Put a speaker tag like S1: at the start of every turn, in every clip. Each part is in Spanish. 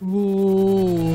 S1: Uh,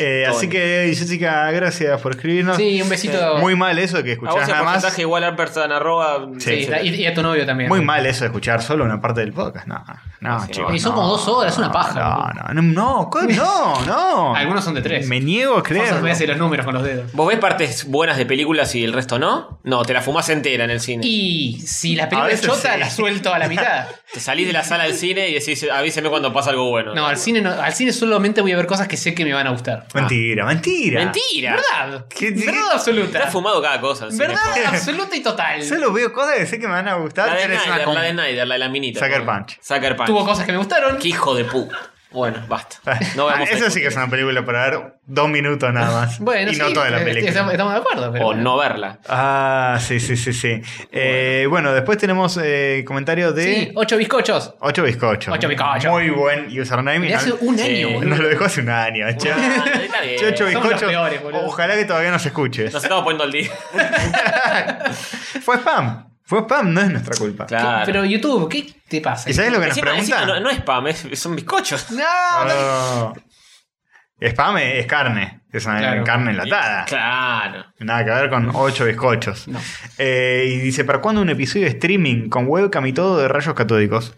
S2: Eh, así que, Jessica, gracias por escribirnos.
S3: Sí, un besito.
S2: Muy mal eso de que
S4: A vos
S2: escuchás
S4: el
S2: nada más.
S4: porcentaje igual Ampersand, arroba.
S2: Sí,
S3: Sí,
S2: sí.
S3: Y, y a tu novio también.
S2: Muy mal eso de escuchar solo una parte del podcast. No, no,
S4: Sí,
S2: chicos.
S3: Y somos
S2: no.
S3: dos horas, es una paja.
S2: No, no,
S3: boludo.
S2: no, no, co- no, no.
S3: Algunos son de tres.
S2: Me niego a
S3: Vos
S2: creer.
S3: ves los números con los dedos.
S4: ¿Vos ves partes buenas de películas y el resto no? No, te la fumás entera en el cine.
S3: Y si la
S2: A
S3: película es
S2: veces
S3: chota,
S2: sí.
S3: la suelto a la mitad.
S4: Te salís de la sala del cine y decís, avíseme cuando pasa algo bueno.
S3: No, al cine no- al cine solamente voy a ver cosas que sé que me van a gustar.
S2: Mentira, mentira.
S4: ¡Mentira!
S3: ¿Verdad?
S2: ¿Qué-
S3: verdad
S4: Te has
S3: absoluta.
S4: fumado cada cosa. en el cine.
S3: Verdad absoluta y total.
S2: Solo veo cosas que sé que me van a gustar.
S4: La de
S2: Eres una
S4: Snyder,
S2: com-
S4: la de Snyder, la de la minita.
S2: Sucker
S4: ¿no?
S2: Punch.
S4: Sucker Punch.
S3: Tuvo cosas que me gustaron.
S4: ¡Qué hijo de puta! Bueno, basta. No vamos a
S2: Eso Ah, sí que es una película para ver dos minutos nada más.
S3: Bueno,
S2: y no
S3: sí,
S2: toda la
S3: eh,
S2: película.
S3: Estamos, estamos de acuerdo. pero
S4: O
S3: bueno.
S4: no verla.
S2: Ah, sí, sí, sí, sí. Eh, Bueno, después tenemos eh, comentario
S3: Sí,
S2: de
S3: ocho bizcochos.
S2: 8 bizcochos.
S3: Ocho bizcochos.
S2: Muy buen username.
S3: Le hace
S2: No-
S3: un
S4: Sí.
S3: año, boludo.
S2: Nos lo dejó hace un año, che.
S4: Bueno, está bien.
S2: Che, ocho
S3: Somos los
S2: bizcochos.
S3: peores, boludo.
S2: Ojalá que todavía nos escuches.
S4: Nos estamos poniendo al día.
S2: Fue spam. Fue spam, no es nuestra culpa.
S3: ¿Qué-
S4: Claro.
S3: Pero YouTube, ¿qué te pasa? Eh,
S2: ¿Y sabes lo que nos
S4: Encima- encima
S2: preguntan?
S4: no, no es spam, es- son bizcochos.
S3: No, no.
S2: Oh. Spam es carne. Es una
S3: Claro.
S2: carne enlatada.
S4: Claro.
S2: Nada que ver con ocho bizcochos. Eh, y dice, ¿para cuándo un episodio de streaming con webcam y todo de rayos catódicos?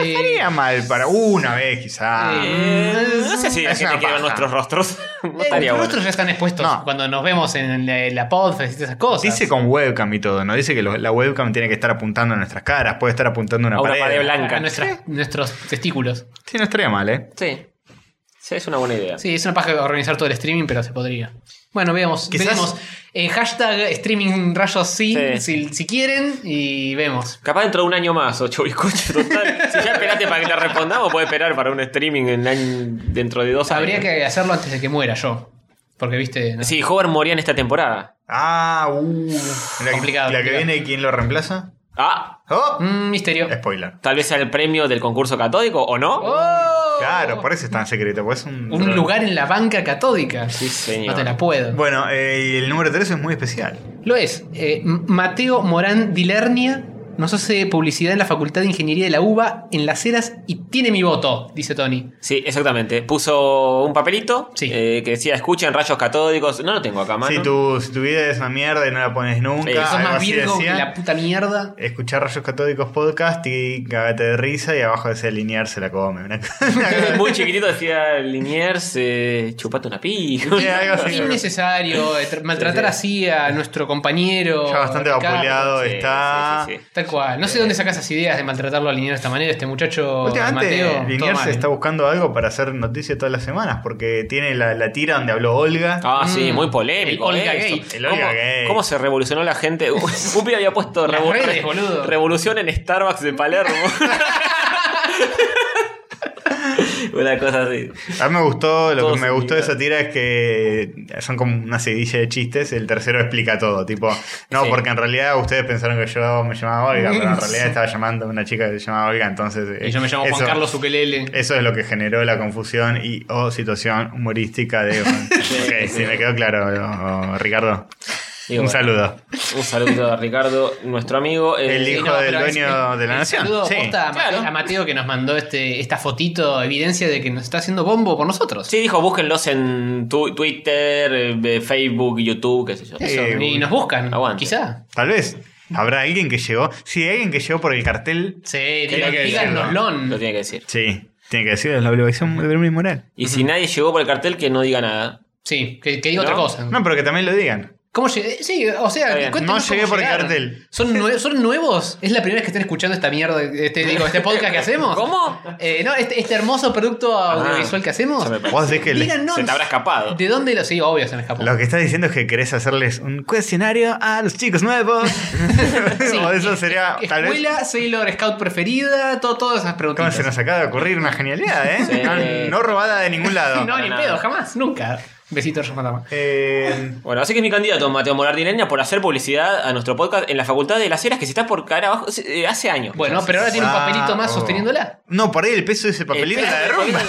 S3: Eh,
S2: Sería mal para una vez quizá.
S3: Eh,
S4: Eh, no sé si la
S2: Es
S4: gente
S2: una
S4: quiere ver
S2: paja.
S4: nuestros rostros. No
S3: eh,
S4: estaría
S3: los
S4: bueno.
S3: otros ya están expuestos
S2: No.
S3: cuando nos vemos en la, la podfest y esas cosas.
S2: Dice con webcam y todo, ¿no? Dice que lo- la webcam tiene que estar apuntando a nuestras caras, puede estar apuntando a una,
S4: A una pared
S3: a,
S4: blanca.
S3: a nuestras- nuestros testículos.
S2: Sí, no estaría mal, ¿eh?
S4: Sí. Sí, es una buena idea.
S3: Sí, es una paja organizar todo el streaming, pero se podría. Bueno, veamos.
S2: Quizás-
S3: veremos. Eh, hashtag streaming rayos sí,
S4: Sí.
S3: Si, si quieren, y vemos.
S4: Capaz dentro de un año más, ocho bizcochos total. si ya esperaste para que le respondamos, puedes esperar para un streaming en año- dentro de dos
S3: Habría
S4: años.
S3: que hacerlo antes de que muera yo. Porque, viste, ¿no?
S4: Sí, Hover moría en esta temporada.
S2: Ah, uh. La,
S3: Complicado,
S2: la que
S3: complicado.
S2: viene, ¿quién lo reemplaza?
S4: Ah,
S2: ¡Oh!
S3: Mm, misterio.
S2: Spoiler.
S4: tal vez sea el premio del concurso catódico, ¿o no?
S3: ¡Oh!
S2: Claro, por eso es tan secreto, porque es un...
S3: Un lugar en la banca catódica.
S4: Sí, señor.
S3: No te la puedo.
S2: Bueno, eh, y el número 3 es muy especial.
S3: Lo es. Eh, M- Mateo Morán Dilernia nos hace publicidad en la Facultad de Ingeniería de la UBA en Las Heras y tiene mi voto, dice Tony.
S4: Sí, exactamente. Puso un papelito
S3: Sí.
S4: eh, que decía, escuchen rayos catódicos. No lo tengo acá, mano.
S2: Si tu, si tu vida es una mierda y no la pones nunca,
S4: Sí, sos
S3: Sos
S2: algo
S3: más
S2: Ah, así
S3: virgo que
S2: decía,
S3: la puta mierda.
S2: escuchar Rayos Catódicos Podcast y cagate de risa y abajo de ese alinear se la come. Una cosa-
S4: Muy chiquitito decía Liniers, eh, chupate una pija.
S2: Sí, algo así.
S3: Innecesario eh, tra- maltratar así a nuestro compañero.
S2: ya bastante
S3: Ricardo.
S2: vapuleado Eh.
S4: Sí,
S2: está.
S4: sí, sí, sí.
S3: Tal cual. No sé dónde sacas esas ideas de maltratarlo al liniero de esta manera, este muchacho
S2: Últimamente
S3: Mateo. todo
S2: Liniers
S3: mal.
S2: se está buscando algo para hacer noticia todas las semanas porque tiene la, la tira donde habló Olga.
S4: Ah, sí,
S3: Mm.
S4: muy polémico.
S3: El Olga
S4: eh,
S3: Gate.
S4: esto.
S2: El Olga
S4: ¿Cómo,
S2: Gate.
S4: cómo se revolucionó la gente? Un pibe había puesto
S3: Las
S4: revo-
S3: redes, boludo.
S4: revolución en Starbucks de Palermo. Una cosa así.
S2: A mí me gustó, lo
S4: Todo
S2: que me
S4: sentido.
S2: gustó de esa tira es que son como una seguidilla de chistes, el tercero explica todo, tipo, no,
S4: Sí.
S2: porque en realidad ustedes pensaron que yo me llamaba Olga, pero en
S3: Sí.
S2: realidad estaba llamando a una chica que se llamaba Olga, entonces... eh,
S3: Y yo me llamo
S2: eso-
S3: Juan Carlos Ukelele.
S2: Eso es lo que generó la confusión y o situación humorística de... ok, sí, me quedó claro, o- o- Ricardo.
S4: Y
S2: un
S4: bueno,
S2: saludo.
S4: Un saludo a Ricardo, nuestro amigo. eh,
S2: El hijo del
S3: pero es-
S2: dueño
S3: el-
S2: de la
S3: el
S2: nación.
S3: Saludo
S2: Sí.
S3: posta a, Mate-
S4: Claro.
S3: a Mateo que nos mandó este, esta fotito, evidencia de que nos está haciendo bombo por nosotros.
S4: Sí, dijo, búsquenlos en tu- Twitter, eh, Facebook, YouTube, qué sé yo.
S3: Eso,
S2: Eh,
S3: y nos buscan,
S4: aguante.
S3: quizá.
S2: Tal vez habrá alguien que llegó. Si hay alguien que llegó por el cartel,
S3: Sí,
S2: Tiene que
S3: díganoslo.
S4: Lo tiene que decir.
S2: sí, tiene que decir es la obligación de mi moral.
S4: Y si nadie llegó por el cartel, que no diga nada.
S3: Sí, que, que diga
S4: ¿No?
S3: otra cosa.
S2: No, pero que también lo digan.
S3: ¿Cómo llegué? Sí, o sea,
S4: Está bien.
S2: No
S3: cuéntenos
S2: llegué
S3: cómo
S2: por el
S3: llegaron.
S2: cartel.
S3: ¿Son, nue- ¿Son nuevos? ¿Es la primera vez que están escuchando esta mierda, este, digo, este podcast que hacemos?
S4: ¿Cómo?
S3: Eh, no, este, este hermoso producto audiovisual que hacemos.
S4: Se me parece.
S2: Vos decís que le-
S3: Díganos.
S4: Se te habrá escapado.
S3: ¿De dónde lo.? Sí, obvio, se me escapó.
S2: lo que estás diciendo es que querés hacerles un cuestionario a los chicos nuevos.
S3: Sí,
S2: o eso
S3: es-
S2: sería
S3: es-
S2: tal vez.
S3: Escuela, Sailor Scout preferida, todo, todas esas
S2: ¿Cómo
S3: preguntas.
S2: se nos acaba de ocurrir una genialidad, eh?
S4: Sí.
S2: No, no robada de ningún lado.
S3: No, ni
S4: nada.
S3: pedo, jamás, nunca. Besito de Fantasma.
S2: Eh,
S4: Bueno, así que es mi candidato, Mateo Morardineña, por hacer publicidad a nuestro podcast en la Facultad de las Heras, que se está por caer abajo eh, hace años.
S3: Bueno, pero ahora tiene un
S2: ah,
S3: papelito más
S2: oh.
S3: sosteniéndola.
S2: No, por ahí el peso de ese papelito
S4: Eh,
S2: la derrumba.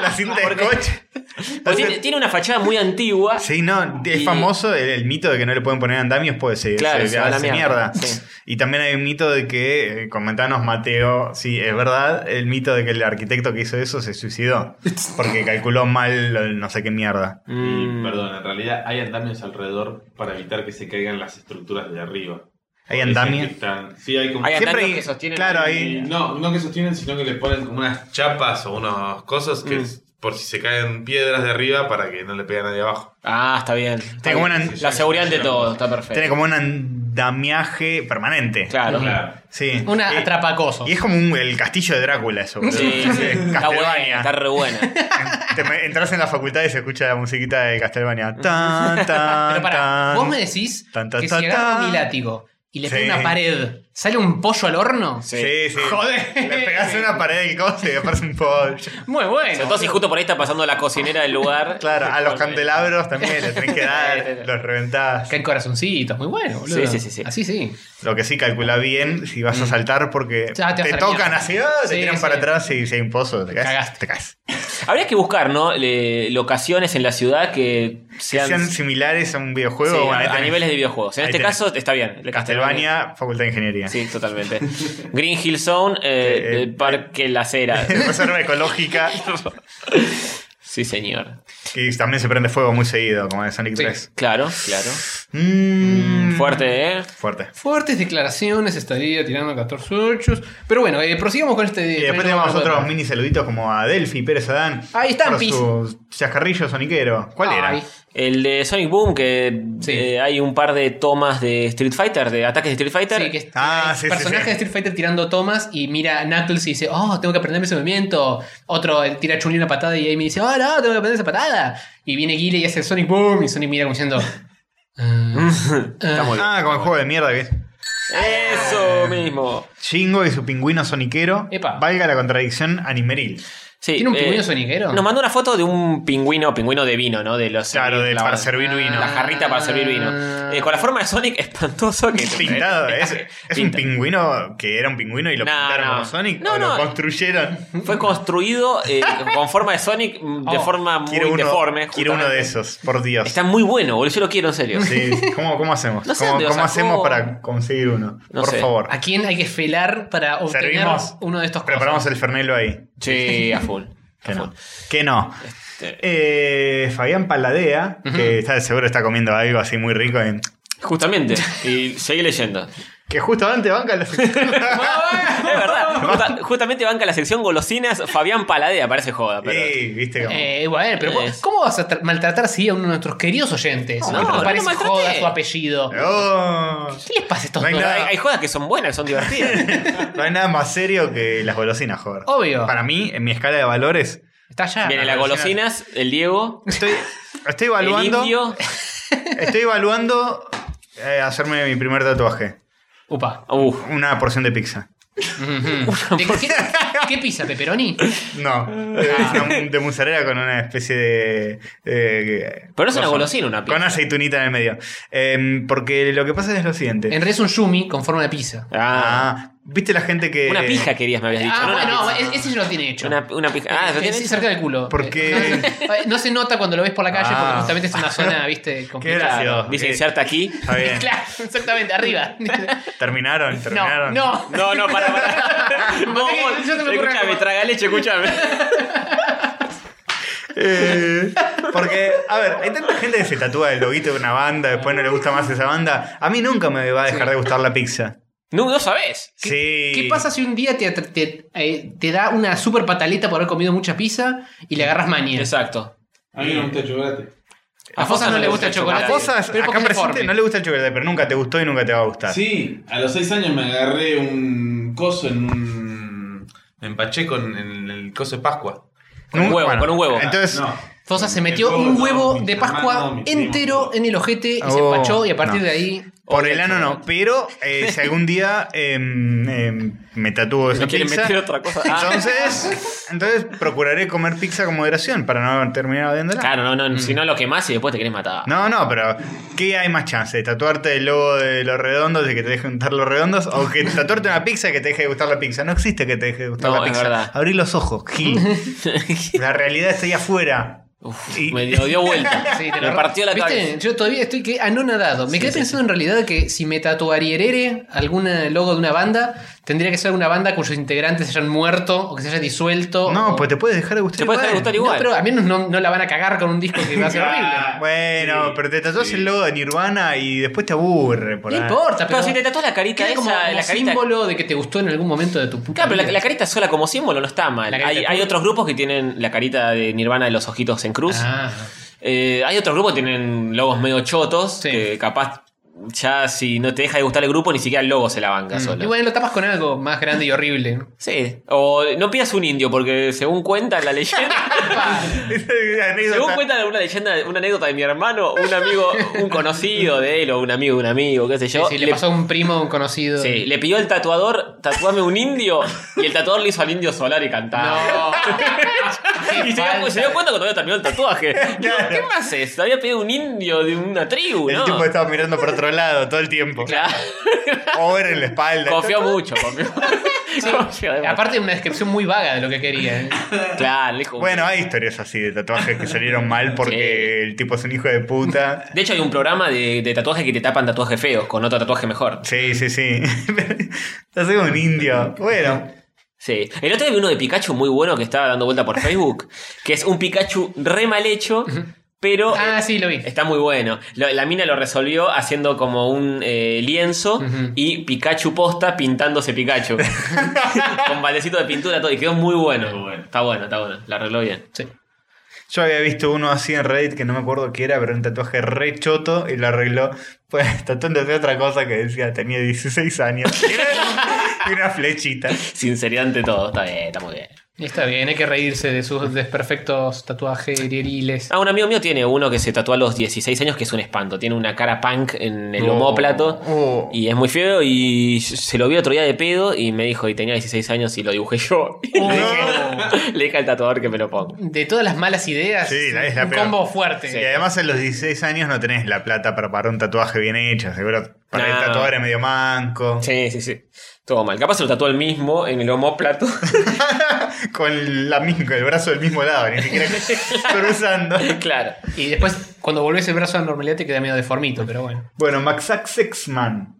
S2: La cinta de
S4: Porque-
S2: coche.
S4: Porque tiene, tiene una fachada muy antigua.
S2: Sí, no, es
S4: Y-
S2: famoso el, el mito de que no le pueden poner andamios, pues, puede ser.
S4: Claro, se va a la mierda.
S2: mierda.
S4: Sí.
S2: Y también hay un mito de que, eh, comentanos Mateo, sí, es verdad, el mito de que el arquitecto que hizo eso se suicidó. Porque calculó mal lo- no sé qué mierda.
S4: Mm.
S5: Y, perdón, en realidad hay andamios alrededor para evitar que se caigan las estructuras de arriba.
S2: ¿Hay
S5: Por eso
S2: andamios?
S5: es que están- Sí, hay como...
S4: Hay
S2: Siempre
S4: andamios
S2: hay-
S4: que sostienen.
S2: claro,
S4: el-
S2: hay-
S5: No, no que sostienen, sino que le ponen como unas chapas o unas cosas que
S4: Mm.
S5: es por si se caen piedras de arriba para que no le peguen a nadie abajo.
S4: Ah, está bien. Está
S2: Tiene como,
S4: bien.
S2: una-
S4: La seguridad de todo, está perfecto.
S2: tiene como un andamiaje permanente.
S4: Claro.
S5: Claro.
S2: Sí. Eh,
S3: Una
S2: Y-
S3: atrapacoso.
S2: Y es como un- el castillo de Drácula eso. boludo.
S4: Sí, sí. Está buena,
S2: Castlevania.
S4: está re buena.
S2: Te me- entras en la facultad y se escucha la musiquita de Castlevania. Tan, tan,
S3: Pero pará,
S2: tan.
S3: vos me decís
S2: Tan, tan,
S3: que
S2: tan,
S3: si agarro
S2: tan.
S3: mi látigo y le pego
S2: Sí.
S3: una pared, ¿sale un pollo al horno?
S4: Sí.
S2: Sí, sí.
S3: Joder.
S2: Le pegás en una pared del coche y aparece un pollo.
S3: Muy bueno.
S4: Sobre todo si justo por ahí está pasando la cocinera del lugar.
S2: Claro, a los
S4: Porque-
S2: candelabros también les tenés que
S4: Sí, sí,
S2: dar,
S4: sí.
S2: los reventás.
S3: Caen corazoncitos, muy bueno, boludo.
S4: Sí, sí, sí, sí.
S3: Así sí.
S2: Lo que sí, calcula bien si vas a saltar porque
S3: Ya,
S2: te,
S3: te vas a la
S2: tocan
S3: mierda.
S2: así, ah, te
S3: Sí,
S2: tiran
S3: sí.
S2: para atrás y si hay un pozo, te caes.
S3: Cagaste.
S2: Te caes.
S4: Habría que buscar, ¿no? Le- locaciones en la ciudad que
S2: Que
S4: sean,
S2: sean similares a un videojuego.
S4: sí,
S2: bueno,
S4: a-
S2: ahí
S4: a,
S2: tenés
S4: niveles de videojuegos. En
S2: ahí
S4: este
S2: tenés.
S4: caso está bien.
S2: Castlevania, Facultad de Ingeniería.
S4: Sí, totalmente. Green Hill Zone, eh,
S2: Eh, eh,
S4: el Parque La Cera.
S2: Reserva ecológica.
S4: Sí, señor.
S2: Y también se prende fuego muy seguido, como en Sonic
S3: Sí.
S2: 3.
S4: Claro, claro.
S2: Mm.
S4: Fuerte, ¿eh?
S2: Fuerte.
S3: Fuertes declaraciones, estaría tirando 14 ochos. Pero bueno, eh, prosigamos con este.
S2: Y después tenemos otros mini saluditos como a Delphi Pérez Adán.
S3: Ahí están,
S2: por
S3: pis.
S2: su chascarrillo soniquero. ¿Cuál
S3: Ay.
S2: era?
S4: El de Sonic Boom, que
S3: Sí.
S4: eh, hay un par de tomas de Street Fighter, de ataques de Street Fighter.
S3: Sí, que es
S2: Ah,
S3: hay
S2: sí, sí,
S3: personaje
S2: sí.
S3: de Street Fighter tirando tomas y mira a Knuckles y dice, oh, tengo que aprenderme ese movimiento. Otro eh, tira a Chun-Li una patada y Amy dice, oh, no, tengo que aprender esa patada. Y viene Guile y hace el Sonic Boom y Sonic mira como diciendo... "Ah, ah".
S2: Ah, como el juego de mierda que es. Ah.
S4: Eso mismo.
S2: Chingo y su pingüino soniquero.
S3: Epa.
S2: Valga la contradicción animeril.
S4: Sí,
S3: ¿Tiene un
S4: eh,
S3: pingüino soniquero?
S4: Nos mandó una foto de un pingüino, pingüino de vino, ¿no? De los.
S2: Claro, de,
S4: la-
S2: para servir vino. Ah.
S4: La jarrita para servir vino. Eh, con la forma de Sonic espantoso que
S2: Pintado,
S4: eh,
S2: es,
S4: eh,
S2: es un
S4: pinta.
S2: pingüino que era un pingüino y lo
S4: No,
S2: pintaron
S4: no.
S2: como Sonic
S4: No,
S2: o
S4: no.
S2: lo construyeron.
S4: Fue construido eh, con forma de Sonic mm, de
S3: Oh,
S4: forma muy
S2: Quiero uno,
S4: deforme.
S2: quiero uno de
S4: justamente.
S2: esos, por Dios.
S4: Está muy bueno, boludo. Yo lo quiero en serio.
S2: Sí, sí. ¿Cómo, cómo hacemos?
S4: No sé
S2: ¿Cómo,
S4: dónde lo
S2: cómo
S4: sacó.
S2: hacemos para conseguir uno?
S4: No
S2: por
S4: sé.
S2: favor.
S3: ¿A quién hay que felar para obtener
S2: Servimos.
S3: uno de estos
S2: Preparamos
S3: cosas?
S2: el fernelo ahí.
S4: Sí, a full. a
S2: Que no.
S4: full.
S2: Que no.
S4: Este,
S2: Eh, Fabián Paladea, que está, seguro está comiendo algo así muy rico. en-
S4: justamente. Y seguí leyendo.
S2: que justo antes banca la
S4: es verdad. Justa- justamente banca la sección golosinas Fabián Paladea. Parece joda, pero.
S2: Sí, viste cómo.
S3: Eh, bueno, pero
S4: Es.
S3: ¿cómo vas a tra- maltratar así a uno de nuestros queridos oyentes?
S4: No,
S3: Que
S4: no lo
S3: parece
S4: maltraté.
S3: joda su apellido.
S2: Oh,
S3: ¿Qué les pasa a estos
S2: No hay
S3: dos?
S4: Pero
S2: nada.
S4: hay, hay jodas que son buenas, que son divertidas.
S2: no hay nada más serio que las golosinas, joder.
S3: Obvio.
S2: Para mí, en mi escala de valores,
S3: Está allá.
S4: Viene las golosinas, el Diego,
S2: estoy, estoy
S4: el
S2: evaluando.
S4: indio.
S2: Estoy evaluando eh, hacerme mi primer tatuaje.
S3: Upa.
S4: Uf.
S2: Una porción de pizza.
S3: Ujú. ¿De qué, qué pizza? ¿Pepperoni?
S2: No, de, de mozzarella con una especie de. de-
S4: Pero no es una
S2: cosa.
S4: golosina una pizza.
S2: Con aceitunita en el medio. Em, porque lo que pasa es lo siguiente.
S3: En realidad es un yumi con forma de pizza.
S4: Ah,
S2: Ah, ¿viste la gente que.
S4: Una pija querías, me habías dicho.
S3: Ah,
S4: no una
S3: bueno,
S4: pizza.
S3: e- ese ya lo tiene hecho.
S4: Una, una pija. Ah,
S3: Eh,
S4: ¿lo
S3: eh,
S4: tienes?
S3: sí, cerca del culo.
S2: ¿Por
S3: Eh,
S2: qué?
S3: No, se- no se nota cuando lo ves por la calle porque
S2: Ah.
S3: justamente es una zona, viste,
S2: Qué
S3: complicada.
S2: gracioso.
S4: Dice
S2: Eh,
S4: inserta aquí.
S2: Está bien.
S3: Claro, exactamente, arriba.
S2: Terminaron,
S3: no,
S2: terminaron.
S3: no.
S4: No, no, para, para. No,
S3: Yo
S4: no,
S3: se me ocurre
S4: escúchame,
S3: algo.
S4: traga leche, escúchame.
S2: Eh, porque, a ver, hay tanta gente que se tatúa el loguito de una banda, después no le gusta más esa banda. A mí nunca me va a dejar de gustar la pizza.
S4: No, no sabes.
S2: Sí.
S3: ¿Qué pasa si un día te, te- eh, te da una super pataleta por haber comido mucha pizza y le agarras manía?
S4: Exacto.
S5: A mí me gusta el chocolate.
S3: A Fosa no le gusta el chocolate.
S2: A Fosas,
S3: pero es
S2: acá
S3: porque es
S2: presente,
S3: deforme.
S2: no le gusta el chocolate, pero nunca te gustó y nunca te va a gustar.
S5: Sí, a los 6 años me agarré un coso en un. Me empaché con en el coso de Pascua.
S4: Con un
S2: Nun-
S4: huevo, con un huevo.
S2: Entonces,
S5: No.
S3: Fosa se
S5: El
S3: metió
S5: huevo
S3: un
S5: no,
S3: huevo
S5: mi
S3: de
S5: hermano,
S3: Pascua
S5: mi primo.
S3: entero en el ojete y se
S2: Oh,
S3: empachó y a partir
S2: no.
S3: de ahí.
S2: por el ano no, pero eh, si algún día eh, eh, me tatúo esa
S4: Me quieren
S2: pizza,
S4: meter otra cosa. Ah,
S2: entonces, entonces procuraré comer pizza con moderación para no terminar odiándola.
S4: claro, no, no, si no lo quemás y después te querés matar.
S2: No, no, pero ¿qué hay más chance? ¿Tatuarte el logo de los redondos y que te deje gustar los redondos? ¿O que tatuarte una pizza y que te deje de gustar la pizza? No existe que te deje de gustar
S4: No,
S2: la
S4: es
S2: pizza.
S4: verdad.
S2: Abrí los ojos, Gil. la realidad está ahí afuera.
S4: Uf,
S2: Y-
S4: Me dio vuelta.
S3: Sí, te
S4: me
S3: lo-
S4: partió la
S3: ¿Viste?
S4: cabeza.
S3: Yo todavía estoy que anonadado. Me quedé pensando en realidad que si me tatuarierere algún eh, logo de una banda, tendría que ser una banda cuyos integrantes se hayan muerto o que se haya disuelto.
S2: No,
S3: o-
S2: pues te puedes dejar de gustar.
S4: Oh, Te puede dejar de
S2: igual.
S4: gustar igual.
S3: No, pero al menos no, no la van a cagar con un disco que va a ser horrible.
S5: Ah,
S2: Bueno,
S5: sí,
S2: pero te tatuas
S5: sí.
S2: el logo de Nirvana y después te aburre por
S3: No
S2: ahí.
S3: importa, pero,
S4: Pero si te tatuás la carita
S3: queda
S4: esa,
S3: como, como
S4: la carita.
S3: símbolo de que te gustó en algún momento de tu puta
S4: Claro, pero la,
S3: vida.
S4: la carita sola como símbolo no está mal.
S3: La carita
S4: Hay,
S3: cool.
S4: hay otros grupos que tienen la carita de Nirvana de los ojitos en cruz.
S3: Ah.
S4: Eh, hay otros grupos que tienen logos medio chotos.
S3: Sí.
S4: Que capaz ya si no te deja de gustar el grupo, ni siquiera el logo se la banca solo.
S3: Mm. Y bueno, lo tapas con algo más grande y horrible.
S4: Sí. O no pidas un indio, porque según cuenta la leyenda. según
S2: Anécdota.
S4: cuenta alguna leyenda, una anécdota de mi hermano, un amigo, un conocido de él, o un amigo de un amigo, qué sé yo.
S3: si le pasó a un primo, un conocido.
S4: Sí, le pidió al tatuador, tatuame un indio, y el tatuador le hizo al indio solar y cantar.
S3: No.
S4: Y se dio, se dio cuenta cuando había terminado el tatuaje. Digo, ¿Qué más es? Te había pedido un indio de una tribu,
S2: El
S4: ¿no?
S2: tipo estaba mirando por otro lado todo el tiempo.
S4: Claro.
S2: O ver en la espalda.
S4: Confió mucho, confió. Confió demasiado.
S3: Aparte, una descripción muy vaga de lo que quería. ¿eh?
S4: Claro, le dijo.
S2: Bueno, hay historias así de tatuajes que salieron mal porque el tipo es un hijo de puta.
S4: De hecho, hay un programa de, de tatuajes que te tapan tatuajes feos con otro tatuaje mejor.
S2: Sí, sí, sí. Estás como un indio. Bueno,
S4: Sí. El otro día vi uno de Pikachu muy bueno que estaba dando vuelta por Facebook, que es un Pikachu re mal hecho, pero
S3: Ah, sí, lo vi.
S4: Está muy bueno. Lo- la mina lo resolvió haciendo como un eh, lienzo
S3: Ujú.
S4: y Pikachu posta pintándose Pikachu. Con baldecito de pintura todo. Y quedó muy bueno.
S5: Muy bueno.
S4: Está bueno, está bueno. La arregló bien.
S3: Sí.
S2: yo había visto uno así en Reddit que no me acuerdo qué era, pero era un tatuaje re choto y lo arregló. Pues tatuándose otra cosa que decía tenía 16 años. Y una flechita.
S4: Sinceridad ante todo. Está bien, está muy bien.
S3: Y Está bien, hay que reírse de sus desperfectos tatuajes eriles.
S4: Ah, un amigo mío tiene uno que se tatuó a los 16 años que es un espanto. Tiene una cara punk en el
S2: Oh.
S4: homóplato.
S2: Oh.
S4: Y es muy feo y se lo vi otro día de pedo y me dijo, y tenía 16 años y lo dibujé yo. Y le, dije, le dije al tatuador que me lo ponga.
S3: De todas las malas ideas,
S2: Sí, la- es la
S3: un
S2: peor.
S3: combo fuerte.
S2: Y además a los 16 años no tenés la plata para pagar un tatuaje bien hecho. Seguro para
S4: No.
S2: el tatuaje medio manco.
S4: Sí, sí, sí. Todo mal. Capaz se lo tatuó el mismo en el homóplato.
S2: Con, la, misma- con el brazo del mismo lado, ni siquiera cruzando.
S4: claro.
S3: Y después, cuando volvés el brazo a la normalidad, te queda medio deformito, pero bueno.
S2: Bueno, Maxax Sexman.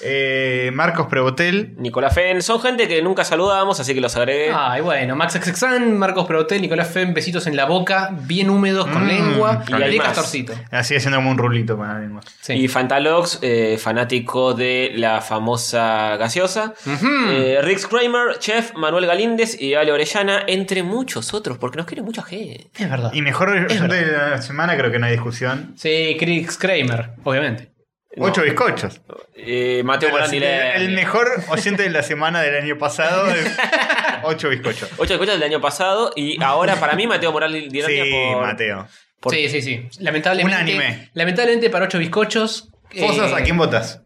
S2: Eh, Marcos Prebotel.
S4: Nicolás Fen. Son gente que nunca saludábamos, así que los agregué.
S3: Ay, bueno, Max Xexan, Marcos Protel, Nicolás Fem, besitos en la boca, bien húmedos, con
S2: Mm,
S3: lengua
S4: y hay
S3: de
S4: más.
S3: castorcito.
S2: Así haciendo como un rulito con la lengua.
S3: Sí.
S4: Y Fantalox, eh, fanático de la famosa gaseosa. Eh, Rick Kramer, Chef, Manuel Galíndez y Ale Orellana, entre muchos otros, porque nos quiere mucha gente.
S3: es verdad.
S2: Y mejor de la semana creo que no hay discusión.
S3: Sí, Chris Kramer, obviamente.
S4: No.
S2: Ocho bizcochos.
S4: Eh, Mateo
S2: Pero
S4: Morandi
S2: sí,
S4: Lerner.
S2: el mejor oyente de la semana del año pasado es ocho bizcochos.
S4: Ocho escuchas del año pasado y ahora para mí Mateo Morandi Lerner
S2: Sí,
S4: por-
S2: Mateo.
S4: por-
S3: Sí, sí, sí. Lamentablemente.
S2: Un anime.
S3: Lamentablemente para ocho bizcochos. eh,
S2: Fosas, ¿a quién votas?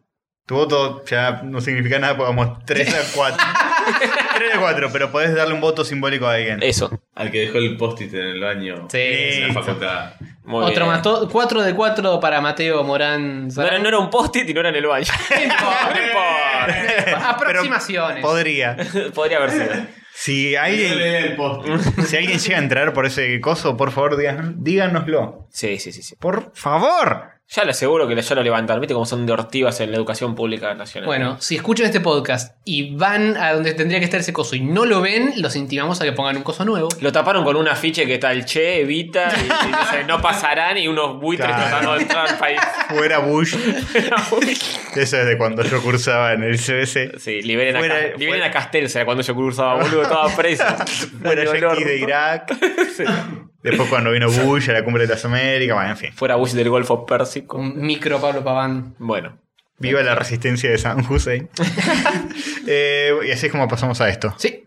S2: Tu voto ya no significa nada, porque vamos 3 a 4. 3 a 4, pero podés darle un voto simbólico a alguien.
S4: Eso.
S5: Al que dejó el post-it en el baño.
S3: Sí.
S5: En la facultad.
S4: Muy
S3: Otro
S4: bien.
S3: más. to- Cuatro de cuatro para Mateo Morán.
S4: No era, no era un post-it y no era en el baño. No importa.
S3: Aproximaciones.
S2: Podría.
S4: Podría haber sido.
S2: Si
S5: Yo
S2: alguien,
S5: leí el post-it.
S2: si alguien llega a entrar por ese coso, por favor, díganos- díganoslo.
S4: Sí, sí, sí, sí.
S2: Por favor.
S4: Ya le aseguro que ya lo levantaron. ¿Viste cómo son de ortivas en la educación pública nacional?
S3: Bueno, si escuchan este podcast y van a donde tendría que estar ese coso y no lo ven, los intimamos a que pongan un coso nuevo.
S4: Lo taparon con un afiche que está el Che, Evita, y, y dice, no pasarán, y unos buitres
S2: Claro.
S4: tratando de entrar al país.
S2: Fuera Bush. Eso es de cuando yo cursaba en el CBC.
S4: Sí, liberen,
S2: Fuera-
S4: a, Ca- liberen
S2: fuera-
S4: a Castelsa cuando yo cruzaba, boludo, estaba preso. Dale,
S2: Fuera Yankee
S4: olor.
S2: de Irak. Después cuando vino Bush a la cumbre de las Américas, bueno, en fin.
S4: Fuera Bush del Golfo
S2: Mm.
S4: Pérsico.
S3: Un micro Pablo Paván.
S4: Bueno.
S2: Viva la resistencia de San Hussein. Eh, y así es como pasamos a esto.
S3: Sí.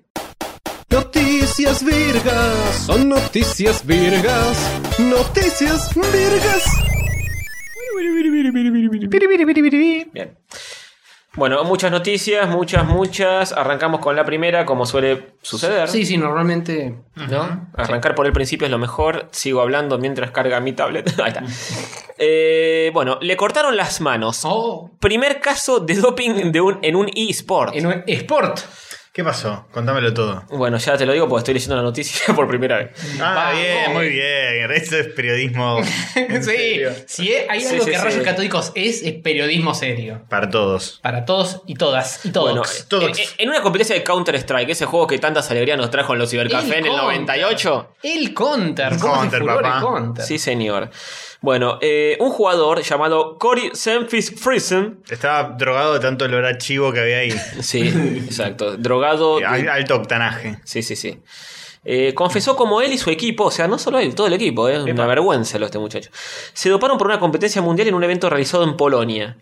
S1: Noticias virgas, son noticias virgas, noticias virgas.
S4: Bien. Bueno, muchas noticias, muchas, muchas. Arrancamos con la primera, como suele suceder.
S3: Sí, sí, normalmente.
S4: ¿no? Arrancar por el principio es lo mejor. Sigo hablando mientras carga mi tablet. Ahí está. Eh, bueno, le cortaron las manos.
S3: Oh.
S4: Primer caso de doping de un, en un eSport.
S3: En un sport.
S2: ¿Qué pasó? Contámelo todo.
S4: Bueno, ya te lo digo porque estoy leyendo la noticia por primera vez.
S2: Ah,
S3: Vamos.
S2: bien, muy bien. Eso es periodismo en
S3: sí.
S2: serio.
S3: Si es- hay
S4: Sí,
S3: algo
S4: sí,
S3: que
S4: sí.
S3: Rayos Catódicos es, es periodismo serio.
S2: para todos.
S3: Para todos y todas y todos.
S4: Bueno,
S2: todos.
S4: eh, eh, en una competencia de Counter-Strike, ese juego que tantas alegrías nos trajo en los cibercafé en el
S3: Counter.
S4: 98.
S3: el counter.
S2: El
S3: ¿Cómo hace
S2: counter,
S3: furor el
S2: papá.
S3: counter?
S4: Sí, señor. Bueno, eh, un jugador llamado Cory Senfis Friesen.
S2: Estaba drogado de tanto olor a chivo que había ahí.
S4: Sí, exacto. Drogado. de-
S2: Al- Alto octanaje.
S4: Sí, sí, sí. Eh, confesó como él y su equipo, o sea, no solo él, todo el equipo, es una vergüenza lo de este muchacho. Se doparon por una competencia mundial en un evento realizado en Polonia.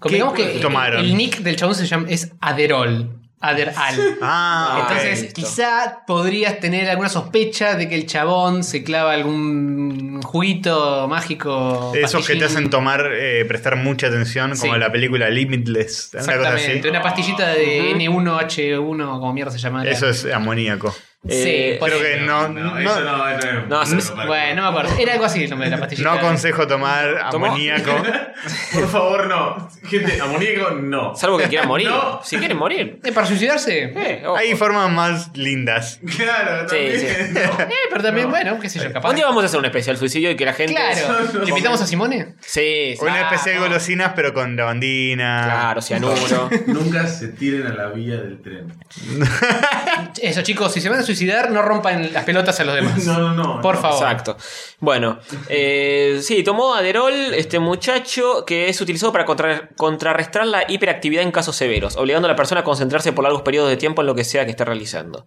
S3: Convengamos
S2: ¿Qué
S3: que
S2: tomaron?
S3: el nick del chabón se llama es Aderol. Aderal.
S2: Ah, ok.
S3: Entonces,
S4: listo.
S3: quizá podrías tener alguna sospecha de que el chabón se clava algún juguito mágico.
S2: Esos que
S3: pastillín.
S2: te hacen tomar, eh, prestar mucha atención, como
S3: Sí.
S2: la película Limitless. Una cosa
S3: Exactamente,
S2: así.
S3: una pastillita de N1H1, como mierda se llama.
S2: Eso es amoníaco.
S3: Sí,
S4: Eh,
S3: por
S2: Creo que
S3: eso.
S2: no,
S5: No,
S2: no,
S5: eso
S2: no,
S5: no, no, no,
S4: No,
S5: no,
S4: sí,
S5: no,
S3: Bueno, no me acuerdo. Era algo así el nombre de la pastillita.
S2: aconsejo tomar
S4: ¿Tomó?
S2: amoníaco.
S5: Por favor, no. Gente, amoníaco, no.
S4: Salvo que quieran morir.
S5: No.
S4: Si quieren morir.
S3: Eh, para suicidarse.
S4: Eh, ojo.
S2: Hay formas más lindas.
S5: Claro, también.
S4: Sí, sí.
S3: Eh, pero también, bueno, qué sé yo, capaz.
S4: Un día vamos a hacer un especial suicidio y que la gente.
S3: Claro. ¿Le invitamos a Simone?
S4: Sí, sí.
S2: Una
S3: Ah,
S2: especie de
S3: no.
S2: golosinas, pero con lavandina.
S4: Claro, cianuro.
S5: Nunca se tiren a la vía del tren.
S3: Eso, chicos, si se van a suicidar, no rompan las pelotas a los demás.
S5: No, no, no.
S3: Por
S5: no.
S3: favor.
S4: Exacto. Bueno, eh, sí, tomó Aderol, este muchacho, que es utilizado para contra- contrarrestar la hiperactividad en casos severos, obligando a la persona a concentrarse por largos periodos de tiempo en lo que sea que esté realizando.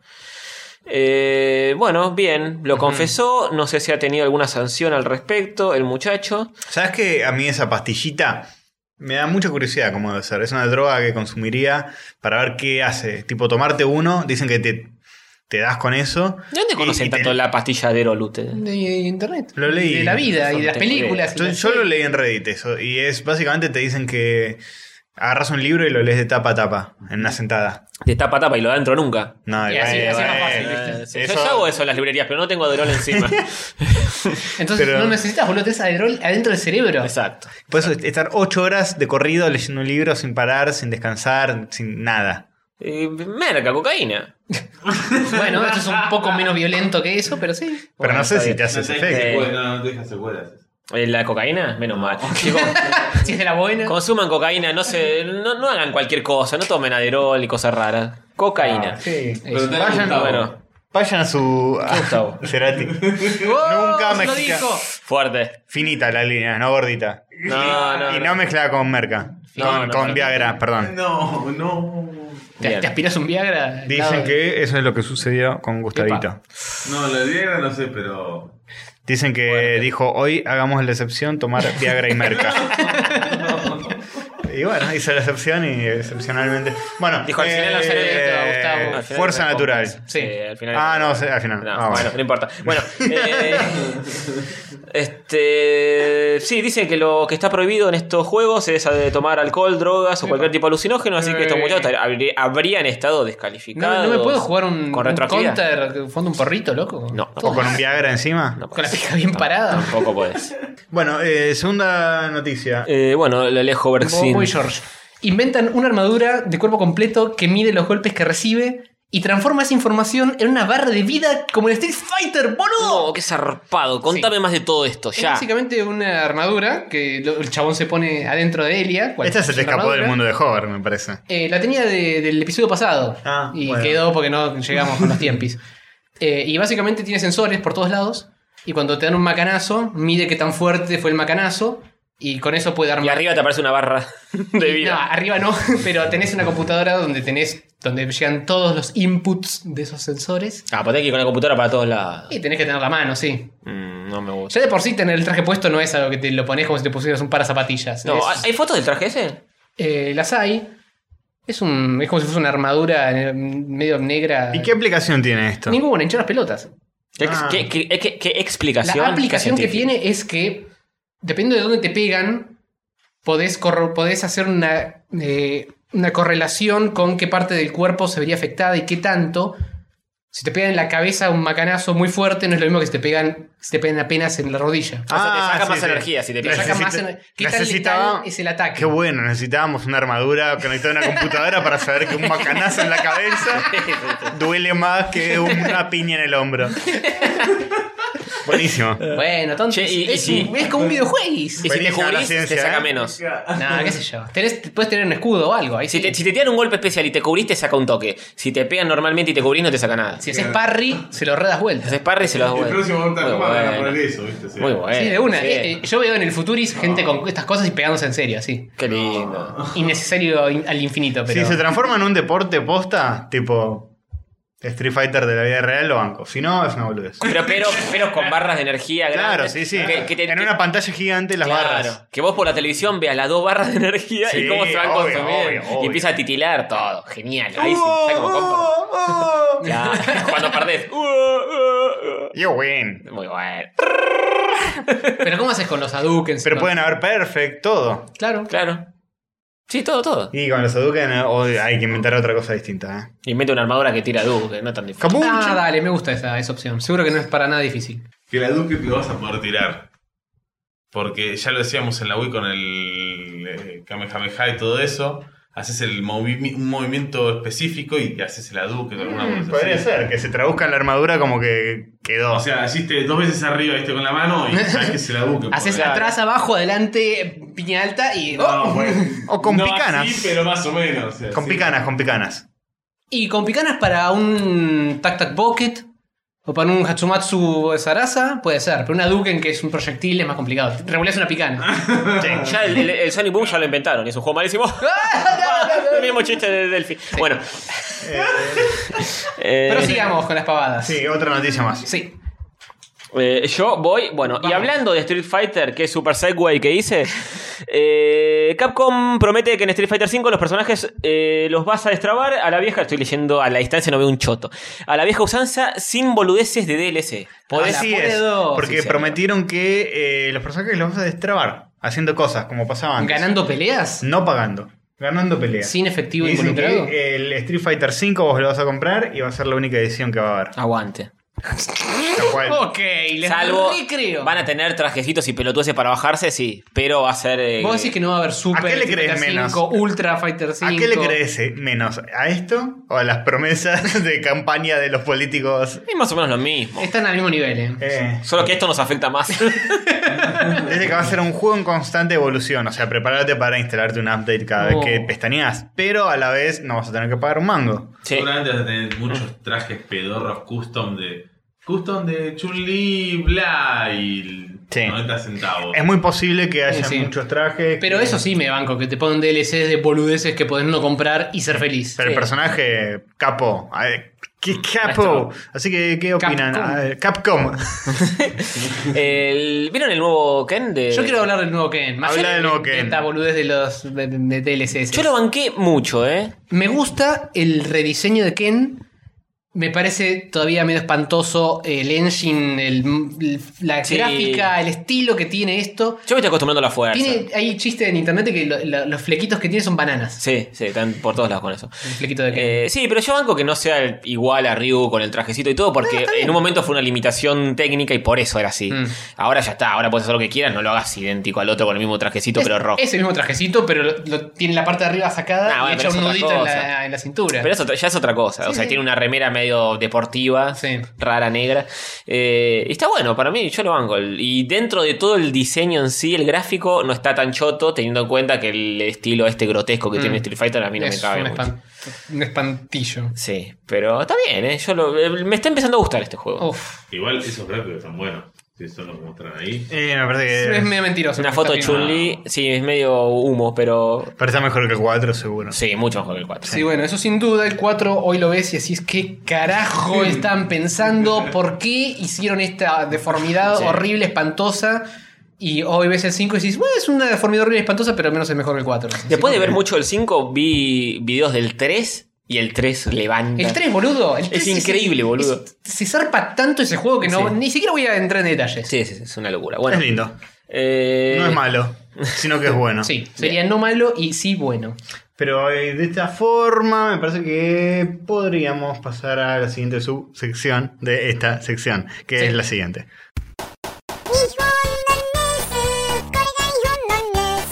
S4: Eh, bueno, bien, lo confesó, no sé si ha tenido alguna sanción al respecto el muchacho.
S2: ¿Sabes que a mí esa pastillita me da mucha curiosidad cómo debe ser? Es una droga que consumiría para ver qué hace. Tipo, tomarte uno, dicen que te, te das con eso.
S4: ¿De dónde
S2: y-
S4: conocen
S2: y te-
S4: tanto la pastilla Aderol ustedes?
S3: De internet.
S2: Lo leí.
S3: De la vida y de las
S4: Yo-
S3: películas. y
S2: Yo,
S3: las-
S2: yo lo leí en Reddit eso, y es básicamente te dicen que agarras un libro y lo lees de tapa a tapa, en una sentada.
S4: De tapa a tapa y lo adentro nunca.
S2: No,
S3: Y
S2: bueno,
S3: así- así es más
S2: bueno,
S3: fácil,
S4: Eh, sí,
S2: eso-
S4: Yo ya hago eso en las librerías, pero no tengo Aderol encima.
S3: Entonces
S2: pero-
S3: no necesitas, boludo, tenés aderol adentro del cerebro.
S4: Exacto.
S2: Puedes estar ocho horas de corrido leyendo un libro sin parar, sin descansar, sin nada.
S4: Eh, merca, cocaína.
S3: Bueno, esto es un poco menos violento que eso, pero sí.
S2: Pero
S4: Bueno,
S2: no sé
S4: está
S2: si
S4: bien.
S2: te hace
S5: No
S2: ese
S5: te
S2: efecto.
S4: efecto.
S5: deja- no, no te deja secuelas.
S4: Eh, ¿La cocaína? Menos mal. Chicos,
S3: Si es de la buena.
S4: consuman cocaína, no se, no, no hagan cualquier cosa, no tomen aderol y cosas raras. Cocaína.
S2: Sí.
S5: Pero tenés
S2: Ah. Vayan-
S5: Gustavo.
S4: bueno.
S2: Vayan a su. a
S4: Gustavo.
S2: Cerati. Nunca
S3: ¡Oh,
S2: me
S3: lo dijo!
S4: Fuerte.
S2: Finita la línea, no gordita.
S4: No, no.
S2: y
S4: no.
S2: no mezclada con merca.
S4: No,
S2: con
S4: no,
S2: con
S4: no.
S2: Viagra, perdón.
S5: No, no.
S3: ¿Te,
S4: Bien.
S3: te aspiras un Viagra? al
S2: Dicen
S3: lado?
S2: que eso es lo que sucedió con Gustavito.
S3: Epa.
S5: No, la negra no sé, pero.
S2: Dicen que dijo, hoy hagamos la excepción, tomar Viagra y Merca. y bueno, hizo la excepción y excepcionalmente... Bueno,
S4: Dijo, al final la
S3: seré yo, Gustavo.
S4: Al final
S2: Eh, Fuerza
S4: me
S2: natural.
S4: compras.
S3: Sí.
S4: Eh, al final.
S2: Ah, no, se- al final.
S4: No,
S2: Ah,
S4: bueno,
S2: bueno.
S4: no importa. Bueno, eh, este, sí, dicen que lo que está prohibido en estos juegos es eh, tomar alcohol, drogas o cualquier tipo de alucinógeno, así que estos
S3: Eh.
S4: muchachos habrí- habrían estado
S3: No,
S4: descalificados.
S3: no me puedo jugar un,
S4: con
S3: un
S4: retroactividad.
S3: counter que fondo un porrito, loco.
S4: No, no.
S2: O con un Viagra encima.
S4: No
S3: Con la
S4: podés.
S3: pija bien parada.
S4: Tampoco puedes.
S2: Bueno, eh, segunda noticia.
S4: Eh, bueno, el Alejo Bergsin.
S3: Muy George. Inventan una armadura de cuerpo completo que mide los golpes que recibe y transforma esa información en una barra de vida como el Street Fighter, boludo.
S4: No, qué zarpado. Contame más de todo esto,
S3: Es
S4: ya.
S3: básicamente una armadura que lo- el chabón se pone adentro de Elia. cual-
S2: Esta se
S3: es
S2: te
S3: una
S2: escapó del
S3: armadura.
S2: mundo de Hover, me parece.
S3: Eh, la tenía de- del episodio pasado.
S2: Ah,
S3: y
S2: bueno.
S3: quedó porque no llegamos con los tiempis. Eh, y básicamente tiene sensores por todos lados. Y cuando te dan un macanazo, mide qué tan fuerte fue el macanazo. Y con eso
S4: Y
S3: puede armar.
S4: arriba te aparece una barra de
S3: No,
S4: vida.
S3: arriba no, pero tenés una computadora donde tenés, donde llegan todos los inputs de esos sensores.
S4: Ah, pues tenés que ir con la computadora para todos lados.
S3: Y tenés que tener la mano, sí.
S4: Mm, no me gusta.
S3: Ya de por sí tener el traje puesto no es algo que te lo pones como si te pusieras un par de zapatillas.
S4: No,
S3: Es-
S4: ¿Hay fotos del traje ese?
S3: eh, las hay. Es un. Es como si fuese una armadura eh, medio negra.
S2: ¿Y qué aplicación tiene esto?
S3: Ninguna, hinchar las pelotas.
S4: ¿Qué,
S2: Ah.
S4: qué- qué- qué- qué explicación?
S3: La aplicación que
S4: científica?
S3: tiene es que, dependiendo de dónde te pegan, podés, corro- podés hacer una, eh, una correlación con qué parte del cuerpo se vería afectada y qué tanto. Si te pegan en la cabeza un macanazo muy fuerte, no es lo mismo que si te pegan, si te pegan apenas en la rodilla.
S4: O sea, te
S2: Ah,
S4: saca más energía si te
S3: Te
S4: pega.
S3: saca más
S2: Necesita-
S3: ener- ¿Qué tan
S2: necesitaba-
S3: letal es el ataque?
S2: Qué bueno, necesitábamos una armadura conectada a una computadora para saber que un macanazo en la cabeza duele más que una piña en el hombro. Buenísimo.
S3: Eh, Bueno, entonces
S4: Che, y- y
S3: es,
S4: sí.
S3: un- es como un videojuego.
S4: Y si te
S2: Buenísima la
S4: cubrís, te
S2: ciencia,
S4: saca
S2: ¿eh?
S4: menos.
S3: No, qué sé yo. Tenés, puedes tener un escudo o algo. Ahí
S4: Si
S3: sí.
S4: te, si te tiran un golpe especial y te cubrís, te saca un toque. Si te pegan normalmente y te cubrís, no te saca nada.
S3: Si haces parry, se lo redas vuelta.
S4: Si haces parry, se lo das
S5: El
S4: vuelta.
S5: próximo Mortal
S4: Muy
S5: Kombat van a
S4: bueno.
S5: poner eso, ¿viste? Sí.
S4: Muy bueno.
S3: Sí, de una.
S4: sí.
S3: Eh, eh, yo veo en el Futuris gente con estas cosas y pegándose en serio, así.
S4: Qué lindo.
S3: Innecesario in- al infinito, pero.
S2: Si se transforma en un deporte posta, tipo Street Fighter de la vida real, lo banco. Si no, es una boludez.
S4: Pero, pero, pero con barras de energía
S2: Claro,
S4: grandes
S2: sí, sí.
S4: Que, que te-
S2: en
S4: que-
S2: una pantalla gigante las
S4: claro,
S2: barras.
S4: Que vos por la televisión veas las dos barras de energía y
S2: Sí,
S4: cómo se van
S2: obvio, Uh,
S4: consumiendo.
S2: obio, obio.
S4: Y empieza a titilar todo. Genial. Ahí sí, ¿sabes
S5: ¡Oh,
S4: cómo compro? Claro, cuando perdés.
S2: Uh, Yo win.
S4: Muy bueno.
S3: Pero ¿cómo haces con los Hadouken?
S2: Pero
S3: con-
S2: pueden haber perfect, todo.
S3: Claro.
S4: Claro. Sí, todo, todo.
S2: Y con los Hadouken oh, hay que inventar otra cosa distinta. ¿eh?
S4: Inventa una armadura que tira Duke, que no es tan difícil.
S2: Kabuchi.
S3: Ah, dale, me gusta esa, esa opción. Seguro que no es para nada difícil.
S5: Que la Duque lo vas a poder tirar. Porque ya lo decíamos en la Wii con el eh, Kamehameha y todo eso. Haces el movimi- un movimiento específico y te haces la Duque o alguna cosa
S2: Podría
S5: así.
S2: ser que se traduzca en la armadura como que quedó.
S5: O sea, hiciste dos veces arriba, viste, con la mano y sabes que se la Duque.
S3: Haces
S5: porque-
S3: atrás, abajo, adelante, piña alta y. ¡oh!
S5: No, bueno.
S2: o con
S5: No
S2: picanas.
S5: así, pero más o menos. o sea,
S2: con
S5: sí.
S2: picanas, con picanas.
S3: Y con picanas para un Tac Tac Pocket. O para un Hatsumatsu Sarasa, puede ser. Pero una Hadouken que es un proyectil es más complicado. Regulás una picana.
S4: Ya el, el- el Sonic Boom ya lo inventaron, es un juego malísimo. el mismo chiste de Delphi. Bueno. Eh,
S3: Pero sigamos con las pavadas.
S2: Sí, otra noticia más.
S3: Sí.
S4: eh, yo voy, bueno, y
S3: Vamos.
S4: hablando de Street Fighter, que es Super Segway que hice, eh, Capcom promete que en Street Fighter 5 los personajes eh, los vas a destrabar a la vieja, estoy leyendo a la distancia, no veo un choto, a la vieja usanza sin boludeces de DLC.
S3: Podés-
S2: Así
S3: la
S2: es.
S3: puedo.
S4: Sí,
S2: Porque
S4: señor.
S2: prometieron que eh, los personajes los vas a destrabar haciendo cosas como pasaban.
S3: ¿Ganando peleas?
S2: No pagando. Ganando peleas.
S3: ¿Sin efectivo
S2: Y dicen que
S3: involucrado?
S2: el Street Fighter V vos lo vas a comprar y va a ser la única edición que va a haber.
S4: Aguante.
S2: Lo cual-
S3: Ok, les
S4: Salvo,
S3: creo.
S4: van a tener trajecitos y pelotudeces para bajarse, sí, pero va a ser... eh,
S3: Vos decís que no va a haber Super
S2: ¿A qué le
S3: Street
S2: crees
S3: Fighter
S2: menos?
S3: 5, Ultra Fighter 5.
S2: ¿A qué le crees eh, menos? ¿A esto? ¿O a las promesas de campaña de los políticos?
S4: Es más o menos lo mismo.
S3: Están al mismo nivel, eh.
S2: Eh,
S4: Solo que esto nos afecta más.
S2: dice que va a ser un juego en constante evolución. O sea, prepárate para instalarte un update cada vez
S3: Oh.
S2: que pestañeas. Pero a la vez no vas a tener que pagar un mango.
S4: Sí.
S5: Seguramente vas a tener
S2: Mm.
S5: muchos trajes pedorros custom de. Custom de Chun-Li, bla y.
S2: Sí.
S5: 90 centavos.
S2: Es muy posible que haya
S3: Sí, sí.
S2: muchos trajes.
S3: Pero
S2: que-
S3: eso sí me banco, que te ponen DLCs de boludeces que podés no comprar y ser feliz.
S2: Pero el
S4: Sí.
S2: personaje capo. A ver, ¿Qué capo? Así que, ¿qué opinan?
S3: Capcom.
S2: A ver, Capcom.
S4: El- ¿Vieron el nuevo Ken? De...
S3: Yo quiero hablar del nuevo Ken. Más
S2: Habla
S3: allá
S2: del nuevo
S3: de
S2: Ken.
S3: Esta boludez de los de, de DLCs.
S4: Yo lo banqué mucho, ¿eh?
S3: Me gusta el rediseño de Ken. Me parece todavía medio espantoso el engine, el- la
S4: Sí.
S3: gráfica, el estilo que tiene esto.
S4: Yo me estoy acostumbrando a la fuerza.
S3: Tiene, hay chiste en internet de que lo- lo- los flequitos que tiene son bananas.
S4: Sí, sí, están por todos lados con eso.
S3: El flequito de Ken.
S4: Eh, sí, pero yo banco que no sea el- igual a Ryu con el trajecito y todo, porque en un momento fue una limitación técnica y por eso era así.
S3: Mm.
S4: Ahora ya está, ahora puedes hacer lo que quieras, no lo hagas idéntico al otro con el mismo trajecito,
S3: Es-
S4: pero rojo.
S3: Ese mismo trajecito, pero lo, lo tiene la parte de arriba sacada
S4: Ah, bueno,
S3: y
S4: pero
S3: echa
S4: es
S3: un
S4: otra
S3: nudito en
S4: cosa.
S3: la, en la cintura.
S4: Pero eso ya es otra cosa. o sea,
S3: sí.
S4: tiene una remera medio deportiva,
S3: Sí.
S4: rara, negra. Eh, y está bueno, para mí, yo lo banco. El- Y dentro de todo el diseño en sí, el gráfico no está tan choto, teniendo en cuenta que el estilo este grotesco que
S3: Mm.
S4: tiene Street Fighter a mí no
S3: es
S4: me cabe.
S3: un,
S4: mucho.
S3: espan- un espantillo.
S4: Sí, pero está bien, ¿eh? Yo lo- eh, me está empezando a gustar este juego.
S3: Uf.
S5: Igual esos gráficos están buenos. que son los que muestran ahí.
S2: Eh, me parece
S3: Es,
S2: que.
S3: medio mentiroso.
S4: Una
S3: porque
S4: foto de
S3: está filmado.
S4: Chun-Li, sí, es medio humo, pero.
S2: Pero está mejor que el 4, seguro.
S4: Sí, mucho mejor que el 4.
S3: Sí, bueno, eso sin duda, el 4 hoy lo ves y decís, ¿qué carajo están pensando? ¿Por qué hicieron esta deformidad
S4: Sí.
S3: horrible, espantosa? Y hoy ves el 5 y decís, bueno, es una deformidad horrible, espantosa, pero al menos es mejor que el 4.
S4: Después de ver mucho el 5, vi videos del 3 y el 3 levanta.
S3: El 3, boludo. el
S4: Es
S3: 3
S4: increíble, boludo.
S3: es- se zarpa tanto ese juego que no,
S4: Sí.
S3: ni siquiera voy a entrar en detalles.
S4: Sí, sí, sí, es una locura. Bueno,
S2: Es lindo.
S4: eh,
S2: No es malo, sino que es bueno.
S3: Sí, sería no malo y sí bueno.
S2: Pero eh, de esta forma me parece que podríamos pasar a la siguiente subsección de esta sección, que
S3: Sí.
S2: es la siguiente.
S6: 日本のニュースこれが日本のニュース日本の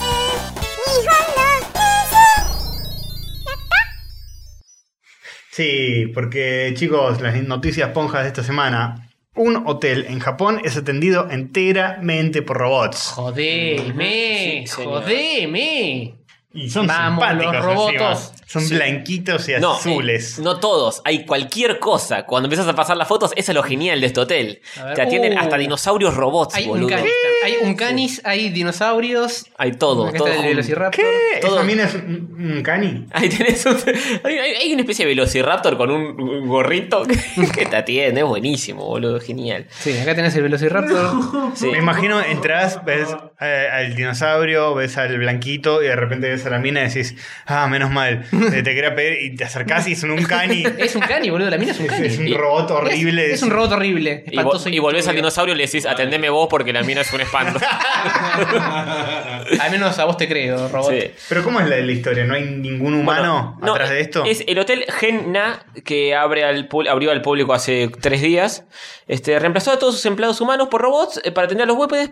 S6: ニュース
S2: Sí, porque chicos, las noticias ponjas de esta semana. Un hotel en Japón es atendido enteramente por robots.
S3: Jodeme,
S4: Sí, señor.
S3: jodeme.
S2: Y son
S3: Vamos,
S2: simpáticos.
S3: los robots.
S2: encima. Son
S3: Sí.
S2: blanquitos y
S4: no,
S2: azules.
S4: eh, no todos, hay cualquier cosa. Cuando empiezas a pasar las fotos, eso es lo genial de este hotel.
S3: A ver.
S4: Te atienden
S3: Uh.
S4: hasta dinosaurios robots,
S3: Hay un
S4: boludo.
S3: canis, hay, un canis hay dinosaurios.
S4: Hay todo,
S3: Acá
S4: todo.
S3: está el
S4: junto.
S3: Velociraptor.
S2: ¿Qué? ¿Eso
S4: Todo-
S2: también es un, un cani?
S4: Ahí tenés un- hay, hay- hay una especie de velociraptor con un, un gorrito que, que te atiende. Es buenísimo, boludo. Genial.
S3: Sí, acá tenés el Velociraptor.
S4: Sí.
S2: Me imagino, entras, ves eh, al dinosaurio, ves al blanquito y de repente ves a la mina y decís, ah, menos mal, eh, te quería pedir y te acercás y son un cani.
S3: Es un cani, boludo. La mina es un
S2: Es,
S3: cani.
S2: es un
S4: Y-
S2: robot horrible.
S3: Es, es un robot horrible.
S4: Y, vo-
S3: Espantoso.
S4: y volvés al dinosaurio y le decís, atendeme vos porque la mina es un espanto.
S3: Al menos a vos te creo, robot.
S4: Sí.
S2: Pero ¿cómo es la, la historia? ¿No hay ningún humano
S4: Bueno, no,
S2: atrás de esto?
S4: Es el hotel Genna que abre al pu- abrió al público hace tres días. Este, reemplazó a todos sus empleados humanos por robots eh, para atender a los huéspedes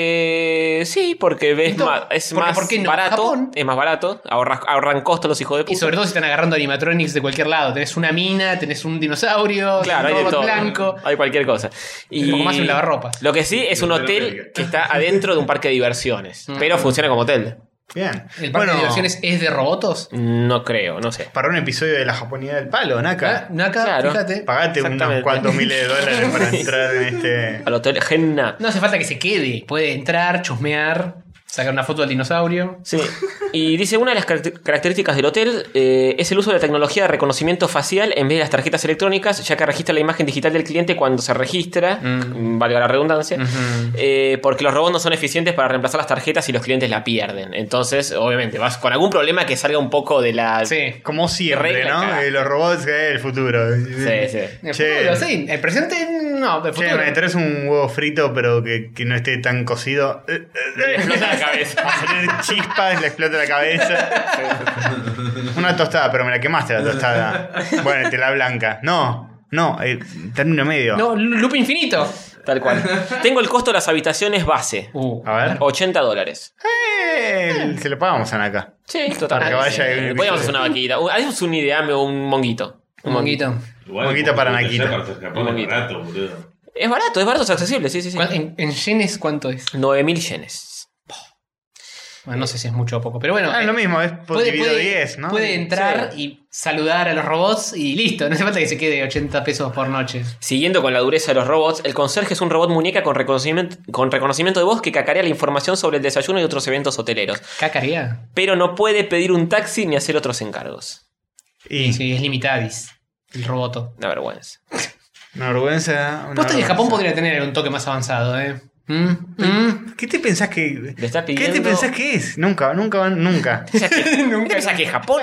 S4: porque. Sí, porque ves
S3: Esto-
S4: más, es
S3: porque-
S4: más
S3: ¿por qué no?
S4: barato.
S3: Japón.
S4: Es más barato. Ahorras, ahorran costos los hijos de puta.
S3: Y sobre todo si están agarrando animatronics de cualquier lado. Tenés una mina, tenés un dinosaurio,
S4: Claro, hay
S3: un
S4: de
S3: robot
S4: todo.
S3: blanco.
S4: Hay cualquier cosa. Y
S3: Un poco más un lavarropas.
S4: Lo que sí es un hotel que está adentro de un parque de diversiones.
S3: Mm.
S4: Pero funciona como hotel.
S2: Bien.
S3: ¿El parque
S2: bueno,
S3: de diversiones es de robotos?
S4: No creo, no sé.
S2: para un episodio de la japonidad del palo,
S3: Acá,
S2: Naka.
S3: Ah, acá
S4: Claro.
S3: fíjate.
S2: Pagate unos
S4: Exactamente.
S2: cuantos miles de dólares para entrar en este...
S4: Al hotel Genna.
S3: No hace falta que se quede. Puede entrar, chusmear, sacar una foto del dinosaurio.
S4: Sí. Y dice, una de las caracter- características del hotel eh, es el uso de la tecnología de reconocimiento facial en vez de las tarjetas electrónicas, ya que registra la imagen digital del cliente cuando se registra,
S3: Mm.
S4: valga la redundancia, eh, porque los robots no son eficientes para reemplazar las tarjetas y los clientes la pierden. Entonces, obviamente, vas con algún problema que salga un poco de la...
S3: Sí.
S2: Como siempre,
S4: Regla,
S2: ¿no?
S4: cara.
S2: Eh, los robots eh, el futuro.
S4: Sí, sí.
S3: El
S2: Che.
S3: futuro, sí. El presente, no. El
S2: Che,
S3: futuro.
S2: me traes un huevo frito, pero que, que no esté tan cocido. Eh, eh,
S4: Le explota la
S2: Va a
S4: cabeza.
S2: salir chispas, le explota la cabeza. Una tostada, pero me la quemaste la tostada. Bueno, te la blanca. No, no, eh, término medio.
S3: no, loop infinito.
S4: Tal cual. Tengo el costo de las habitaciones base.
S3: Uh.
S2: A ver.
S4: 80 dólares.
S2: Eh, se lo pagamos a Naka.
S4: Sí, total.
S2: Para que vaya
S4: Eh,
S2: un-
S4: Podríamos hacer una vaquita. Un- Hacemos un ideame o un monguito.
S3: Un monguito.
S5: Igual,
S2: Monguito para
S5: porque
S2: Naquito.
S5: allá Para hacer Japón es
S4: Monguito.
S5: barato, boludo.
S4: Es barato, es barato, es accesible. Sí, sí, sí.
S3: ¿Cuál- ¿En, en yenes cuánto es?
S4: 9.000 yenes.
S3: Bueno, no sé si es mucho o poco, pero bueno.
S2: Ah, es
S3: eh,
S2: lo mismo, es por
S3: puede,
S2: dividido
S3: puede-
S2: 10, ¿no?
S3: puede entrar y saludar a los robots y listo. No hace falta que se quede 80 pesos por noche.
S4: Siguiendo con la dureza de los robots, el conserje es un robot muñeca con reconocimiento, con reconocimiento de voz que cacarea la información sobre el desayuno y otros eventos hoteleros.
S3: Cacaría.
S4: Pero no puede pedir un taxi ni hacer otros encargos.
S2: Y
S3: Sí, es limitadis. El roboto.
S4: Una vergüenza.
S2: una vergüenza. una
S3: Posta que
S2: vergüenza.
S3: Japón podría tener un toque más avanzado, ¿eh? ¿Mm? ¿Mm?
S2: ¿Qué te pensás que.?
S4: Le está
S2: ¿Qué te
S4: pidiendo-
S2: pensás que es? Nunca, nunca, van- nunca.
S4: ¿Qué pensás que es Japón?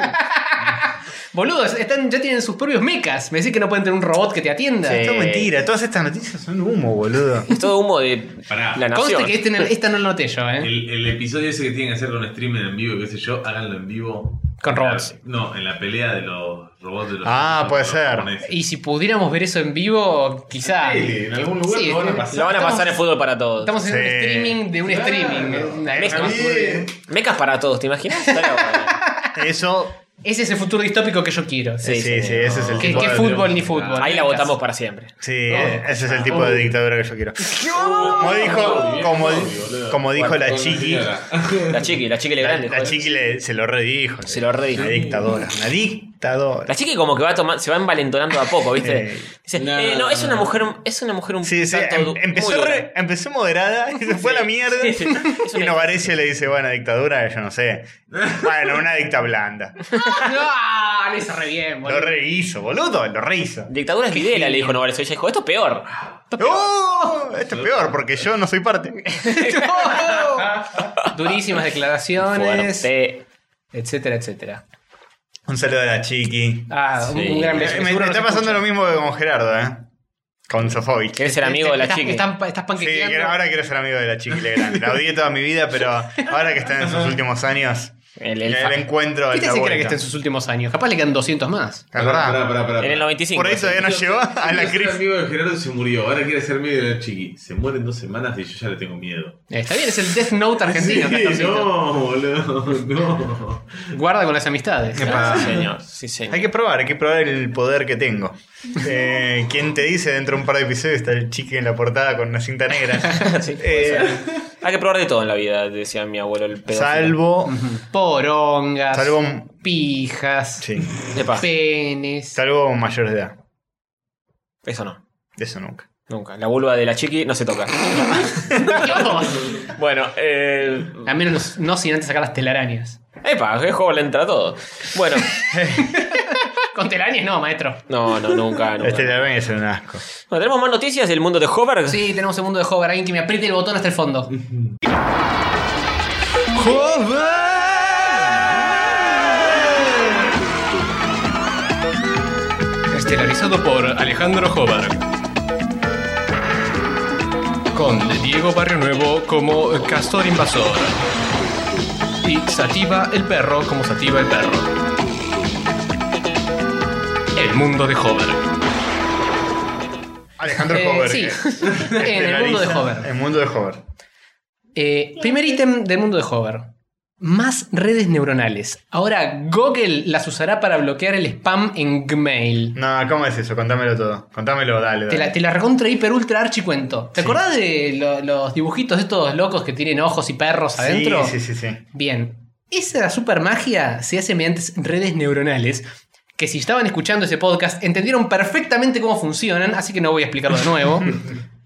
S3: Boludos, están, ya tienen sus propios mecas. Me decís que no pueden tener un robot que te atienda.
S4: Sí.
S2: Esto es mentira, todas estas noticias son humo, boludo.
S4: Es todo humo de
S5: Pará.
S4: la
S3: Conste
S4: nación.
S3: que este no- esta no la noté yo, ¿eh?
S5: El, el episodio ese que tienen que hacer con streaming en vivo, qué sé yo, háganlo en vivo.
S3: Con robots.
S5: No, en la pelea de los robots de los.
S2: Ah, puede
S5: los
S2: ser.
S5: japoneses.
S3: Y si pudiéramos ver eso en vivo, quizá.
S5: Sí, en algún lugar
S3: Sí,
S5: lo van a
S3: sí.
S5: pasar.
S4: Lo van a pasar
S3: Estamos-
S4: en fútbol para todos.
S3: Estamos en un
S2: Sí.
S3: streaming de un
S5: Claro.
S3: streaming. Una cosa
S4: Está
S3: más turbia.
S5: Bien.
S4: Mecas para todos, ¿te imaginas? Estaría bueno.
S2: Eso,
S3: Ese es el futuro distópico que yo quiero.
S2: sí, sí,
S4: sí,
S2: ese es el
S3: Que,
S2: tipo
S3: que
S2: de-
S3: fútbol ni fútbol.
S4: Ahí la
S3: Mecas.
S4: votamos para siempre.
S2: Sí, ese es el tipo
S5: Oh.
S2: de dictadura que yo quiero. Como dijo,
S5: Bien,
S2: como,
S5: Bobby, boludo.
S2: como dijo
S5: Bueno,
S2: la
S5: con
S2: chiqui,
S5: señora.
S4: La chiqui, la chiqui le
S2: la,
S4: grande.
S2: la
S4: joder.
S2: chiqui le- se lo redijo.
S4: Se lo redijo.
S2: Una dictadora, una Tentadora.
S4: La chica como que va tomando, se va envalentonando de a poco, ¿viste?
S2: Eh,
S4: Dice,
S3: no.
S4: eh, no, es una mujer, es una mujer un
S2: Sí, sí,
S4: tanto
S2: em-
S4: du- muy
S2: empezó,
S4: dura".
S2: re- empezó moderada y se fue a la mierda.
S4: Sí, sí, es
S2: Y
S4: una-
S2: Novarecio le dice, bueno, dictadura, yo no sé. Bueno, una dicta blanda.
S3: ¡No! Lo hizo re bien,
S2: Lo
S3: boludo.
S2: rehizo, boludo, lo rehizo.
S4: Dictadura es Videla, le dijo Novares. Ella dijo, esto es peor.
S2: ¡Oh! Esto es peor porque yo no soy parte.
S3: Durísimas declaraciones,
S4: Fuerte.
S3: etcétera, etcétera.
S2: Un saludo a la chiqui.
S3: Ah, un,
S4: Sí.
S3: un gran
S2: Me,
S3: beso.
S2: me
S3: Seguro
S2: está
S3: nos escucha.
S2: pasando lo mismo que con Gerardo, ¿eh? Con Sofovich.
S4: ¿Querés
S3: Este,
S4: ser amigo de la
S3: Estás-
S4: chica?
S3: Estás, estás
S2: Sí,
S3: panquequeando.
S2: quiero- ahora quiero ser amigo de la chiqui Legrand. La odié toda mi vida, pero ahora que está en sus últimos años,
S4: El,
S2: el,
S4: el fa-
S2: encuentro.
S3: ¿Qué
S2: es
S3: te
S2: la
S3: hace creer que
S2: vuelta.
S3: está en sus últimos años? Capaz le quedan 200 más.
S2: ¿Te acordás?
S5: Pará, pará, pará,
S4: en el
S5: pará.
S4: 95.
S2: Por ahí todavía no llegó a la
S5: Quiero ser
S2: crisis.
S5: amigo de Gerardo y se murió. Ahora quiere ser amigo de la chiqui. Se muere en dos semanas y yo ya le tengo miedo.
S3: Eh, Está bien, es el Death Note argentino.
S5: Sí,
S3: Castorcito.
S5: no, boludo, no.
S3: Guarda con las amistades.
S2: ¿Qué pasa?
S4: Sí, señor. Sí, señor.
S2: Hay que probar, hay que probar el poder que tengo. Eh, ¿Quién te dice dentro de un par de episodios está el chiqui en la portada con una cinta negra?
S4: Sí, puede
S2: Eh,
S4: Hay que probar de todo en la vida, decía mi abuelo el pedófilo.
S2: salvo.
S3: Porongas,
S2: Salvo.
S3: pijas,
S2: Sí.
S4: Epa,
S3: penes.
S2: Salvo mayores de edad.
S4: Eso no.
S2: De eso nunca.
S4: Nunca. La vulva de la chiqui no se toca. bueno, eh,
S3: A menos no sin antes sacar las telarañas.
S4: epa, el juego le entra todo. Bueno,
S3: Con telarañas no, maestro.
S4: no, no, nunca. nunca.
S2: Este también es un asco.
S4: Bueno, tenemos más noticias del mundo de Hover.
S3: Sí, tenemos el mundo de Hover. Alguien que me apriete el botón hasta el fondo.
S1: Estelarizado por Alejandro Jobar. Con Diego Barrio Nuevo como Castor Invasor. Y Sativa el Perro como Sativa el Perro. El mundo de Hover.
S2: Alejandro
S3: Eh,
S2: Hover.
S3: sí,
S2: que-
S3: en el mundo de
S2: analiza
S3: Hover.
S2: El mundo de Hover.
S3: Eh, primer ítem del mundo de Hover. Más redes neuronales. Ahora Google las usará para bloquear el spam en Gmail.
S2: No, ¿cómo es eso? Contámelo todo. Contámelo, dale.
S3: Te
S2: dale.
S3: la, te la recontra hiper ultra archicuento. ¿Te acordás de lo- los dibujitos de estos locos que tienen ojos y perros adentro?
S2: Sí, sí, sí. sí.
S3: Bien. Esa super magia se hace mediante redes neuronales que si estaban escuchando ese podcast entendieron perfectamente cómo funcionan, así que no voy a explicarlo de nuevo.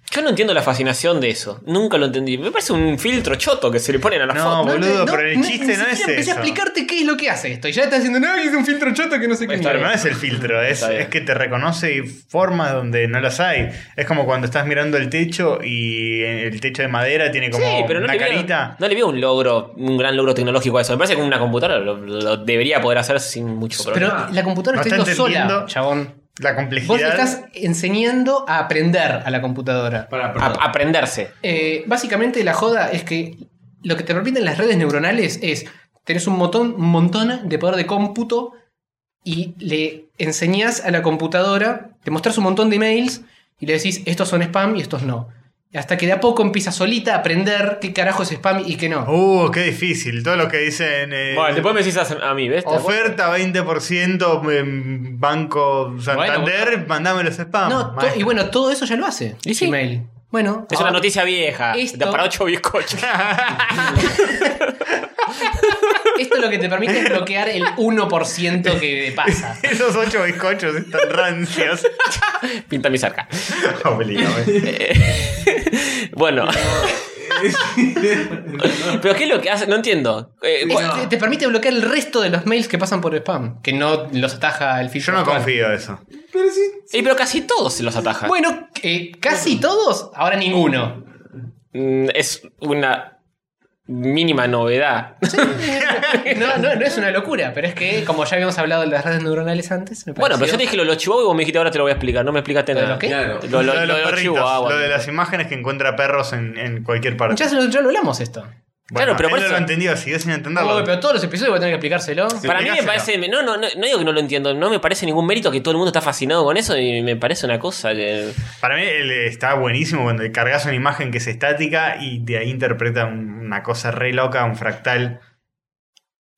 S4: Yo no entiendo la fascinación de eso. Nunca lo entendí. Me parece un filtro choto que se le ponen a la
S2: No,
S4: foto.
S2: Boludo, pero el
S3: ni-
S2: chiste
S3: ni
S2: no es
S3: siquiera Empecé a
S2: eso.
S3: explicarte qué es lo que hace esto y ya estás diciendo, no, es un filtro choto que no sé qué.
S4: Está
S2: Pero no
S3: mierda".
S2: es el filtro, es,
S4: Está bien.
S2: es que te reconoce formas donde no las hay. Es como cuando estás mirando el techo y el techo de madera tiene como
S4: Sí, pero no
S2: una
S4: le, veo,
S2: carita.
S4: no le veo un logro, un gran logro tecnológico a eso. Me parece que una computadora lo, lo debería poder hacer sin mucho
S3: Pero
S4: problema.
S3: la computadora
S2: No
S3: está
S2: está
S3: yendo sola,
S2: entendiendo.
S3: chabón.
S2: La
S3: Vos le
S2: complejidad.
S3: estás enseñando a aprender a la computadora.
S5: Pará,
S4: A-
S5: perdón.
S4: aprenderse.
S3: Eh, básicamente la joda es que lo que te permiten las redes neuronales es tenés un montón, un montón de poder de cómputo y le enseñás a la computadora, te mostrás un montón de emails y le decís estos son spam y estos no. Hasta que de a poco empieza solita a aprender qué carajo es spam y qué
S4: Oh,
S3: no.
S2: Uh, qué difícil. Todo lo que dicen. eh,
S4: Bueno, después me decís a, a mí, ¿ves?
S2: Oferta 20% en em, Banco Santander, mandame los spam.
S3: No, to- y
S2: maestro.
S3: bueno, todo eso ya lo hace
S4: Y sí.
S3: Gmail. Bueno, ah,
S4: Es una
S3: ahora-
S4: noticia vieja.
S3: Esto-
S4: De para ocho bizcochos.
S3: esto lo que te permite es bloquear el 1% que pasa.
S2: Esos ocho bizcochos están rancios.
S4: Pinta mi cerca.
S2: Obligame.
S4: Bueno. Pero ¿qué es lo que hace? No entiendo. Eh,
S3: Es-
S4: bueno,
S3: te- Te permite bloquear el resto de los mails que pasan por spam, que no los ataja el
S2: Yo
S3: filtro.
S2: no
S3: actual.
S2: confío en eso.
S4: eh, pero casi todos se los atajan.
S3: Bueno, eh, casi todos, ahora ninguno.
S4: Mm, Es una mínima novedad.
S3: No, no, no es una locura, pero es que, como ya habíamos hablado de las redes neuronales antes, me
S4: Bueno, pero yo
S3: pareció-
S4: te dije lo de los chihuahuas y vos me dijiste ahora te lo voy a explicar. No me explicaste
S3: ¿Lo de
S4: nada.
S3: los qué?
S5: Claro.
S4: Lo, lo-
S2: Lo de
S4: lo de ah,
S2: los
S4: los
S2: perritos,
S4: chihuahuas.
S2: lo de las imágenes que encuentra perros en, en cualquier parte.
S3: Ya, se lo- ya lo hablamos esto.
S4: Claro,
S2: Bueno,
S4: pero
S2: él
S4: por
S2: no
S4: eso-
S2: lo entendió, siguió sin entenderlo.
S3: Uy, pero todos los episodios voy a tener que explicárselo.
S2: Sí.
S4: Para mí me parece.
S2: explicáselo.
S4: No, no, no, no digo que no lo entiendo. No me parece ningún mérito que todo el mundo está fascinado con eso y me parece una cosa. que-
S2: Para mí él está buenísimo cuando cargas una imagen que es estática y de ahí interpreta un- una cosa re loca, un fractal.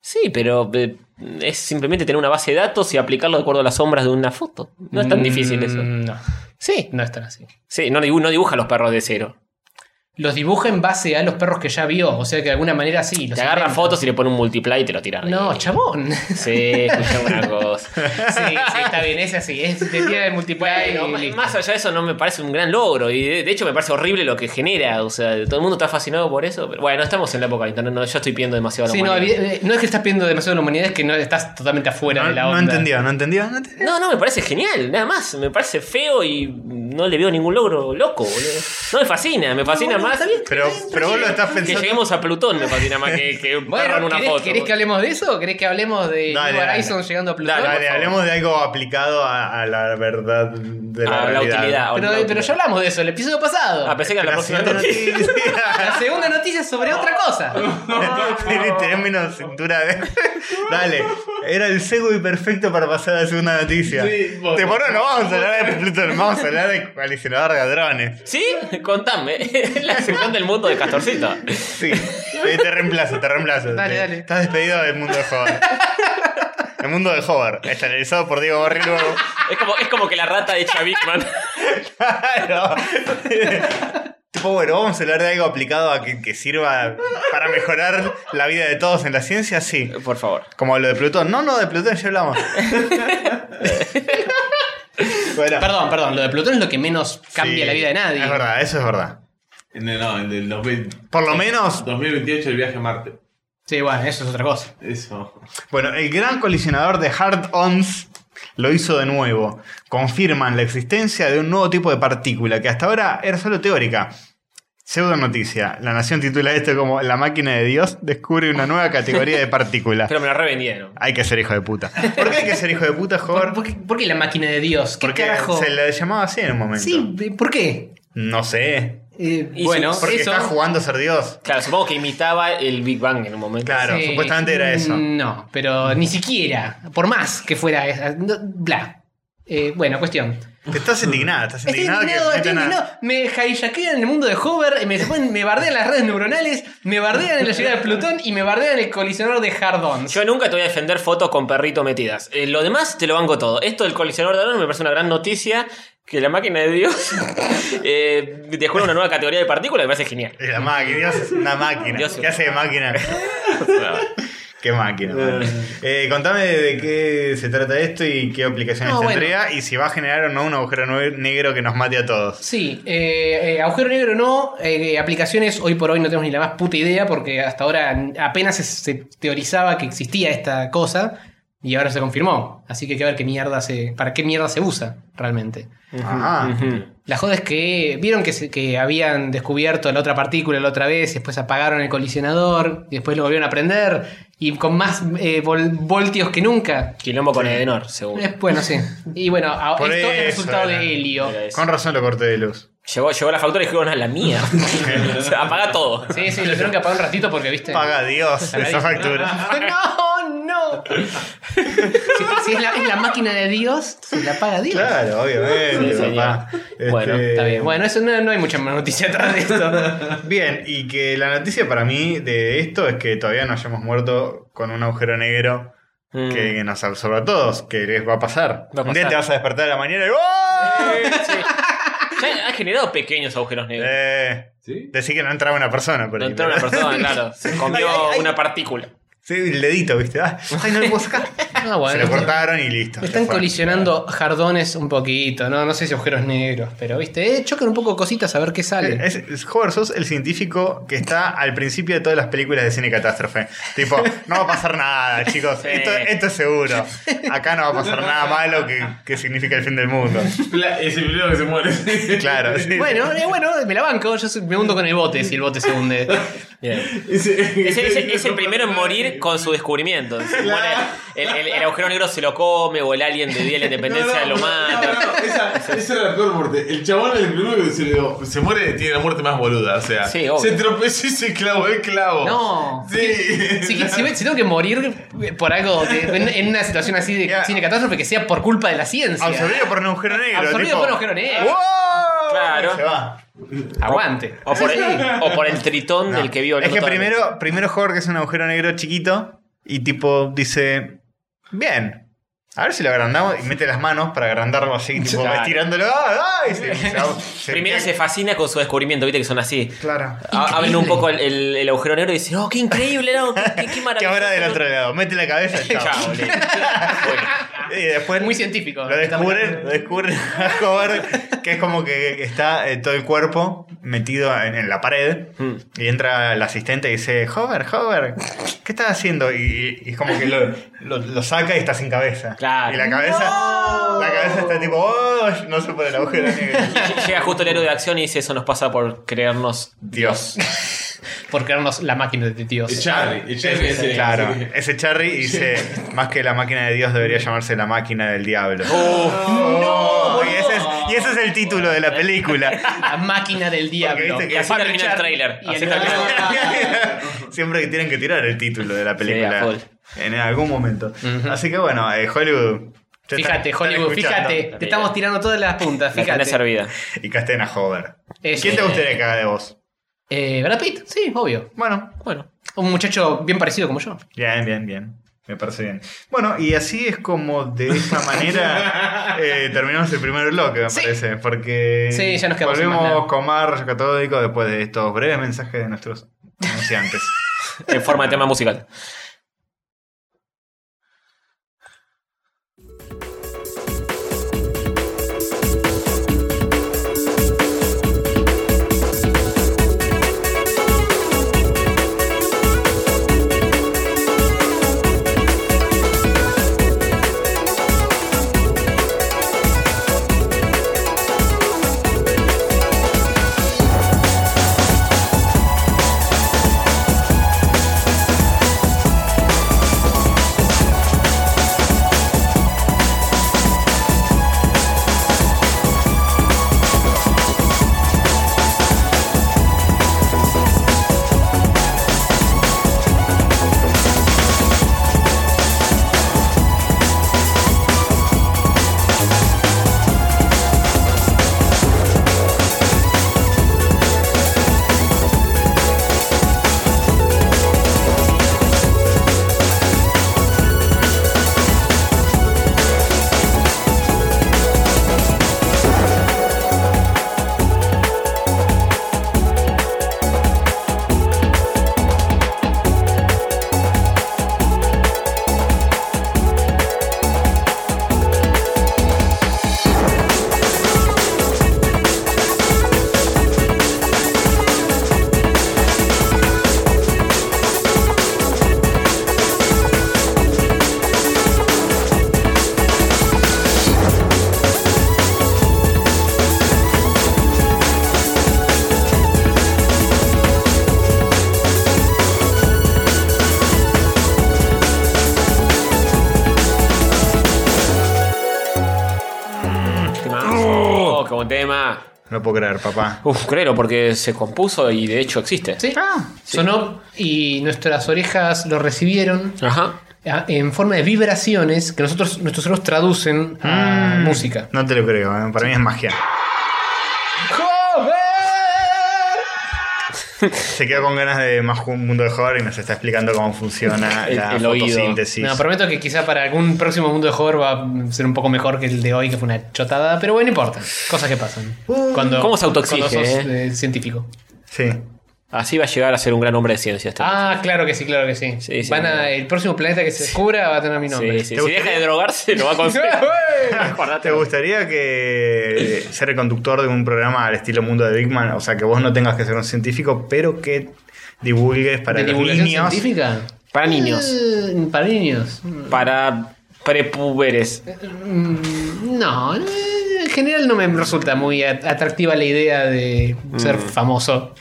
S4: Sí, pero eh, es simplemente tener una base de datos y aplicarlo de acuerdo a las sombras de una foto. No es tan
S3: Mm,
S4: difícil eso.
S3: No,
S4: Sí,
S3: no es tan así.
S4: sí, no, dibu- no dibuja los perros de cero.
S3: los dibuja en base a los perros que ya vio. O sea que de alguna manera sí. Los
S4: Te agarra
S3: inventa.
S4: fotos y le pone un multiply y te lo tiran.
S3: No,
S4: ahí.
S3: chabón. Sí,
S4: Sí, escuchame una cosa.
S3: sí, está bien, es así. Es, te tira el multiplayer.
S4: Bueno,
S3: y
S4: más-
S3: listo.
S4: más allá de eso no me parece un gran logro y de, de hecho me parece horrible lo que genera, o sea, todo el mundo está fascinado por eso, pero bueno, estamos en la época de internet, no, yo estoy pidiendo demasiado a la
S3: Sí, no,
S4: humanidad.
S3: evi- eh, no es que estás pidiendo demasiado a la humanidad, es que no estás totalmente afuera
S2: No,
S3: de la
S2: no
S3: onda.
S2: entendió, no entendió. no entendió.
S4: no, no, me parece genial, nada más, me parece feo y no le veo ningún logro loco, boludo. No me fascina, me fascina más
S2: Pero, pero vos lo estás
S4: que
S2: pensando.
S4: lleguemos a Plutón, me fascina más que, que un perro en
S3: Bueno,
S4: una
S3: ¿querés,
S4: foto.
S3: ¿querés que hablemos de eso? ¿Querés que hablemos de
S2: Dale,
S3: New
S2: dale.
S3: Horizons llegando a Plutón?
S4: Dale,
S3: Por
S2: Vale,
S3: favor.
S2: hablemos de algo aplicado a, a la verdad de la,
S4: A la
S2: realidad.
S4: utilidad.
S3: Pero,
S4: Hablemos de-
S3: pero ya hablamos de eso, el episodio pasado.
S4: Ah, pensé que a la
S2: La
S4: próxima
S2: siguiente
S4: noticia-
S3: La
S2: noticia.
S3: segunda noticia es sobre otra cosa.
S2: Tiene términos cintura de. Dale, era el segue perfecto para pasar a la segunda noticia.
S5: Sí, vos-
S2: Te pones, no vamos a hablar de Plutón, vamos a hablar de coalicionador de drones.
S4: ¿Sí? Contame. Es la sección del mundo de Castorcito.
S2: Sí, te, te reemplazo, te reemplazo.
S3: Dale,
S2: Te-
S3: dale.
S2: Estás despedido del mundo de Hover. El mundo de Hover, estelarizado por Diego Borri luego.
S4: Es como, es como que la rata de Chavicman.
S2: Claro. tipo, bueno, vamos a hablar de algo aplicado a que, que sirva para mejorar la vida de todos en la ciencia, sí.
S4: Por favor.
S2: Como lo de Plutón. No, no, de Plutón ya hablamos. Bueno,
S3: Perdón, perdón, lo de Plutón es lo que menos cambia
S2: sí,
S3: la vida de nadie.
S2: Es verdad, eso es verdad.
S5: No, no, en el 2000
S2: Por lo menos,
S5: 2028 el viaje a Marte.
S3: Sí, bueno, eso es otra cosa.
S5: Eso.
S2: bueno, el gran colisionador de hard-ons lo hizo de nuevo. Confirman la existencia de un nuevo tipo de partícula que hasta ahora era solo teórica. Pseudo noticia. La Nación titula esto como La máquina de Dios descubre una nueva categoría de partícula.
S4: Pero me la revendieron.
S2: Hay que ser hijo de puta. ¿Por qué hay que ser hijo de puta,
S3: ¿Por,
S2: Jover?
S3: por qué, por qué la máquina de Dios? ¿Qué
S2: Porque
S3: carajo?
S2: se le llamaba así en un momento.
S3: Sí, ¿por qué?
S2: No sé.
S3: Eh,
S4: Y
S3: bueno,
S4: su-
S2: Porque
S3: eso...
S2: está jugando a ser Dios.
S4: Claro, supongo que imitaba el Big Bang en un momento.
S2: Claro,
S3: Sí, Mm.
S2: supuestamente era eso.
S3: No, pero ni siquiera, por más que fuera esa, no, bla. Eh, bueno, cuestión.
S2: Estás indignada, estás
S3: Estoy
S2: indignada.
S3: indignado,
S2: que
S3: estoy
S2: metan a-
S3: indignado. Me hijaquean en el mundo de Hover, me, ponen- me bardean las redes neuronales, me bardean en la llegada de Plutón y me bardean el colisionador de Hardons.
S4: Yo nunca te voy a defender fotos con perrito metidas. Eh, lo demás te lo banco todo. Esto del colisionador de hadrones me parece una gran noticia. Que la máquina de Dios eh, dejó una nueva categoría de partículas. Me parece genial.
S2: Es La máquina, Dios es una máquina.
S4: Dios es
S2: ¿Qué
S4: una-
S2: hace de máquina? ¿Qué máquina? man. Eh, contame de qué se trata esto y qué aplicaciones
S3: No, bueno.
S2: tendría y si va a generar o no un agujero nue- negro que nos mate a todos.
S3: Sí, eh, eh, agujero negro no, eh, aplicaciones hoy por hoy no tenemos ni la más puta idea porque hasta ahora apenas se, se teorizaba que existía esta cosa y ahora se confirmó. Así que hay que ver qué mierda se, para qué mierda se usa realmente.
S2: Ajá.
S3: La joda es que vieron que, se- que habían descubierto la otra partícula la otra vez, y después apagaron el colisionador, y después lo volvieron a prender, y con más eh, vol- voltios que nunca.
S4: Quilombo con Edenor, según.
S3: Eh, bueno, sí. Y bueno, a-
S2: Por
S3: esto es
S2: eso
S3: resultado
S2: era.
S3: de helio.
S4: Era eso.
S2: Con razón lo corté de luz.
S4: Llegó, llegó la factura y dijo, no, es la mía. O sea, apaga todo.
S3: Sí, sí, lo tuvieron que apagar un ratito porque, viste.
S2: Paga Dios
S3: Pagadísimo.
S2: esa factura.
S3: No, no. Si, si es, la, es la máquina de Dios, se la paga Dios.
S2: Claro, obviamente,
S4: Sí, señor.
S2: papá. Este,
S4: Bueno,
S3: Está bien. Bueno, eso no, no hay mucha más noticia atrás de esto.
S2: Bien, y que la noticia para mí de esto es que todavía no hayamos muerto con un agujero negro
S4: Mm.
S2: que nos absorba a todos, que les va a pasar.
S4: Va a
S2: Un día
S4: pasar.
S2: te vas a despertar a la mañana y ¡Oh!
S4: Ya han generado pequeños agujeros negros.
S2: Eh,
S5: ¿Sí?
S2: decí que no entraba una persona por
S4: No
S2: ahí,
S4: entró una
S2: pero-
S4: persona, claro. Se comió una partícula.
S2: Sí, el dedito, ¿viste? Ah, ay, no lo puedo sacar.
S3: Ah,
S2: Se
S3: bueno.
S2: lo cortaron y listo.
S3: Están
S2: ya fue.
S3: colisionando jardones un poquito, ¿no? No sé si agujeros negros, pero viste, eh, chocan un poco cositas a ver qué sale.
S2: Es, es- Hover, sos el científico que está al principio de todas las películas de cine catástrofe. Tipo, no va a pasar nada, chicos.
S4: Sí.
S2: Esto, esto es seguro. Acá no va a pasar nada malo que, que significa el fin del mundo.
S5: Pla- Ese primero que se muere.
S2: Claro, sí.
S3: Bueno, eh, bueno, me la banco, yo soy- me hundo con el bote si el bote se hunde.
S4: Bien.
S5: Ese-
S4: Es, el- es el-
S5: ese-
S4: es el primero en morir con su descubrimiento. Se
S5: Claro.
S4: muere- el, el- el agujero negro se lo come o el alien de Día de la Independencia lo
S5: No,
S4: mata.
S5: no, esa, esa era la peor muerte. El chabón, el primero que se, le- se muere, tiene la muerte más boluda. O sea,
S4: Sí, obvio.
S5: se tropezó y se clavó el clavo.
S3: No.
S2: Oh.
S5: Sí.
S3: Si, si- si tengo que morir por algo, de- en, en una situación así de
S2: Ya.
S3: cine catástrofe, que sea por culpa de la ciencia.
S2: Absorbido por un agujero negro.
S3: Absorbido
S2: tipo,
S3: por un agujero negro.
S2: ¡Wow!
S4: Claro.
S2: Se va.
S3: Aguante.
S4: O por, el, o por el tritón del
S2: No.
S4: que vio el
S2: Es que
S4: otro día.
S2: primero, primero Hover que es un agujero negro chiquito y tipo dice, bien, A ver si lo agrandamos y mete las manos para agrandarlo así, tipo,
S4: Claro.
S2: estirándolo. ¡Ah! ¡Ay! Se- se- se-
S4: Primero se fascina con su descubrimiento, viste que son así.
S2: Claro.
S4: A- Abren un poco el, el- el agujero negro y dicen, oh, qué increíble, no, qué, qué, qué
S2: Que
S4: maravilloso.
S2: ahora del otro lado, mete la cabeza. chao.
S4: Chao, boludo. Bueno.
S2: Y después
S3: Muy científico.
S2: Lo descubren, lo descubren a Hobart, que es como que está eh, todo el cuerpo metido en, en la pared.
S4: Mm.
S2: Y entra el asistente y dice, Hover, Hover, ¿qué estás haciendo? Y, y es como que lo, lo- lo saca y está sin cabeza.
S4: Claro.
S2: Y la cabeza, la cabeza está tipo, "Oh", no se pone el agujero negro.
S4: Llega justo el héroe de acción y dice, eso nos pasa por creernos
S2: Dios.
S3: Por crearnos la máquina de Dios.
S5: Es Charlie. Es Charlie es el-
S2: Claro. Ese Charry dice, más que la máquina de Dios debería llamarse la máquina del diablo. Oh, y, ese es, y ese es el título de la película.
S3: La máquina del diablo.
S2: viste que-
S4: Y así
S2: Pablo
S4: termina el
S2: Charlie
S4: trailer.
S3: y
S4: Así
S3: el-
S4: termina el
S2: Siempre que tienen que tirar el título de la
S4: a
S2: película.
S4: full.
S2: en algún momento. Así que bueno, eh, Hollywood. te
S3: Fíjate,
S2: están-
S3: Hollywood,
S2: están
S3: fíjate.
S2: escuchando.
S3: Te estamos tirando todas las puntas,
S4: La carne
S3: fíjate.
S4: servida.
S2: Y Castena Hover.
S3: Eso.
S2: ¿Quién te gustaría que haga de vos?
S3: Eh, Brad Pitt, sí, obvio.
S2: Bueno,
S4: Bueno,
S3: Un muchacho bien parecido como yo.
S2: bien, bien, bien. Me parece bien. Bueno, y así es como de esta manera eh, terminamos el primer bloque, me
S3: Sí.
S2: parece. Porque
S3: Sí, ya nos quedamos sin más
S2: volvemos
S3: nada.
S2: con más Rayo Catódico después de estos breves mensajes de nuestros anunciantes.
S4: en forma de tema musical. Oh, qué buen tema.
S2: No puedo creer, papá.
S4: Uf, creo, porque se compuso y de hecho existe.
S3: Sí. Sonó y nuestras orejas lo recibieron
S4: Ajá.
S3: a- en forma de vibraciones que nosotros, nuestros cerebros traducen a
S2: Mm.
S3: música.
S2: No te lo creo, ¿eh? para mí es magia. Se quedó con ganas de más un mundo de Hover y nos está explicando cómo funciona
S4: El-
S2: la
S4: el oído.
S2: fotosíntesis.
S3: No, prometo que quizá para algún próximo mundo de Hover va a ser un poco mejor que el de hoy, que fue una chotada, pero bueno, no importa. Cosas que pasan. Cuando,
S4: Uh. ¿Cómo se autoexige,
S3: cuando sos,
S4: eh?
S3: eh, científico.
S2: Sí.
S4: Así va a llegar a ser un gran hombre de ciencia este.
S3: Ah, claro que sí, claro que sí.
S4: Sí, sí,
S3: Van a-
S4: claro.
S3: el próximo planeta que se descubra va a tener mi nombre.
S4: Sí, sí.
S2: ¿Te
S4: Si
S2: gustaría?
S4: deja de drogarse, lo va a conseguir.
S2: ¿Te gustaría que ser el conductor de un programa al estilo Mundo de Big Man? O sea, que vos no tengas que ser un científico, pero que divulgues para
S3: ¿De
S2: los
S3: divulgación
S2: niños.
S3: científica?
S4: Para niños.
S3: Eh, para niños.
S4: Para prepuberes.
S3: Mm, No, eh, en general no me resulta muy at- atractiva la idea de ser
S4: Mm.
S3: famoso.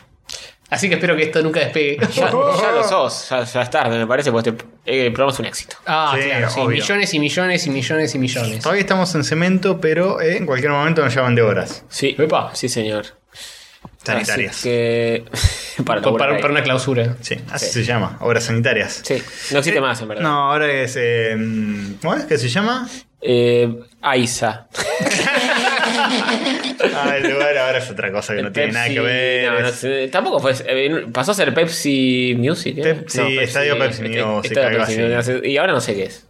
S3: Así que espero que esto nunca despegue.
S4: Ya, ya lo sos. Ya, ya es tarde, me parece, porque este eh, el programa es un éxito.
S3: Ah,
S2: Sí,
S3: claro, sí,
S2: obvio.
S3: millones y millones y millones y millones.
S2: Todavía estamos en cemento, pero eh, en cualquier momento nos llaman de horas
S4: Sí. Sí, señor.
S2: sanitarias.
S4: Así Ah, que. para
S3: Pa-
S4: laburar
S3: para,
S4: ahí.
S3: para una clausura.
S2: Sí, así se llama, obras sanitarias.
S4: Sí, no existe
S2: Eh,
S4: más, en verdad.
S2: No, ahora es. eh, ¿Cómo es que se llama?
S4: Eh, Aiza.
S2: Ah, el lugar ahora es otra cosa que no
S4: El
S2: tiene nada
S4: Pepsi-
S2: que ver.
S4: no, no
S2: es-
S4: sé, tampoco fue. eh, Pasó a ser Pepsi Music. ¿eh?
S2: Pepsi, Estadio Pepsi
S4: este-
S2: Music,
S4: Estadio
S2: algo
S4: Pepsi
S2: así.
S4: Music, Y ahora no sé qué es.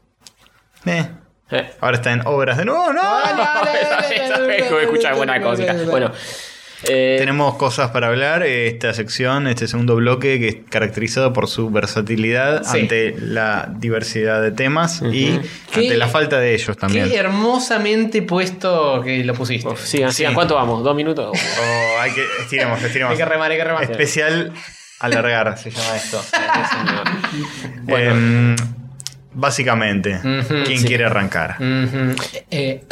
S2: Eh,
S4: Eh.
S2: Ahora está en obras de nuevo, ¿no?
S4: Ah, Escuchar buena cosita. Bueno. eh,
S2: Tenemos cosas para hablar. Esta sección, este segundo bloque, que es caracterizado por su versatilidad
S3: Sí.
S2: ante la diversidad de temas y
S3: ¿Qué?
S2: ante la falta de ellos también.
S3: Qué hermosamente puesto que lo pusiste.
S4: uf, sigan, sigan.
S2: Sí.
S4: ¿Cuánto vamos? ¿Dos minutos?
S2: Oh, hay que estiremos, estiremos.
S3: hay que remar, hay que remar.
S2: Especial alargar, se llama esto.
S4: Bueno.
S2: Em, básicamente,
S3: Ujú, Mm.
S2: ¿quién
S4: sí.
S2: quiere arrancar?
S3: Ujú. Eh,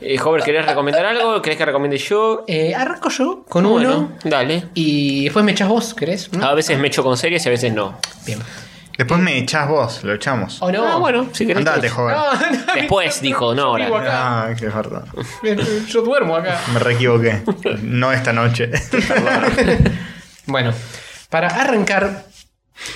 S4: Eh, Hover, ¿querés recomendar algo? ¿Querés que recomiende yo?
S3: eh, arranco yo con
S4: Ah, Bueno, Ah.
S3: uno
S4: Dale.
S3: y después me echas vos, ¿querés? ¿No?
S4: A veces me echo con series y a veces no.
S3: Bien.
S2: Después me echás vos, lo echamos.
S3: ¿O no?
S4: Ah, bueno, si querés.
S2: Andate, joven.
S3: No, no,
S4: Después, dijo, no
S3: yo
S4: ahora.
S3: vivo acá.
S2: Ah, qué verdad.
S3: Yo duermo acá.
S2: Me re equivoqué. No esta noche.
S3: Bueno, para arrancar,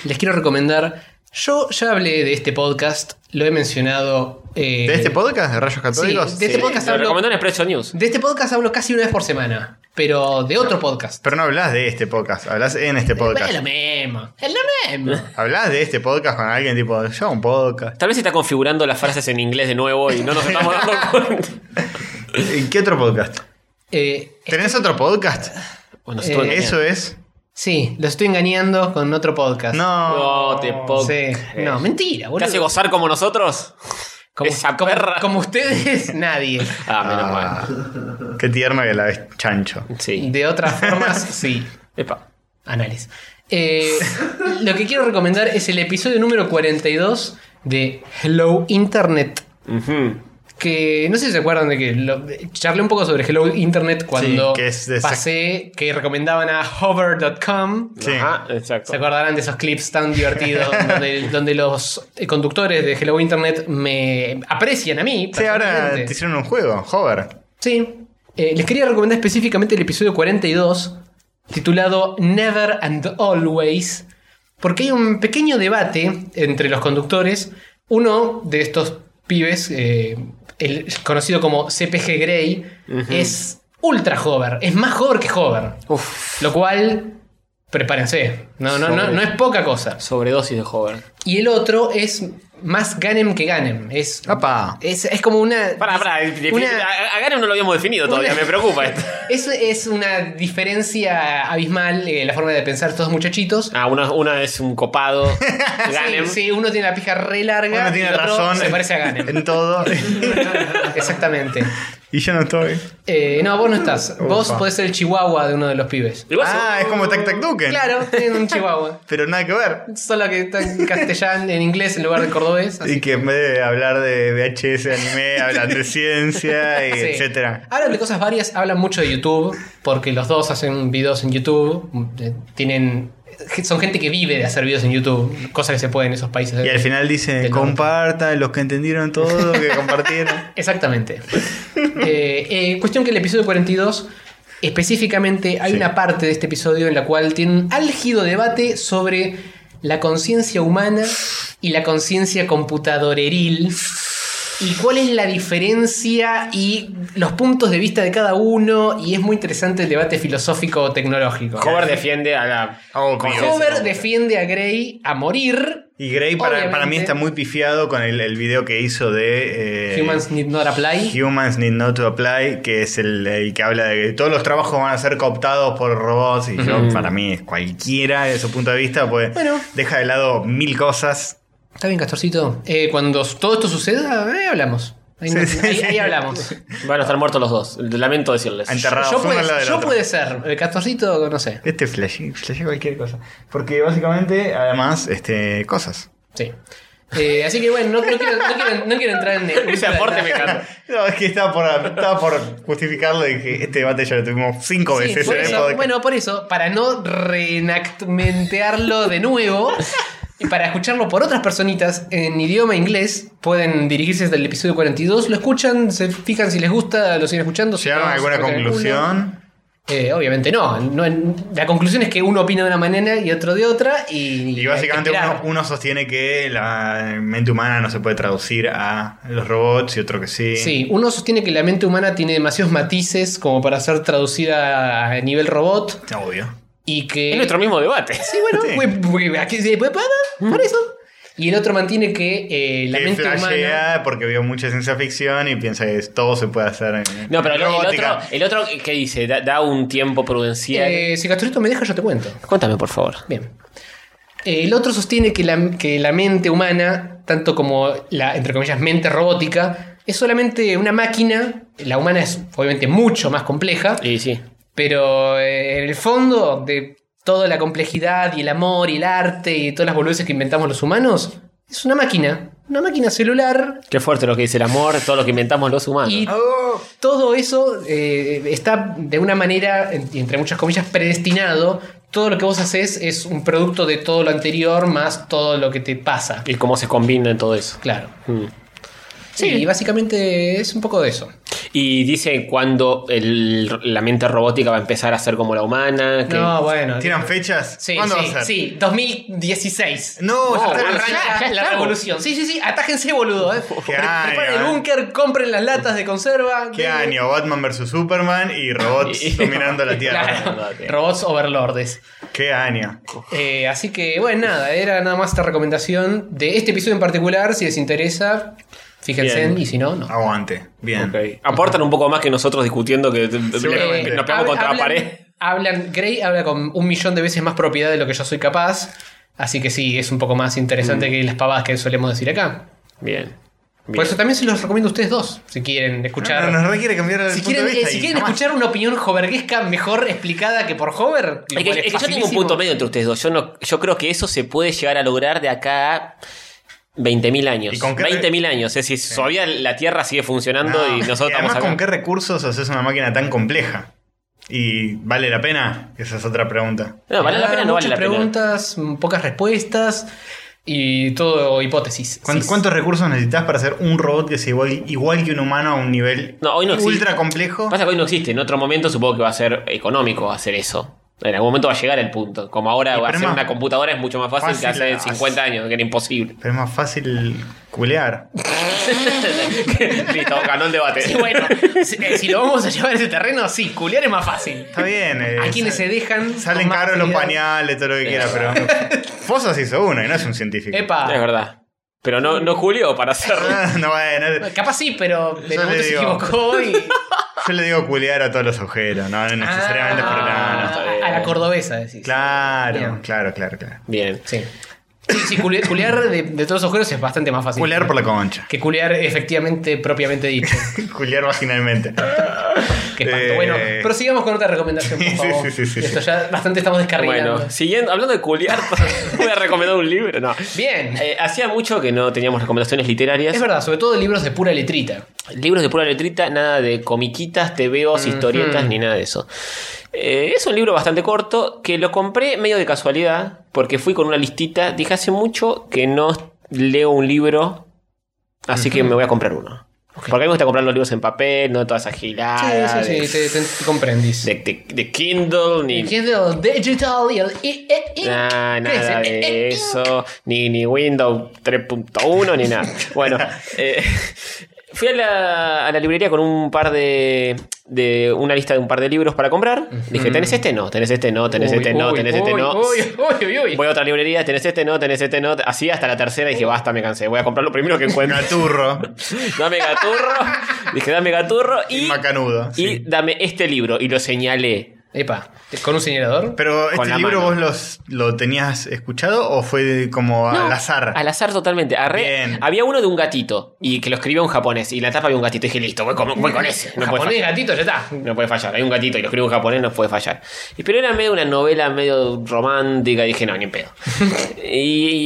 S3: les quiero recomendar. Yo ya hablé de este podcast, lo he mencionado. eh,
S2: ¿De este podcast? ¿De Rayos Católicos?
S3: de este
S4: Sí,
S3: podcast
S4: lo
S3: hablo-
S4: recomendó en Expresso News.
S3: de este podcast hablo casi una vez por semana, pero de otro podcast.
S2: Pero no hablas de este podcast, hablas en este podcast.
S3: Es lo mismo, es lo mismo.
S2: Hablas de este podcast con alguien tipo, yo hago un podcast.
S4: Tal vez se está configurando las frases en inglés de nuevo y no nos estamos dando cuenta.
S2: ¿Y qué otro podcast?
S3: Eh,
S2: ¿Tenés otro podcast?
S4: Bueno,
S3: Eh,
S4: estuvo
S2: Eso es.
S3: sí, lo estoy engañando con otro podcast.
S2: No.
S4: No te puedo
S3: Sí,
S4: creer.
S3: no, mentira,
S4: ¿Te
S3: boludo.
S4: hace gozar como nosotros?
S3: como,
S4: Esa
S3: como-
S4: perra.
S3: como ustedes, nadie.
S4: Ah, menos
S2: Ah, qué tierno que la ves chancho.
S4: mal. Sí.
S3: De otras formas, sí.
S4: Epa.
S3: Anales. Eh, lo que quiero recomendar es el episodio número 42 de Hello Internet.
S4: Ujú.
S3: Que no sé si se acuerdan de que lo- charlé un poco sobre Hello Internet cuando
S2: Sí, que es de esa-
S3: pasé que recomendaban a hover.com.
S2: Sí.
S4: Ajá, exacto.
S3: Se acordarán de esos clips tan divertidos donde, donde los eh, conductores de Hello Internet me aprecian a mí.
S2: Sí, ahora te
S3: personalmente.
S2: hicieron un juego, Hover.
S3: Sí. Eh, les quería recomendar específicamente el episodio 42, titulado Never and Always, porque hay un pequeño debate entre los conductores. Uno de estos pibes, eh, el conocido como CPG Grey, es ultra hover, es más hover que hover. Lo cual, prepárense, no, no, no,
S4: Sobre.
S3: no es poca cosa.
S4: Sobredosis de Hover.
S3: Y el otro es más Ganem que Ganem. Es,
S2: Apa.
S3: es, es como una...
S4: Pará, pará. defini-
S3: Una-
S4: A, a Ganem no lo habíamos definido todavía,
S3: Una-
S4: me preocupa esto.
S3: Eso es una diferencia abismal eh, en la forma de pensar estos muchachitos.
S4: Ah, uno, uno es un copado. Ganem.
S3: Ah, Sí, sí, uno tiene la pija re larga.
S2: Uno
S3: y
S2: tiene
S3: el otro
S2: razón.
S3: Se parece a Ganem.
S2: En todo.
S3: Exactamente.
S2: y yo no estoy.
S3: Eh, no, vos no estás. Vos
S2: Ufa.
S3: podés ser el chihuahua de uno de los pibes.
S4: Igual
S2: Ah, es como Tac Tac Duken.
S3: Claro, tienen un chihuahua.
S2: Pero nada que ver.
S3: Solo que está en castellano, en inglés en lugar de cordobés. así
S2: Y que en vez de hablar de VHS anime, hablan de ciencia, y
S3: Sí.
S2: etcétera.
S3: Hablan de cosas varias, hablan mucho de YouTube, porque los dos hacen videos en YouTube, eh, tienen son gente que vive de hacer videos en YouTube, cosas que se pueden en esos países.
S2: Y al final dicen,
S3: Del
S2: compartan, los que entendieron todo, que compartieron.
S3: Exactamente. Eh, eh, cuestión que el episodio 42, específicamente, hay
S2: Sí.
S3: una parte de este episodio en la cual tiene un álgido debate sobre la conciencia humana y la conciencia computadoreril. Y cuál es la diferencia y los puntos de vista de cada uno. Y es muy interesante el debate filosófico tecnológico.
S4: Hover defiende a la.
S2: Obvio.
S3: Hover defiende a Grey a morir.
S2: Y Gray para,
S3: Obviamente.
S2: para mí está muy pifiado con el, el video que hizo de... eh,
S3: Humans need not apply.
S2: Humans Need Not to Apply, que es el, el que habla de que todos los trabajos van a ser cooptados por robots. Y yo, para mí, es cualquiera de su punto de vista, pues
S3: Bueno.
S2: deja de lado mil cosas.
S3: Está bien, Castorcito. Eh, cuando todo esto suceda, ahí hablamos. Ahí,
S2: Sí, sí,
S3: ahí-
S2: sí.
S3: ahí hablamos.
S4: Van a estar muertos los dos. Lamento decirles.
S2: Enterrados
S3: yo
S2: uno al lado
S3: puede,
S2: del
S3: yo
S2: otro.
S3: puede ser. El Castorcito, no sé.
S2: Este flash, flash cualquier cosa. Porque básicamente, además, este, cosas.
S3: Sí. Eh, así que bueno, no, no quiero, no quiero- no quiero entrar en.
S4: Ese aporte me encanta.
S2: No, es que estaba por, estaba por justificarlo y que este debate ya lo tuvimos cinco
S3: Sí,
S2: veces ¿eh?
S3: por
S2: en el
S3: eso,
S2: podcast.
S3: bueno, por eso, para no reenactmentearlo de nuevo y para escucharlo por otras personitas en idioma inglés, pueden dirigirse hasta el episodio 42, lo escuchan, se fijan si les gusta, lo siguen escuchando. si
S2: ¿Llegaron
S3: no,
S2: a alguna
S3: se sacan alguno.
S2: conclusión?
S3: Eh, obviamente no. No- La conclusión es que uno opina de una manera y otro de otra y...
S2: Y básicamente
S3: hay que
S2: uno,
S3: esperar.
S2: uno sostiene que la mente humana no se puede traducir a los robots y otro que sí.
S3: Sí, uno sostiene que la mente humana tiene demasiados matices como para ser traducida a nivel robot
S2: Obvio.
S3: y que...
S4: Es nuestro mismo debate.
S3: Sí, bueno, pues,
S2: Sí.
S3: güey, güey, aquí se- pa- pa- pa- por eso. Y el otro mantiene que eh, la
S2: Que
S3: mente humana.
S2: flashea porque veo mucha ciencia ficción y piensa que es- todo se puede hacer en
S4: No, pero el, el
S2: robótica.
S4: otro, el otro, ¿qué dice? Da, da un tiempo prudencial.
S3: Eh, si Castorito me deja, yo te cuento.
S4: Cuéntame, por favor.
S3: Bien. Eh, El otro sostiene que la, que la mente humana, tanto como la, entre comillas, mente robótica, es solamente una máquina. La humana es obviamente mucho más compleja,
S4: Y sí.
S3: pero eh, en el fondo de toda la complejidad y el amor y el arte y todas las boludeces que inventamos los humanos, es una máquina. Una máquina celular.
S4: Qué fuerte lo que dice el amor, todo lo que inventamos los humanos.
S3: Y
S2: Oh,
S3: todo eso eh, está de una manera, en- entre muchas comillas, predestinado. Todo lo que vos haces es un producto de todo lo anterior más todo lo que te pasa.
S4: Y cómo se combina en todo eso.
S3: Claro.
S4: Mm.
S3: Sí, y básicamente es un poco de eso.
S4: Y dice cuando el- la mente robótica va a empezar a ser como la humana. que-
S3: No, bueno.
S2: ¿Tiran fechas?
S3: Sí,
S2: ¿Cuándo
S3: sí,
S2: va a ser?
S3: sí, Oh, 2016.
S2: No, ya
S4: No,
S2: está
S4: bueno,
S2: arrancando.
S3: Arranca
S4: ya
S3: la
S4: estamos.
S3: revolución. Sí, sí, sí, atájense, boludo. Eh. Pre-
S2: año,
S3: Preparen el
S2: eh.
S3: búnker, compren las latas de conserva.
S2: ¿Qué
S3: de-
S2: año? Batman vs Superman y robots dominando la Tierra.
S3: Claro, robots overlordes.
S2: ¿Qué año?
S3: Eh, así que, bueno, nada, era nada más esta recomendación de este episodio en particular. Si les interesa, fíjense,
S4: Bien.
S3: y si no, no.
S2: Aguante. Bien.
S4: Ok. Aportan un poco más que nosotros discutiendo que
S2: Seguramente.
S4: que nos pegamos contra la pared.
S3: Eh, Hablan, Gray habla con un millón de veces más propiedad de lo que yo soy capaz. Así que sí, es un poco más interesante que las pavadas que solemos decir acá.
S4: Bien. Mm. bien.
S3: Por eso también se los recomiendo a ustedes dos, si quieren escuchar.
S2: No, no, nos requiere cambiar el
S3: Si
S2: punto
S3: quieren,
S2: de vista
S3: eh, si
S2: y
S3: quieren
S2: jamás.
S3: escuchar una opinión hoverguesca mejor explicada que por hover, lo
S4: Es que,
S3: cual es
S4: es que yo tengo un
S3: facilísimo.
S4: punto medio entre ustedes dos. Yo, no, yo creo que eso se puede llegar a lograr de acá a 20.000 años.
S2: ¿Y con qué re-
S4: 20.000 años. Es decir, todavía la Tierra sigue funcionando
S2: No,
S4: y nosotros
S2: y
S4: estamos
S2: además,
S4: acá.
S2: ¿con qué recursos haces una máquina tan compleja? ¿Y vale la pena? Esa es otra pregunta.
S4: No, ¿vale la pena o no vale
S3: Ah, Muchas
S4: la pena?
S3: preguntas, mm, pocas respuestas y todo hipótesis.
S2: ¿Cuán-
S3: Sí.
S2: ¿Cuántos recursos necesitas para hacer un robot que sea igual, igual que un humano a un nivel
S4: No, hoy no existe.
S2: ultra complejo?
S4: Pasa que hoy no existe. En otro momento supongo que va a ser económico hacer eso. En algún momento va a llegar el punto. Como ahora
S2: Y
S4: va a
S2: pero
S4: ser
S2: más-
S4: una computadora es mucho más fácil,
S2: fácil
S4: que hace
S2: hace-
S4: 50 años, que era imposible.
S2: Pero es más fácil culear.
S4: Listo, ganó el debate.
S3: Sí, bueno, si, eh, si lo vamos a llevar a ese terreno, sí, culiar es más fácil.
S2: Está bien. eh,
S3: A quienes se
S2: sal-
S3: dejan.
S2: Salen
S3: con más
S2: caros los
S3: facilidad.
S2: pañales, todo lo que quiera,
S4: Eh.
S2: pero. Fosas hizo uno y no es un científico.
S4: Es
S3: Epa.
S4: verdad. Pero no, no Julio para hacerlo.
S2: no, bueno,
S3: Capaz sí, pero de
S2: Yo le
S3: momento se
S2: digo.
S3: equivocó y.
S2: yo le digo culear a todos los agujeros, no necesariamente por
S3: Ah,
S2: nada.
S4: está bien.
S3: A la cordobesa, decís.
S2: Claro,
S3: Bien.
S2: claro, claro, claro.
S4: Bien.
S3: Sí. Sí, sí, culiar, culiar de, de todos los agujeros es bastante más fácil.
S2: Culear por la concha.
S3: Que culiar efectivamente, propiamente dicho.
S2: Culear vaginalmente.
S3: Qué espanto.
S2: Eh.
S3: Bueno, prosigamos con otra recomendación, por
S2: Sí,
S3: favor.
S2: sí, sí, sí,
S3: Esto
S2: sí.
S3: ya bastante estamos descarrilando.
S4: Bueno, siguiendo, hablando de culiar, voy a recomendar un libro. No.
S3: Bien.
S4: Eh, hacía mucho que no teníamos recomendaciones literarias.
S3: Es verdad, sobre todo de libros de pura letrita.
S4: Libros de pura letrita, nada de comiquitas, tebeos, historietas, ni nada de eso. Eh, es un libro bastante corto que lo compré medio de casualidad porque fui con una listita. Dije hace mucho que no leo un libro, así que me voy a comprar uno. Porque a mí me gusta comprar los libros en papel, no todas esas giladas.
S3: sí, sí,
S4: de-
S3: sí, te, te- te comprendís.
S4: Ah, de, de- de Kindle ni
S3: ¿Qué es del digital y el i- i- i-
S4: Nah,
S3: ¿Qué
S4: Ah, nada
S3: es? Eh, eh,
S4: de
S3: eh.
S4: eso, ni, ni Windows 3.1, ni nada. Bueno, eh, fui a la, a la librería con un par de, de- una lista de un par de libros para comprar. Dije, ¿tenés este? No, tenés este, no, tenés
S3: Uy,
S4: este, no,
S3: uy,
S4: tenés este,
S3: uy,
S4: no.
S3: uy, uy, uy, uy.
S4: Voy a otra librería, tenés este, no, tenés este, no. Así hasta la tercera dije, basta, me cansé, voy a comprar lo primero que encuentro.
S2: Gaturro.
S4: dame gaturro. Dije, dame gaturro
S2: Y
S4: y,
S2: macanudo.
S4: y
S2: sí.
S4: dame este libro. Y lo señalé.
S3: Epa, ¿con un señalador?
S2: Pero
S4: con
S2: este
S4: la
S2: libro
S4: mano.
S2: vos los, lo tenías escuchado o fue como
S4: No,
S2: al azar.
S4: Al azar totalmente. Agarré-
S2: Bien.
S4: había uno de un gatito y que lo escribió un japonés y en la tapa había un gatito. Y dije, listo, voy con, voy con ese. No puede,
S3: Japonés
S4: fallar.
S3: gatito, ya está.
S4: no puede fallar. Hay un gatito y lo escribe un japonés, no puede fallar. Y, pero era medio una novela medio romántica. Y dije, no, ni en pedo. y,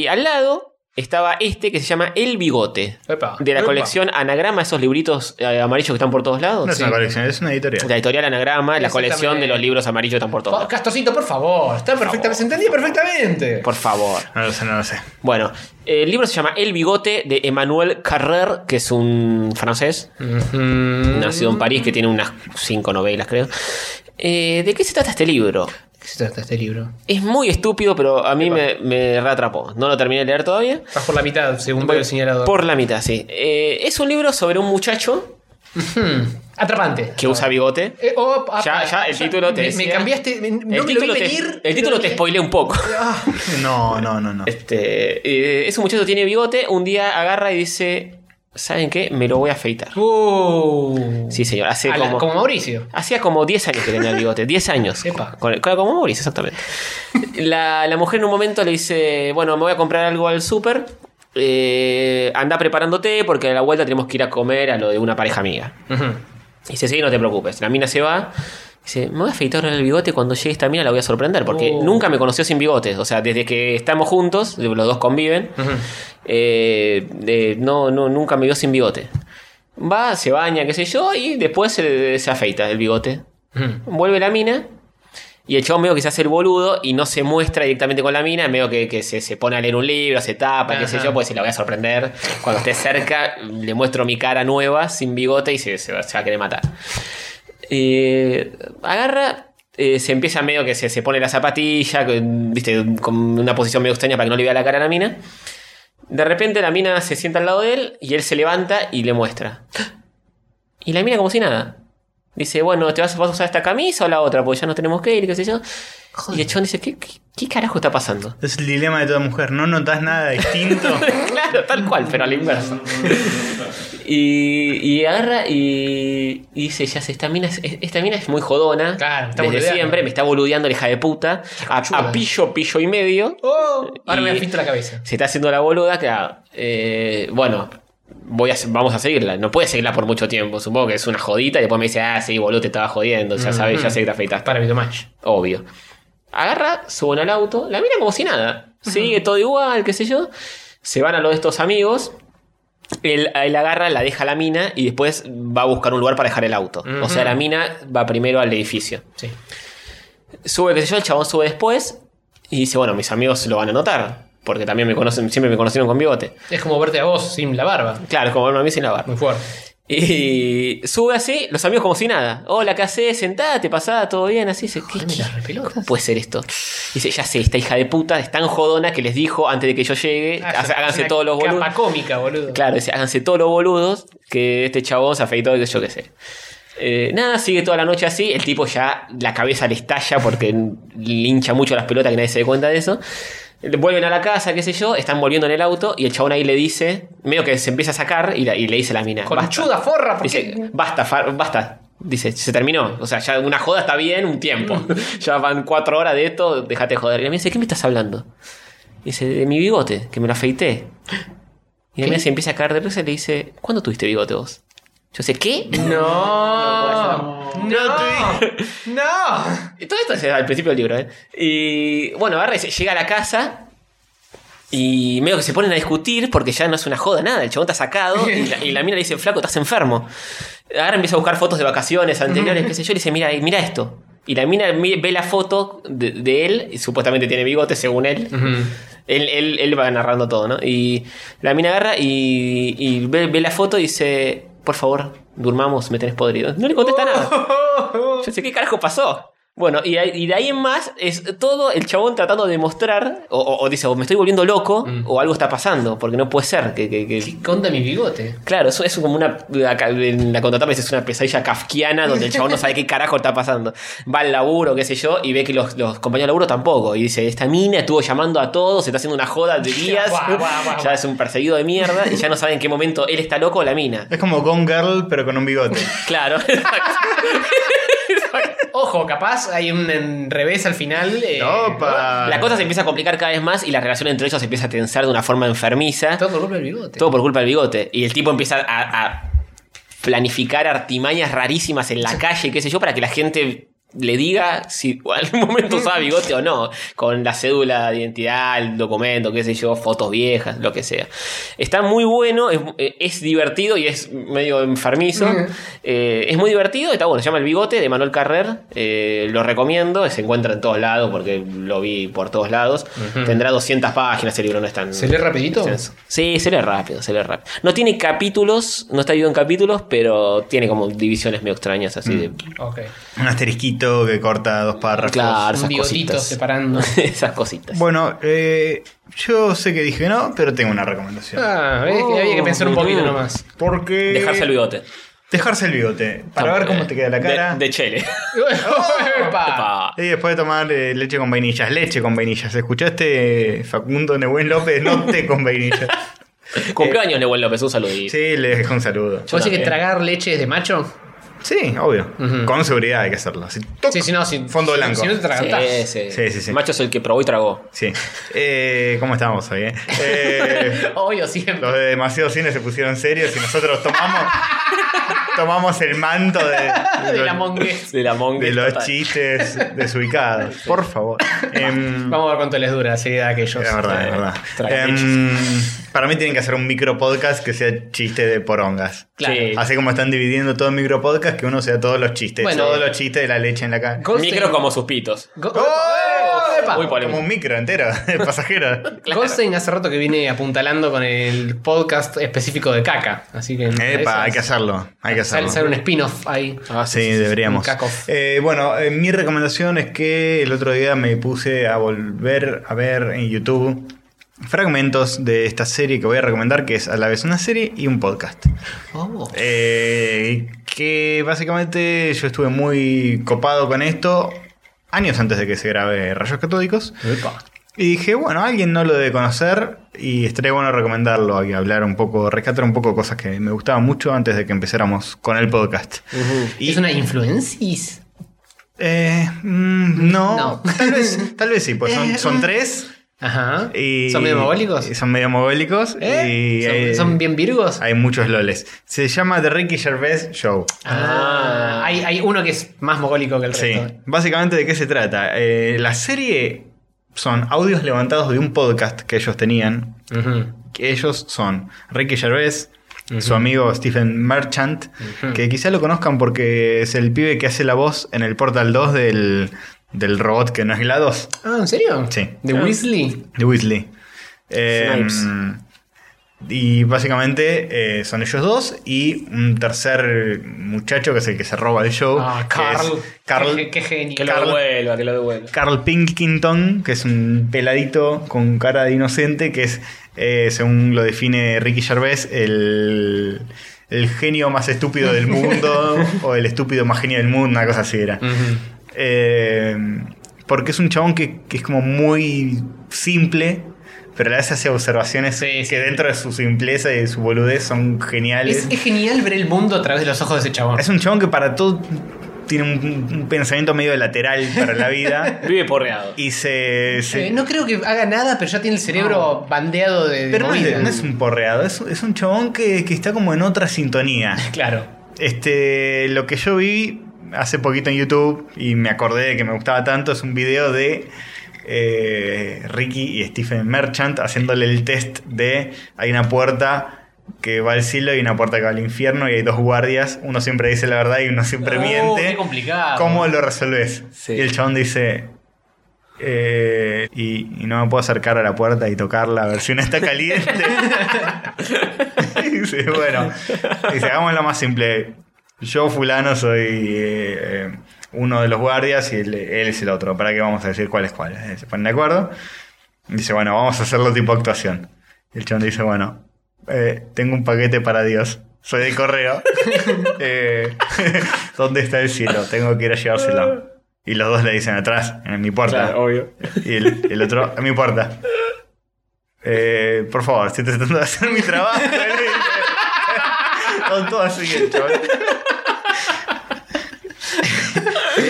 S4: y al lado estaba este que se llama El Bigote.
S3: Epa,
S4: De la
S3: epa.
S4: colección Anagrama, esos libritos eh, amarillos que están por todos lados.
S2: no es
S4: Sí.
S2: una colección, es una editorial.
S4: La editorial Anagrama, la colección de los libros amarillos que están por todos
S3: Pa-
S4: lados.
S3: Castorcito, por favor. Está perfectamente, se entendía perfectamente.
S4: Por favor.
S2: No lo sé, no lo sé.
S4: Bueno, eh, el libro se llama El bigote de Emmanuel Carrer, que es un francés,
S3: Ujú.
S4: nacido en París, que tiene unas cinco novelas, creo. Eh, ¿De qué se trata este libro?
S3: ¿Qué se trata este libro?
S4: Es muy estúpido, pero a mí me, me reatrapó. No lo terminé de leer todavía.
S3: Vas por la mitad, según veo el señalador.
S4: Por la mitad, sí. Eh, es un libro sobre un muchacho
S3: Ujú. Atrapante.
S4: que usa bigote.
S3: Eh, oh, apa,
S4: Ya- ya, el título te
S3: me,
S4: decía-
S3: me cambiaste. me- no me
S4: el
S3: lo
S4: título,
S3: vi
S4: te,
S3: venir.
S4: el título te spoilea un poco.
S3: Ah,
S2: No, no, no, no.
S4: Este, eh, ese muchacho tiene bigote, un día agarra y dice, ¿saben qué? Me lo voy a afeitar.
S3: uh.
S4: Sí, señor, hace
S3: A la-
S4: como...
S3: como... Mauricio.
S4: Hacía como 10 años que tenía el bigote, 10 años.
S3: Epa.
S4: Con- con- como Mauricio, exactamente. La, la mujer en un momento le dice, bueno, me voy a comprar algo al súper, eh, anda preparándote porque a la vuelta tenemos que ir a comer a lo de una pareja amiga.
S3: Ujú.
S4: Y dice, sí, no te preocupes. La mina se va. Dice, me voy a afeitar ahora el bigote. Cuando llegue esta mina la voy a sorprender. Porque
S3: Oh.
S4: nunca me conoció sin bigotes. O sea, desde que estamos juntos, los dos conviven, eh, eh, no, no, nunca me vio sin bigote. Va, se baña, qué sé yo, y después se, se afeita el bigote.
S3: Ujú.
S4: Vuelve la mina. Y el chabón medio que se hace el boludo y no se muestra directamente con la mina, medio que, que se, se pone a leer un libro, se tapa, qué sé
S3: Ajá.
S4: yo, pues si la voy a sorprender, cuando esté cerca le muestro mi cara nueva, sin bigote y se, se va, se va a querer matar. Eh, agarra, eh, se empieza medio que se, se pone la zapatilla, con, viste, con una posición medio extraña para que no le vea la cara a la mina. De repente la mina se sienta al lado de él y él se levanta y le muestra. Y la mina como si nada. Dice, bueno, ¿te vas, vas a usar esta camisa o la otra? Porque ya nos tenemos que ir, qué sé yo. Y el chabón dice, ¿qué, qué, qué carajo está pasando?
S2: Es el dilema de toda mujer. No notas nada distinto.
S4: claro, tal cual, pero al inverso. y, y agarra y, y dice, ya sé, esta mina es, esta mina es muy jodona.
S3: Claro, me está
S4: desde
S3: boludeando.
S4: siempre me está boludeando la hija de puta. A, a pillo, pillo y medio.
S3: Oh, ahora me
S4: Y-
S3: afito la cabeza.
S4: Se está haciendo la boluda, claro. Eh, bueno, voy a, vamos a seguirla. No puede seguirla por mucho tiempo. Supongo que es una jodita. Y después me dice, ah, sí, boludo, te estaba jodiendo. Ya sabes, ya sé que te afeitaste.
S3: Para mi match.
S4: Obvio. Agarra, suben al auto, la mira como si nada. Sigue todo igual, qué sé yo. Se van a lo de estos amigos. Él, él agarra, la deja a la mina y después va a buscar un lugar para dejar el auto. O sea, la mina va primero al edificio.
S3: Sí.
S4: Sube, qué sé yo, el chabón sube después y dice, bueno, mis amigos lo van a notar. Porque también me conocen, siempre me conocieron con bigote.
S3: Es como verte a vos sin la barba.
S4: Claro, como verme a mí sin lavar.
S3: Muy fuerte.
S4: Y sube así, los amigos como si nada. Hola, ¿qué hacés? Sentate, pasada, todo bien, así. Dice, ¿qué,
S3: me
S4: qué-
S3: las repelotas.
S4: ¿Cómo puede ser esto? Dice, ya sé, esta hija de puta es tan jodona que les dijo antes de que yo llegue,
S3: Ah,
S4: "Hace- háganse
S3: una
S4: todos los boludos.
S3: Capa cómica, boludo.
S4: Claro, dice, háganse todos los boludos que este chabón se afeitó, que yo qué sé. Eh, nada, sigue toda la noche así. El tipo ya la cabeza le estalla porque le hincha mucho las pelotas que nadie se dé cuenta de eso. Vuelven a la casa, qué sé yo, están volviendo en el auto y el chabón ahí le dice, medio que se empieza a sacar y, la- y le dice a la mina. "Basta".
S3: Conchuda forra, ¿por qué?
S4: Dice, basta, Far- basta. Dice, se terminó. O sea, ya una joda está bien un tiempo. ya van cuatro horas de esto, déjate joder. Y la mina dice, ¿qué me estás hablando? Dice, de mi bigote, que me lo afeité. Y la mina se empieza a caer de risa y le dice, ¿cuándo tuviste bigote vos? Yo sé, ¿qué?
S3: No, no, no.
S4: Y Todo esto es al principio del libro, ¿eh? Y bueno, agarra y se- llega a la casa y medio que se ponen a discutir porque ya no es una joda nada. El chabón está sacado y la, y la mina le dice, flaco, estás enfermo. Ahora empieza a buscar fotos de vacaciones anteriores, qué sé yo, y le dice, mira, mira esto. Y la mina mi- ve la foto de, de él, y supuestamente tiene bigote según él. Él, él- él va narrando todo, ¿no? Y la mina agarra y, y ve, ve la foto y dice, por favor, durmamos, me tenés podrido. No le contesta nada. Yo sé qué carajo pasó. Bueno, y, ahí- y de ahí en más es todo el chabón tratando de mostrar, o, o- o dice, o me estoy volviendo loco, o algo está pasando, porque no puede ser que... que- que-
S3: ¿Qué conta mi bigote?
S4: Claro, eso es como una... La, en la contratapa es una pesadilla kafkiana donde el chabón no sabe qué carajo está pasando. Va al laburo, qué sé yo, y ve que los, los compañeros de laburo tampoco. Y dice, esta mina estuvo llamando a todos, se está haciendo una joda de días,
S3: Guau, guau, guau,
S4: ya
S3: guau.
S4: es un perseguido de mierda, y ya no sabe en qué momento él está loco o la mina.
S2: Es como Gone Girl, pero con un bigote.
S4: Claro.
S3: Ojo, capaz hay un en revés al final. eh,
S2: Opa.
S4: La cosa se empieza a complicar cada vez más y la relación entre ellos se empieza a tensar de una forma enfermiza.
S3: Todo por culpa del bigote.
S4: Todo por culpa del bigote. Y el tipo empieza a, a planificar artimañas rarísimas en la calle, qué sé yo, para que la gente le diga si en algún momento usaba bigote o no. Con la cédula de identidad, el documento, qué sé yo, fotos viejas, lo que sea. Está muy bueno, es, es divertido y es medio enfermizo. Eh, es muy divertido, está bueno. Se llama El Bigote de Manuel Carrer. Eh, lo recomiendo, se encuentra en todos lados porque lo vi por todos lados. Tendrá 200 páginas, el libro no es tan...
S3: ¿Se lee rapidito?
S4: Extenso. Sí, se lee rápido, se lee rápido. No tiene capítulos, no está dividido en capítulos, pero tiene como divisiones medio extrañas
S2: Mm.
S4: así de.
S3: Ok.
S2: Un asterisquito que corta dos párrafos.
S4: Claro,
S3: Un
S4: esas
S3: bigotito
S4: cositas.
S3: separando.
S4: esas cositas.
S2: Bueno, eh, yo sé que dije no, pero tengo una recomendación. Oh,
S3: Ah, ves que había que pensar un poquito nomás.
S2: Porque.
S4: Dejarse el bigote.
S2: Dejarse el bigote para
S4: No,
S2: ver cómo
S4: eh,
S2: te queda la cara. Ah.
S4: De, de Chele.
S3: ¡Epa!
S4: Pa.
S2: Y después de tomar eh, leche con vainillas, leche con vainillas. ¿Escuchaste Facundo Nebuen López? No té con vainillas.
S4: Cumpleaños, Newell López, un saludito.
S2: Sí, les dejo un saludo.
S3: ¿Vos decís que
S4: también.
S3: tragar leche es de macho?
S2: Sí, obvio.
S3: Ujú.
S2: Con seguridad hay que hacerlo. Así, ¡toc!
S3: Sí, sí, no, si,
S2: Fondo
S3: si-
S2: blanco.
S3: Si no te tragantás.
S4: Sí, sí.
S2: Sí, sí, sí.
S4: Macho es el que probó y tragó.
S2: Sí. Eh, ¿Cómo estamos hoy? eh? Eh,
S3: Obvio, siempre.
S2: los de demasiado cine se pusieron serios y nosotros tomamos tomamos el manto de,
S3: De la
S2: los-
S3: monguez.
S4: De la monga.
S2: de los
S4: Total.
S2: chistes desubicados. Por favor. Em,
S3: Vamos a ver cuánto les dura la seriedad que ellos.
S2: La verdad,
S4: Eh,
S2: es verdad.
S4: traga
S2: Em, para mí tienen que hacer un micro podcast que sea chiste de porongas.
S3: Claro.
S4: Sí.
S2: Así como están dividiendo todo el micro podcast, que uno sea todos los chistes.
S3: Bueno.
S2: todos los chistes de la leche en la cara.
S3: Goldstein-
S4: Micro como sus pitos.
S3: Go-
S2: ¡Oh!
S3: ¡Epa!
S4: Muy polémico.
S2: Como un micro entero, de pasajero.
S3: Goldstein hace rato que viene apuntalando con el podcast específico de caca. Así que.
S2: Epa, hay que hacerlo. Hay que
S3: Sale,
S2: hacerlo.
S3: sale un spin-off ahí.
S4: Ah,
S2: Sí, deberíamos.
S3: un cacof.
S2: Eh, bueno, eh, mi recomendación es que el otro día me puse a volver a ver en YouTube fragmentos de esta serie que voy a recomendar, que es a la vez una serie y un podcast.
S3: Oh.
S2: Eh, que básicamente yo estuve muy copado con esto años antes de que se grabe Rayos Catódicos. Y dije, bueno, alguien no lo debe conocer y estaría bueno recomendarlo y hablar un poco, rescatar un poco cosas que me gustaban mucho antes de que empezáramos con el podcast. Y-
S3: Es una influencis.
S2: eh, mm, no,
S3: No.
S2: Tal, vez, tal vez sí, pues son, son tres.
S3: Ajá.
S2: Y,
S3: ¿Son medio mogólicos?
S2: y Son medio mogólicos.
S3: ¿Eh?
S2: Y
S3: ¿Son,
S2: hay,
S3: son bien virgos?
S2: hay muchos loles. Se llama The Ricky Gervais Show.
S3: Ah, hay, hay uno que es más mogólico que el
S2: Sí,
S3: resto.
S2: ¿eh? básicamente de qué se trata. Eh, la serie son audios levantados de un podcast que ellos tenían.
S3: Ujú.
S2: Que ellos son Ricky Gervais, su amigo Stephen Merchant, que quizá lo conozcan porque es el pibe que hace la voz en el Portal 2 del, del robot que no es GLaDOS,
S3: Ah, ¿en serio?
S2: Sí.
S3: ¿De Weasley?
S2: de Weasley. Eh,
S4: Snipes.
S2: y básicamente eh, son ellos dos y un tercer muchacho que es el que se roba el show.
S3: Ah,
S2: Oh, que es
S3: Carl.
S2: Carl.
S3: Qué, qué genio.
S4: Que lo
S2: Carl-
S4: devuelva, que lo devuelva.
S2: Carl Pilkington, que es un peladito con cara de inocente, que es, eh, según lo define Ricky Gervais, el, el genio más estúpido del mundo, o el estúpido más genio del mundo, una cosa así era.
S3: Mm. Ujú.
S2: Eh, porque es un chabón que, que es como muy simple, pero a la vez hace observaciones
S3: Sí, sí.
S2: que dentro de su simpleza y de su boludez son geniales.
S3: Es, es genial ver el mundo a través de los ojos de ese chabón.
S2: Es un chabón que para todo tiene un, un pensamiento medio lateral para la vida.
S4: Vive porreado.
S2: Y se, se-
S3: Eh, no creo que haga nada, pero ya tiene el cerebro bandeado de. de
S2: Pero no es,
S3: movida.
S2: no es un porreado, es, es un chabón que, que está como en otra sintonía.
S3: Claro.
S2: Este, lo que yo vi hace poquito en YouTube y me acordé de que me gustaba tanto es un video de eh, Ricky y Stephen Merchant haciéndole el test de hay una puerta que va al cielo y una puerta que va al infierno y hay dos guardias, uno siempre dice la verdad y uno siempre
S3: Oh,
S2: miente.
S3: qué complicado. Ah,
S2: ¿Cómo lo resolves?
S4: Sí.
S2: Y el chabón dice. eh, y, y no me puedo acercar a la puerta y tocarla a ver si una está caliente. Y dice, bueno, dice, hagámoslo más simple. Yo, fulano, soy eh, eh, uno de los guardias y él, él es el otro. ¿Para qué vamos a decir cuál es cuál? Eh, Se ponen de acuerdo. Dice, bueno, vamos a hacerlo tipo actuación. Y el chabón dice, bueno, eh, tengo un paquete para Dios. Soy de correo. Eh, ¿Dónde está el cielo? Tengo que ir a llevárselo. Y los dos le dicen atrás, en mi puerta.
S4: Claro, obvio.
S2: Y el, el otro, en mi puerta. Eh, por favor, estoy tratando de hacer mi trabajo. Con todo así, el chaval.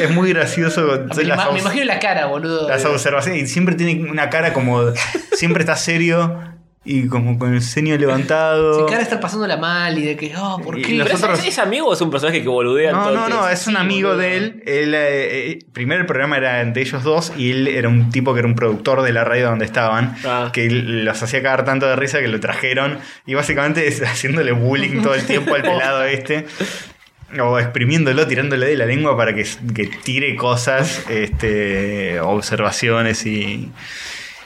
S2: Es muy gracioso.
S3: Me,
S2: Son las
S3: ima- me
S2: aus-
S3: imagino la cara, boludo.
S2: las
S3: de-
S2: observaciones. Y siempre tiene una cara como. Siempre está serio y como con el ceño levantado.
S3: Ese cara está pasándola mal y de que, oh, ¿por
S2: Y
S3: qué?
S4: Pero
S3: Pero
S2: nosotros-
S4: ¿es, ¿Es amigo o es un personaje que boludea
S2: No, no,
S4: entonces?
S2: no, es un
S3: sí,
S2: amigo
S3: boludo.
S2: de él. él eh, eh, primero el programa era entre ellos dos y él era un tipo que era un productor de la radio donde estaban,
S4: Ah.
S2: que los hacía cagar tanto de risa que lo trajeron y básicamente es haciéndole bullying todo el tiempo al pelado este. O exprimiéndolo, tirándole de la lengua para que, que tire cosas, este, observaciones y,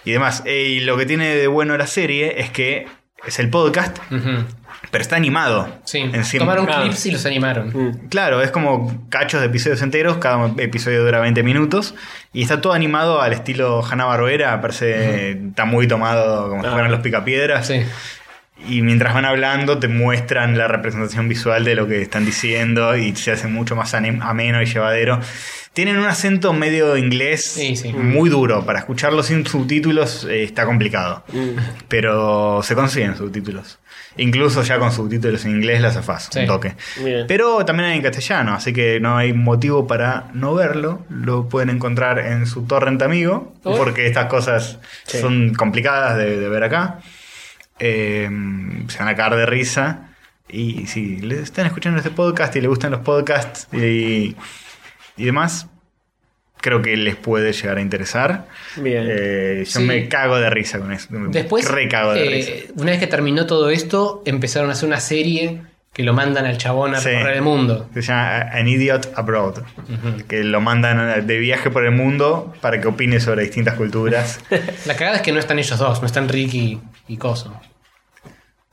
S2: y demás. Eh, y lo que tiene de bueno la serie es que es el podcast,
S3: Ujú.
S2: pero está animado.
S3: Sí,
S2: Encima. Ah.
S3: tomaron
S4: Claro.
S3: clips y los animaron.
S4: Mm.
S2: Claro, es como cachos de episodios enteros, cada episodio dura 20 minutos y está todo animado al estilo Hanna Barbera, parece está muy tomado como si
S4: Ah.
S2: fueran los picapiedras.
S3: Sí.
S2: Y mientras van hablando te muestran la representación visual de lo que están diciendo y se hace mucho más anem- ameno y llevadero. Tienen un acento medio inglés
S3: Sí, sí.
S2: muy duro. Para escucharlo sin subtítulos eh, está complicado.
S3: Mm.
S2: Pero se consiguen subtítulos. Incluso ya con subtítulos en inglés las afás
S3: Sí.
S2: un toque.
S4: Bien.
S2: Pero también hay en castellano, así que no hay motivo para no verlo. Lo pueden encontrar en su torrent amigo,
S3: Uy.
S2: porque estas cosas
S4: Sí.
S2: son complicadas de, de ver acá. Eh, se van a caer de risa. Y si le están escuchando este podcast y le gustan los podcasts y, y demás, creo que les puede llegar a interesar.
S4: Bien.
S2: Eh, yo
S3: Sí.
S2: me cago de risa con eso. Me
S3: Después,
S2: re cago de
S3: eh,
S2: risa.
S3: una vez que terminó todo esto, empezaron a hacer una serie que lo mandan al chabón a
S2: Sí.
S3: recorrer el mundo.
S2: Se llama An Idiot Abroad. Que lo mandan de viaje por el mundo para que opine sobre distintas culturas.
S3: La cagada es que no están ellos dos, no están Ricky y Coso.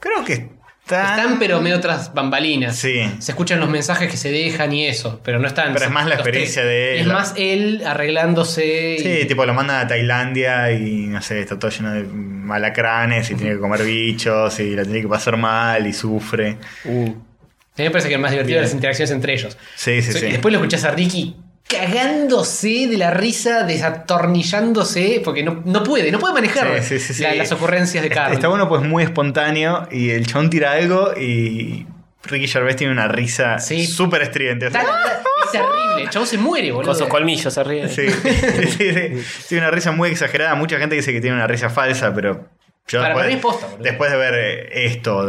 S2: Creo que está.
S3: Están pero medio tras bambalinas.
S2: Ah. Sí.
S3: Se escuchan los mensajes que se dejan y eso, pero no están.
S2: Pero es más la
S3: los
S2: experiencia
S3: tres.
S2: de él.
S3: Es más él arreglándose. y-
S2: Sí, tipo lo mandan a Tailandia y no sé, está todo lleno de mm, alacranes y tiene que comer bichos y la tiene que pasar mal y sufre.
S4: Uh.
S3: A mí me parece que es más divertido las interacciones entre ellos.
S2: Sí, sí,
S3: So-
S2: sí.
S3: Y después lo escuchás a Ricky cagándose de la risa, desatornillándose, porque no, no puede, no puede manejar
S2: Sí, sí, sí, sí.
S3: la- las ocurrencias de
S2: Está,
S3: Carl.
S2: está bueno, pues muy espontáneo y el chabón tira algo y Ricky Gervais tiene una risa
S3: Sí.
S2: súper estridente.
S3: Está- está- es horrible. El chavo se muere, boludo.
S4: Con sus colmillos se ríe.
S2: Sí, sí, sí, sí. Tiene una risa muy exagerada. Mucha gente dice que tiene una risa falsa, pero yo
S3: Para
S2: después,
S3: mí es posta, boludo.
S2: después de ver eh, esto,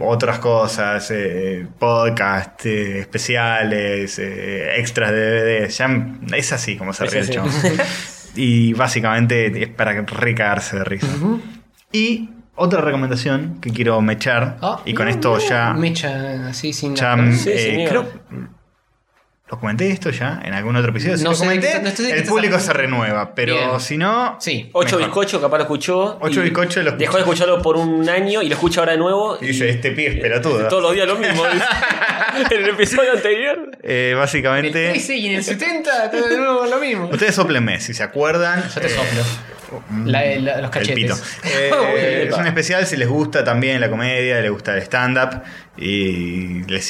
S2: otras cosas, eh, podcast, eh, especiales, eh, extras de DVD, ya m- es así como se
S4: Es
S2: ríe el
S4: así.
S2: chabón. Y básicamente es para recagarse de risa. Y otra recomendación que quiero mechar,
S3: Ah,
S2: y con
S3: no,
S2: esto
S3: no,
S2: ya
S3: Me echa así sin.
S2: ya,
S3: nada.
S4: Sí,
S2: eh,
S4: señor.
S2: creo. ¿Lo comenté esto ya en algún otro episodio? Si
S3: No
S2: lo
S3: sé,
S2: comenté,
S3: no estoy-
S2: el
S3: estás
S2: público
S3: hablando.
S2: se renueva, pero
S3: Bien.
S2: si no.
S3: Sí.
S4: Ocho
S2: mejor.
S4: bizcocho, capaz lo escuchó.
S2: Ocho
S4: y
S2: bizcocho lo
S4: Dejó de escucharlo por un año y lo escucha ahora de nuevo.
S2: Y dice, este pibe es pelotudo.
S4: Todos los días lo mismo. dice. en el episodio anterior.
S2: Eh,
S3: En el
S2: básicamente.
S3: 13 y en el 70, todo de nuevo lo mismo.
S2: Ustedes soplenme, si se acuerdan.
S3: Yo te
S2: eh,
S3: soplo. La- eh, la- los
S2: Mm, El pito.
S3: cachetes.
S2: Eh,
S4: Uy,
S2: es un
S4: epa.
S2: especial si les gusta también la comedia, les gusta el stand-up y les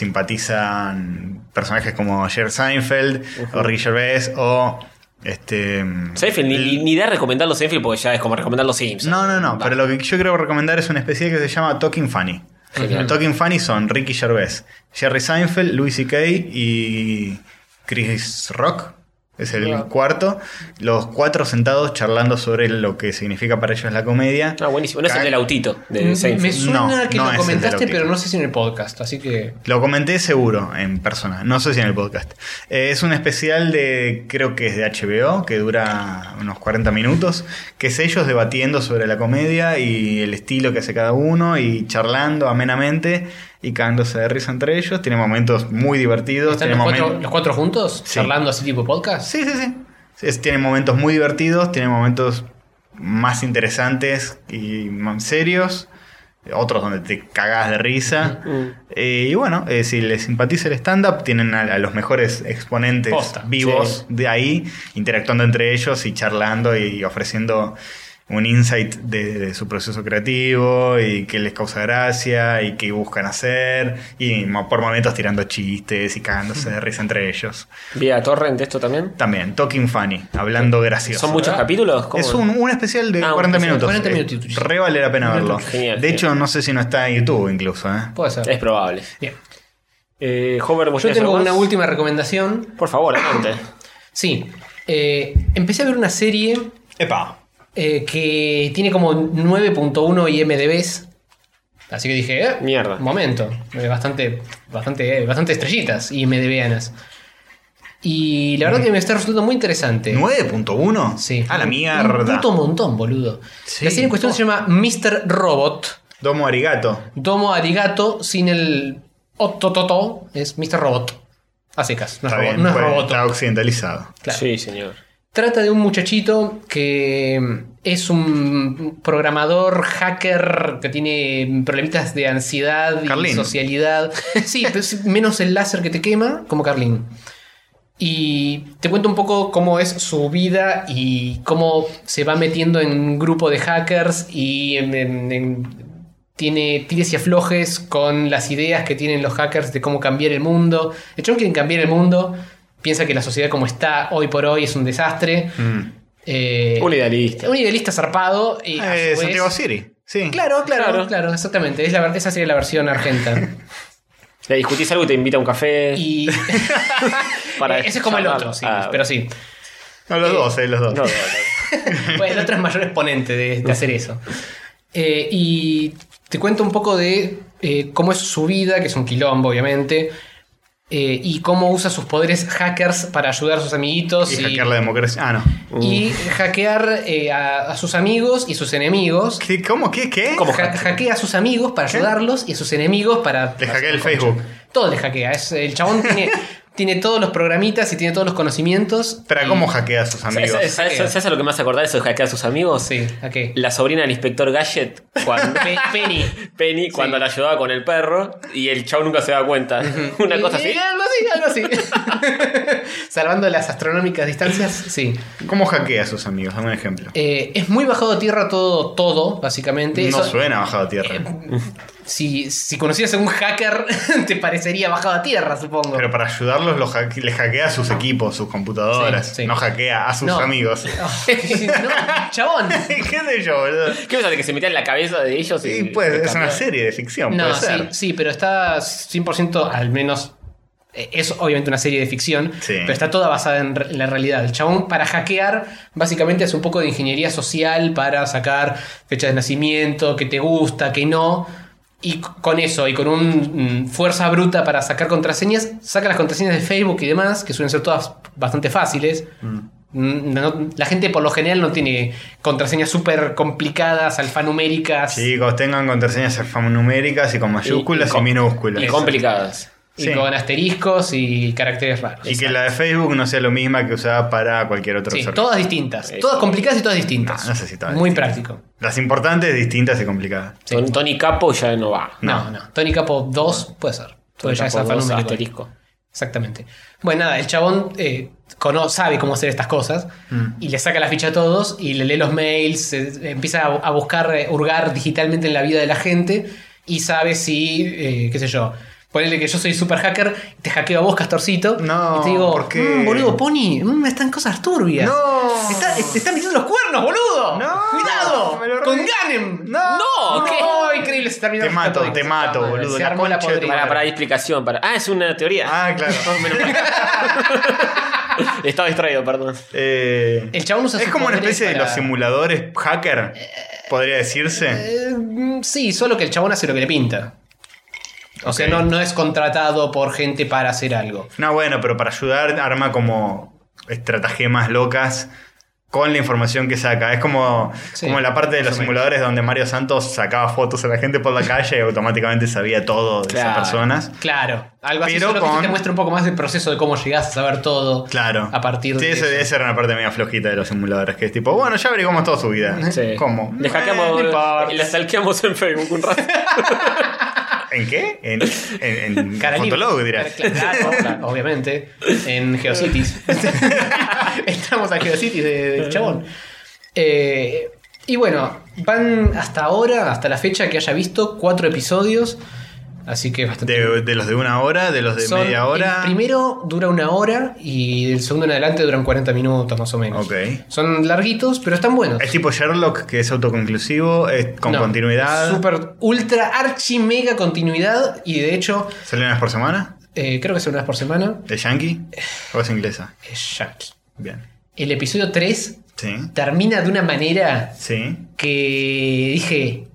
S2: simpatizan personajes como Jerry Seinfeld o Ricky Gervais o este.
S4: Seinfeld, ni, ni, ni da recomendarlo Seinfeld porque ya es como recomendar los Simpsons.
S2: No, no, no.
S4: Va.
S2: Pero lo que yo quiero recomendar es una especie que se llama Talking Funny.
S4: Genial.
S2: Talking Funny son Ricky Gervais, Jerry Seinfeld, Louis C.K. y Chris Rock. Es el cuarto. Los cuatro sentados charlando sobre lo que significa para ellos la comedia.
S4: Ah, buenísimo. No es el
S2: Ca-
S4: del autito de
S3: Me
S4: Seinfeld.
S3: suena
S2: No,
S3: que
S2: no es el
S3: lo
S2: del
S3: comentaste,
S2: autismo.
S3: pero no sé si en el podcast, así que.
S2: Lo comenté seguro en persona, no sé si en el podcast. Eh, es un especial de, creo que es de HBO, que dura unos 40 minutos, que es ellos debatiendo sobre la comedia y el estilo que hace cada uno y charlando amenamente y cagándose de risa entre ellos. Tiene momentos muy divertidos.
S3: ¿Están
S2: tiene
S3: los cuatro,
S2: momen-
S3: los cuatro juntos?
S2: Sí.
S3: ¿Charlando así tipo podcast?
S2: Sí, sí, sí. Es- tiene momentos muy divertidos, tiene momentos más interesantes y más serios. Otros donde te cagás de risa. Eh, y bueno, eh, si les simpatiza el stand-up, tienen a, a los mejores exponentes
S3: Posta,
S2: vivos de ahí, interactuando entre ellos y charlando y ofreciendo un insight de, de su proceso creativo y qué les causa gracia y qué buscan hacer y mo- por momentos tirando chistes y cagándose de risa entre ellos.
S4: Vía Torrent, esto también.
S2: También, Talking Funny, hablando gracioso.
S4: ¿Son muchos
S3: ¿verdad?
S4: capítulos? ¿Cómo?
S2: Es un, un especial de
S4: Ah, un
S2: 40
S4: especial.
S2: minutos.
S3: 40
S2: Eh,
S3: minutitos.
S2: Re vale la pena verlo.
S4: Genial,
S2: de
S4: genial.
S2: hecho, no sé si no está en YouTube incluso. ¿eh?
S3: Puede
S4: Es
S3: ser.
S4: probable.
S3: Bien.
S4: Eh, Hover, ¿vos
S3: Yo
S4: tenés
S3: tengo
S4: algo
S3: una
S4: más?
S3: última recomendación.
S4: Por favor, adelante.
S3: Sí. eh, empecé a ver una serie
S2: Epa.
S3: eh, que tiene como 9.1 IMDBs. Así que dije, eh,
S4: Mierda.
S3: un momento. eh, Bastante, bastante, eh, bastante estrellitas IMDBanas. Y la verdad que me está resultando muy interesante.
S2: 9.1?
S3: Sí.
S2: A la
S3: Un
S2: mierda.
S3: puto montón, boludo.
S2: Sí.
S3: La serie en cuestión se llama Mr. Robot.
S2: Domo arigato.
S3: Domo Arigato sin el otototo. Es Mr. Robot. A secas. No es,
S2: Está
S3: robot,
S2: bien, pues.
S3: no es
S2: puede-
S3: roboto.
S2: Está occidentalizado.
S3: Claro.
S4: Sí, señor.
S3: Trata de un muchachito que es un programador, hacker, que tiene problemitas de ansiedad y
S2: Carlín.
S3: socialidad. Sí, pero sí, menos el láser que te quema, como Carlín. Y te cuento un poco cómo es su vida y cómo se va metiendo en un grupo de hackers y en, en- en tiene tires y aflojes con las ideas que tienen los hackers de cómo cambiar el mundo. El chabón quiere cambiar el mundo, piensa que la sociedad como está hoy por hoy es un desastre.
S2: Mm.
S3: Eh,
S4: Un idealista.
S3: un idealista zarpado. Y a
S2: Eh,
S3: su vez-
S2: Santiago City. Sí.
S3: ah, pues. Claro, claro,
S4: Claro.
S3: claro, exactamente. Es la, ver- esa sería la versión argenta.
S4: Le discutís algo y te invita a un café.
S3: Y
S4: Para
S3: ese es como el
S4: charlarlo.
S3: otro, sí,
S4: Ah.
S3: pero sí.
S2: No, los dos, eh, los dos.
S4: No, no, no.
S3: Bueno, el otro es mayor exponente de, de hacer eso. Eh, y te cuento un poco de eh, cómo es su vida, que es un quilombo, obviamente. eh, y cómo usa sus poderes hackers para ayudar a sus amiguitos
S2: Y
S3: y,
S2: hackear la democracia. Ah, no.
S3: y hackear eh, a, a sus amigos y sus enemigos.
S2: ¿Qué- ¿Cómo? ¿Qué? ¿Qué?
S4: ¿Cómo?
S3: Ja- hackea a sus amigos para ayudarlos y a sus enemigos para.
S2: Le hackea el
S3: para-
S2: Facebook.
S3: Todo le hackea. Es, el chabón tiene, tiene todos los programitas y tiene todos los conocimientos.
S2: Espera, ¿cómo hackea a sus amigos?
S4: ¿Sabes- ¿Sabes sabes a lo que me hace acordar eso de hackear a sus amigos?
S3: Sí, hackea.
S4: La sobrina del inspector Gadget, cuando,
S3: Pe- Penny.
S4: Penny, cuando la ayudaba con el perro y el chavo nunca se da cuenta. Una cosa así.
S3: Eh, Algo así, algo así. Salvando las astronómicas distancias, sí.
S2: ¿Cómo hackea a sus amigos? Dame un ejemplo.
S3: Eh, es muy bajado a tierra todo, todo, básicamente.
S2: No
S3: Este, Eso- Eh,
S2: suena bajado a tierra.
S3: si, si conocías a un hacker, te parecería bajado a tierra, supongo.
S2: Pero para ayudarlos los hack- les hackea a sus equipos, sus computadoras.
S3: Sí, sí.
S2: No hackea a sus
S3: No.
S2: amigos.
S3: Ah, no, chabón.
S2: ¿Qué sé yo, boludo?
S4: ¿Qué pensaste? ¿Que se metía en la cabeza de ellos?
S2: Sí,
S4: y-
S2: pues,
S4: y
S2: es
S4: cambiaba?
S2: una serie de ficción,
S3: No,
S2: puede
S3: sí,
S2: ser.
S3: sí, pero está 100%, al menos. eh, Es obviamente una serie de ficción,
S2: Sí.
S3: pero está toda basada en, re- en la realidad. El chabón, para hackear, básicamente hace un poco de ingeniería social para sacar fecha de nacimiento, que te gusta, que no. Y c- con eso, y con un mm, fuerza bruta para sacar contraseñas, saca las contraseñas de Facebook y demás, que suelen ser todas bastante fáciles. Mm, no- la gente por lo general no tiene contraseñas súper complicadas, alfanuméricas.
S2: Chicos, tengan contraseñas alfanuméricas y con mayúsculas y,
S4: con-
S2: minúsculas.
S4: Y complicadas.
S3: Y
S2: Sí.
S3: con asteriscos y caracteres raros.
S2: Y que la de Facebook no sea lo misma que usaba para cualquier otro
S3: Sí,
S2: servicio.
S3: todas distintas. Todas complicadas y todas distintas.
S2: Eh, No, no sé si todas
S3: Muy
S2: distintas.
S3: práctico.
S2: Las importantes, distintas y complicadas.
S3: Sí.
S4: Ton- Tony Capo ya no va.
S3: No, no. Tony Capo 2 puede ser. Porque ya es
S4: Capo dos,
S3: alfanumérico.
S4: asterisco.
S3: Exactamente. Bueno, nada, el chabón eh, cono- sabe cómo hacer estas cosas
S2: Mm.
S3: y le saca la ficha a todos y le lee los mails, eh, empieza a, a buscar, eh, hurgar digitalmente en la vida de la gente y sabe si, eh, qué sé yo, ponele que yo soy super hacker, te hackeo a vos, Castorcito,
S2: No,
S3: y te digo,
S2: ¿por qué?
S3: "Mm, boludo, Pony, mm, están cosas turbias.
S2: No.
S3: Te, está- te están metiendo los cuernos, boludo.
S2: No,
S3: Cuidado,
S2: me lo re-
S3: con Ganem.
S2: No.
S4: No, ¿qué?
S3: No, increíble, se terminó
S2: Te
S3: el contrato
S2: mato,
S3: de-
S2: te mato,
S3: madre,
S2: boludo,
S3: Se
S2: la
S3: armó la
S2: concha de tu
S3: podrida.
S4: Para, para, hay explicación. Para... Ah, es una teoría.
S2: Ah, claro.
S4: Estaba distraído, perdón.
S2: Eh,
S3: El chabón usa
S2: es
S3: sus
S2: como una
S3: poderes
S2: especie de
S3: para-
S2: los simuladores hacker, podría decirse.
S3: Eh, mm, sí, solo que el chabón hace lo que le pinta. O sea, no, no es contratado por gente para hacer algo.
S2: No, bueno, pero para ayudar arma como estratagemas locas con la información que saca. Es como,
S3: Sí,
S2: como la parte de los simuladores donde Mario Santos sacaba fotos a la gente por la calle y automáticamente sabía todo de
S4: Claro.
S2: esas personas.
S3: Claro, algo así
S2: Pero
S3: solo que
S2: con-
S3: te muestra un poco más del proceso de cómo llegás a saber todo.
S2: Claro.
S3: A partir
S2: Sí,
S3: de
S2: esa-
S3: eso.
S2: Esa era una parte medio flojita de los simuladores, que es tipo, bueno, ya averiguamos toda su vida.
S4: Sí.
S2: ¿Cómo?
S4: Le hackeamos,
S2: Eh, no importa.
S4: le stalkeamos en Facebook un rato.
S2: ¿En qué? En, en, en
S3: Cara libre.
S2: Fotolog, dirás.
S3: Claro, claro, claro, obviamente. En Geocities. Estamos a Geocities de- del chabón. Eh, y bueno, van hasta ahora, hasta la fecha que haya visto, cuatro episodios. Así que bastante.
S2: De, de los de una hora, de los de
S3: Son-
S2: media hora.
S3: El primero dura una hora y el segundo en adelante duran 40 minutos más o menos.
S2: Ok.
S3: Son larguitos, pero están buenos.
S2: Es tipo Sherlock, que es autoconclusivo, es con
S3: No,
S2: continuidad.
S3: Super, ultra, archi, mega continuidad. Y de hecho,
S2: ¿Sale una vez por semana?
S3: eh, creo que es una vez por semana.
S2: ¿Es yankee? ¿O es inglesa?
S3: Es Jackie.
S2: Bien.
S3: El episodio 3
S2: Sí.
S3: termina de una manera
S2: Sí.
S3: que dije.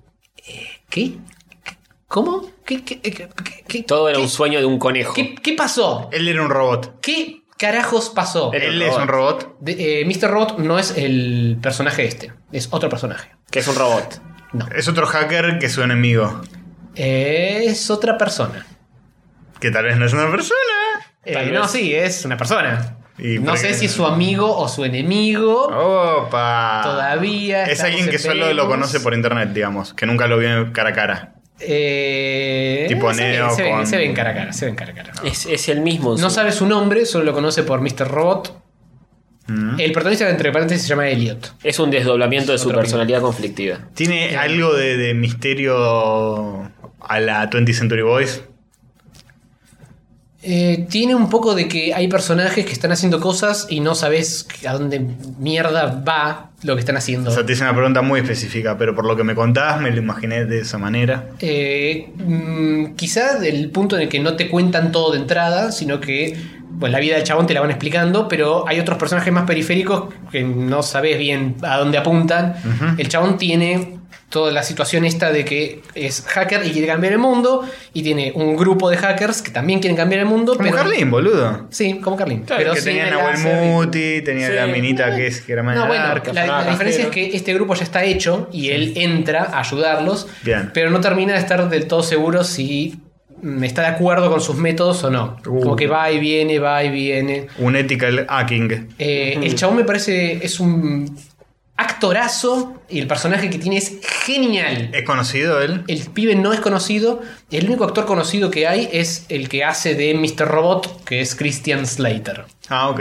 S3: eh, ¿Qué? ¿Cómo? ¿Qué, qué, qué, qué- qué-
S4: Todo era
S3: qué-
S4: un sueño de un conejo.
S3: ¿Qué, qué pasó?
S2: Él era un robot.
S3: ¿Qué carajos pasó?
S4: Era un
S2: Él es un robot.
S3: De- eh, Mr. Robot no es el personaje este, es otro personaje.
S4: Que es un robot.
S3: No.
S2: Es otro hacker que es su enemigo.
S3: Es otra persona.
S2: Que tal vez no es una persona.
S3: Eh,
S4: Tal
S3: no,
S4: vez.
S3: sí, es una persona.
S2: ¿Y Oh.
S3: No
S2: por
S3: sé
S2: qué?
S3: si es su amigo o su enemigo.
S2: Opa.
S3: Todavía
S2: Es
S3: estamos
S2: alguien que
S3: en
S2: solo lo
S3: Venus.
S2: conoce por internet, digamos. Que nunca lo vio cara a cara.
S3: Eh,
S2: Tipo
S3: se ven-
S2: Neo
S3: se, ven,
S2: con-
S3: se ven cara a
S4: Eh,
S3: cara, se ven cara a cara.
S4: Es, es el mismo. en
S3: No
S4: su-
S3: sabe su nombre, solo lo conoce por Mr. Robot.
S2: Mm.
S3: El protagonista, entre paréntesis, se llama Elliot.
S4: Es un desdoblamiento de su
S3: Otro
S4: personalidad conflictiva.
S2: Tiene algo de, de misterio a la 20th Century Boys.
S3: Eh, tiene un poco de que hay personajes que están haciendo cosas y no sabes a dónde mierda va lo que están haciendo.
S2: O sea, te hice una pregunta muy específica, pero por lo que me contás me lo imaginé de esa manera.
S3: Eh, mm, quizá el punto en el que no te cuentan todo de entrada, sino que pues, la vida del chabón te la van explicando, pero hay otros personajes más periféricos que no sabes bien a dónde apuntan.
S2: Ujú.
S3: El chabón tiene toda la situación esta de que es hacker y quiere cambiar el mundo, y tiene un grupo de hackers que también quieren cambiar el mundo.
S2: Como Carlín, boludo.
S3: Sí, como Carlín.
S4: Claro,
S3: pero
S2: que
S3: sin
S2: tenía
S3: el
S2: Nahuel
S3: láser y-
S2: Muti, tenía
S4: Sí.
S2: la minita que, es, que era más
S3: no, bueno,
S2: larga.
S3: la,
S4: Fernanda
S3: la diferencia es
S4: Castelo.
S3: que este grupo ya está hecho y él entra a ayudarlos,
S2: Bien.
S3: pero no termina de estar del todo seguro si mm, está de acuerdo con sus métodos o no.
S2: Uh.
S3: Como que va y viene, va y viene.
S2: Un ethical hacking.
S3: Eh, El chabón me parece es un actorazo y el personaje que tiene es genial.
S2: ¿Es conocido él?
S3: El pibe no es conocido, el único actor conocido que hay es el que hace de Mr. Robot, que es Christian Slater.
S2: Ah, ok.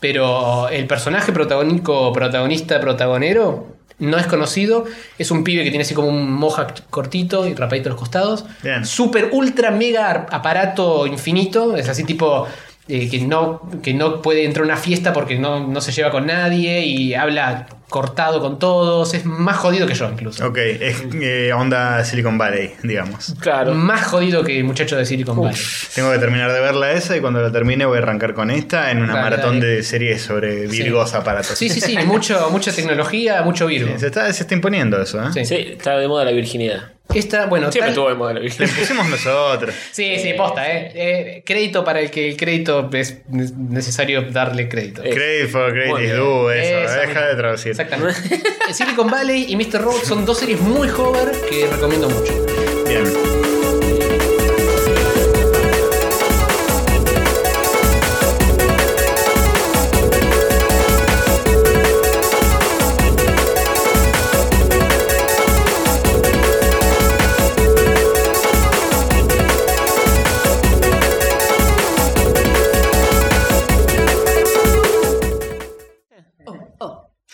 S3: Pero el personaje protagónico, protagonista, protagonero, no es conocido. Es un pibe que tiene así como un mohawk cortito y rapadito a los costados.
S2: Bien.
S3: Super, ultra, mega ar- aparato infinito. Es así tipo eh, que, no, que no puede entrar a una fiesta porque no, no se lleva con nadie y habla cortado con todos. Es más jodido que yo incluso.
S2: Ok, es eh, onda Silicon Valley, digamos.
S4: Claro.
S3: Más jodido que el muchacho de Silicon Valley.
S2: Tengo que terminar de verla esa y cuando la termine voy a arrancar con esta en una
S3: Dale,
S2: maratón
S3: dale.
S2: de series sobre virgos aparatos.
S3: Sí, sí, sí. mucho, mucha tecnología, mucho virgo.
S2: Se está, se está imponiendo eso, ¿eh?
S3: Sí.
S4: Sí, está de moda la virginidad.
S3: Esta, bueno,
S4: Siempre
S3: tal-
S4: estuvo de moda la
S2: Le
S4: virginidad.
S2: pusimos nosotros.
S3: Sí, sí, posta, ¿eh? Eh, Crédito para el que el crédito es ne- necesario darle crédito.
S4: Eh,
S2: Credit for
S4: Muy
S2: Credit is
S4: bien.
S2: due, eso.
S3: Eso,
S2: Deja de traducir.
S3: Exactamente. Eh, Silicon Valley y Mr. Robot son dos series muy joven que recomiendo mucho.
S2: Bien.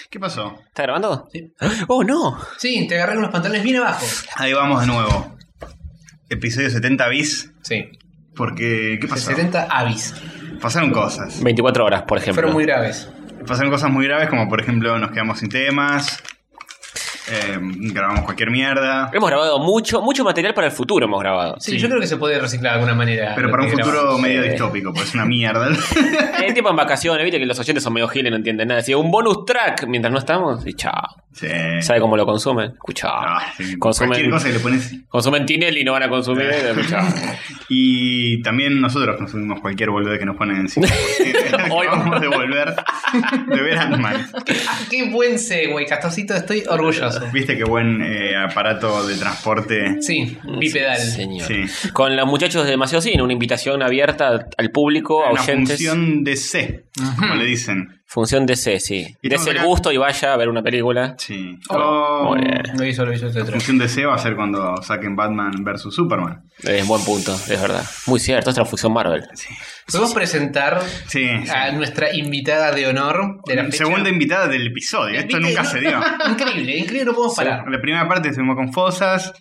S7: ¿Qué pasó?
S4: ¿Está grabando? Sí. Oh, no.
S3: Sí, te agarré con los pantalones bien abajo.
S7: Ahí vamos de nuevo. Episodio 70 bis.
S3: Sí.
S7: Porque, ¿qué pasó?
S3: 70 avis.
S7: Pasaron cosas.
S4: 24 horas, por ejemplo.
S3: Fueron muy graves.
S7: Pasaron cosas muy graves, como por ejemplo, nos quedamos sin temas. eh, grabamos cualquier mierda.
S4: Hemos grabado mucho, mucho material para el futuro hemos grabado.
S3: Sí, yo creo que se puede reciclar de alguna manera.
S7: Pero
S3: lo
S7: para un
S3: que
S7: futuro
S3: grabamos.
S7: medio
S4: Sí.
S7: distópico, pues es una mierda.
S4: El tipo en vacaciones, viste que los oyentes son medio giles, no entienden nada. Decía un bonus track mientras no estamos y chao.
S7: sí.
S4: ¿Sabe cómo lo consumen? Escuchá.
S7: Ah, sí, Cualquier
S4: consumen,
S7: cosa que le pones. Ah.
S4: consumen Tinelli y no van a consumir. escuchá.
S7: Y también nosotros consumimos cualquier boludo que nos ponen encima. Hoy
S4: Hoy-
S7: vamos de volver de ver Ant-Man.
S3: Ah, qué buen segue, Castorcito, estoy orgulloso.
S7: Viste qué buen eh, aparato de transporte.
S3: Sí, bipedal.
S4: Señor.
S7: Sí.
S4: Con los muchachos de Demasiado Cine, una invitación abierta al público, a
S7: Una
S4: oyentes. Función,
S7: función de C, como le dicen.
S4: de C, sí.
S7: Y
S4: Dese el
S7: acá-
S4: gusto y vaya a ver una película.
S7: Sí.
S4: Oh,
S7: O-
S4: muy bien.
S3: Lo hizo, lo hizo, este otro.
S7: La función de C va a ser cuando saquen Batman vs Superman.
S4: Es buen punto, es verdad. Muy cierto, es la función Marvel.
S3: ¿Podemos presentar
S7: Sí. sí.
S3: a nuestra invitada de honor Ah, de la fecha?
S7: Segunda invitada del episodio. Esto
S3: ¿Viste?
S7: nunca se dio.
S3: Increíble, increíble, no podemos parar.
S7: La primera parte estuvimos con Fosas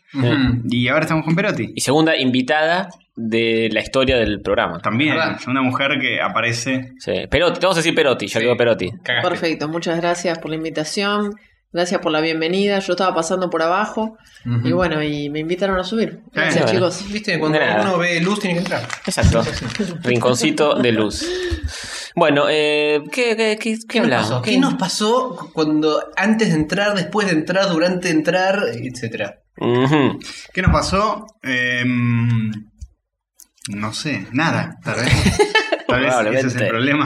S7: y ahora estamos con Perotti.
S4: Y segunda invitada de la historia del programa.
S7: También,
S3: ¿Verdad?
S7: una mujer que aparece
S4: Sí. Perotti, vamos a decir Perotti, ya
S3: Sí.
S4: quedó Perotti.
S3: Cagaste.
S8: Perfecto, muchas gracias por la invitación. Gracias por la bienvenida. Yo estaba pasando por abajo y bueno, y me invitaron a subir. Gracias,
S4: bueno.
S8: chicos.
S3: Viste, cuando
S4: Nada.
S3: uno ve luz tiene que entrar.
S4: Exacto. Rinconcito de luz. Bueno, eh, ¿qué, qué, qué, qué hablamos?
S3: ¿Qué nos pasó cuando antes de entrar, después de entrar, durante entrar, etcétera?
S4: Ujú.
S7: ¿Qué nos pasó? Em, no sé, nada, tal vez. Tal vez ese es
S4: Probablemente.
S7: el problema.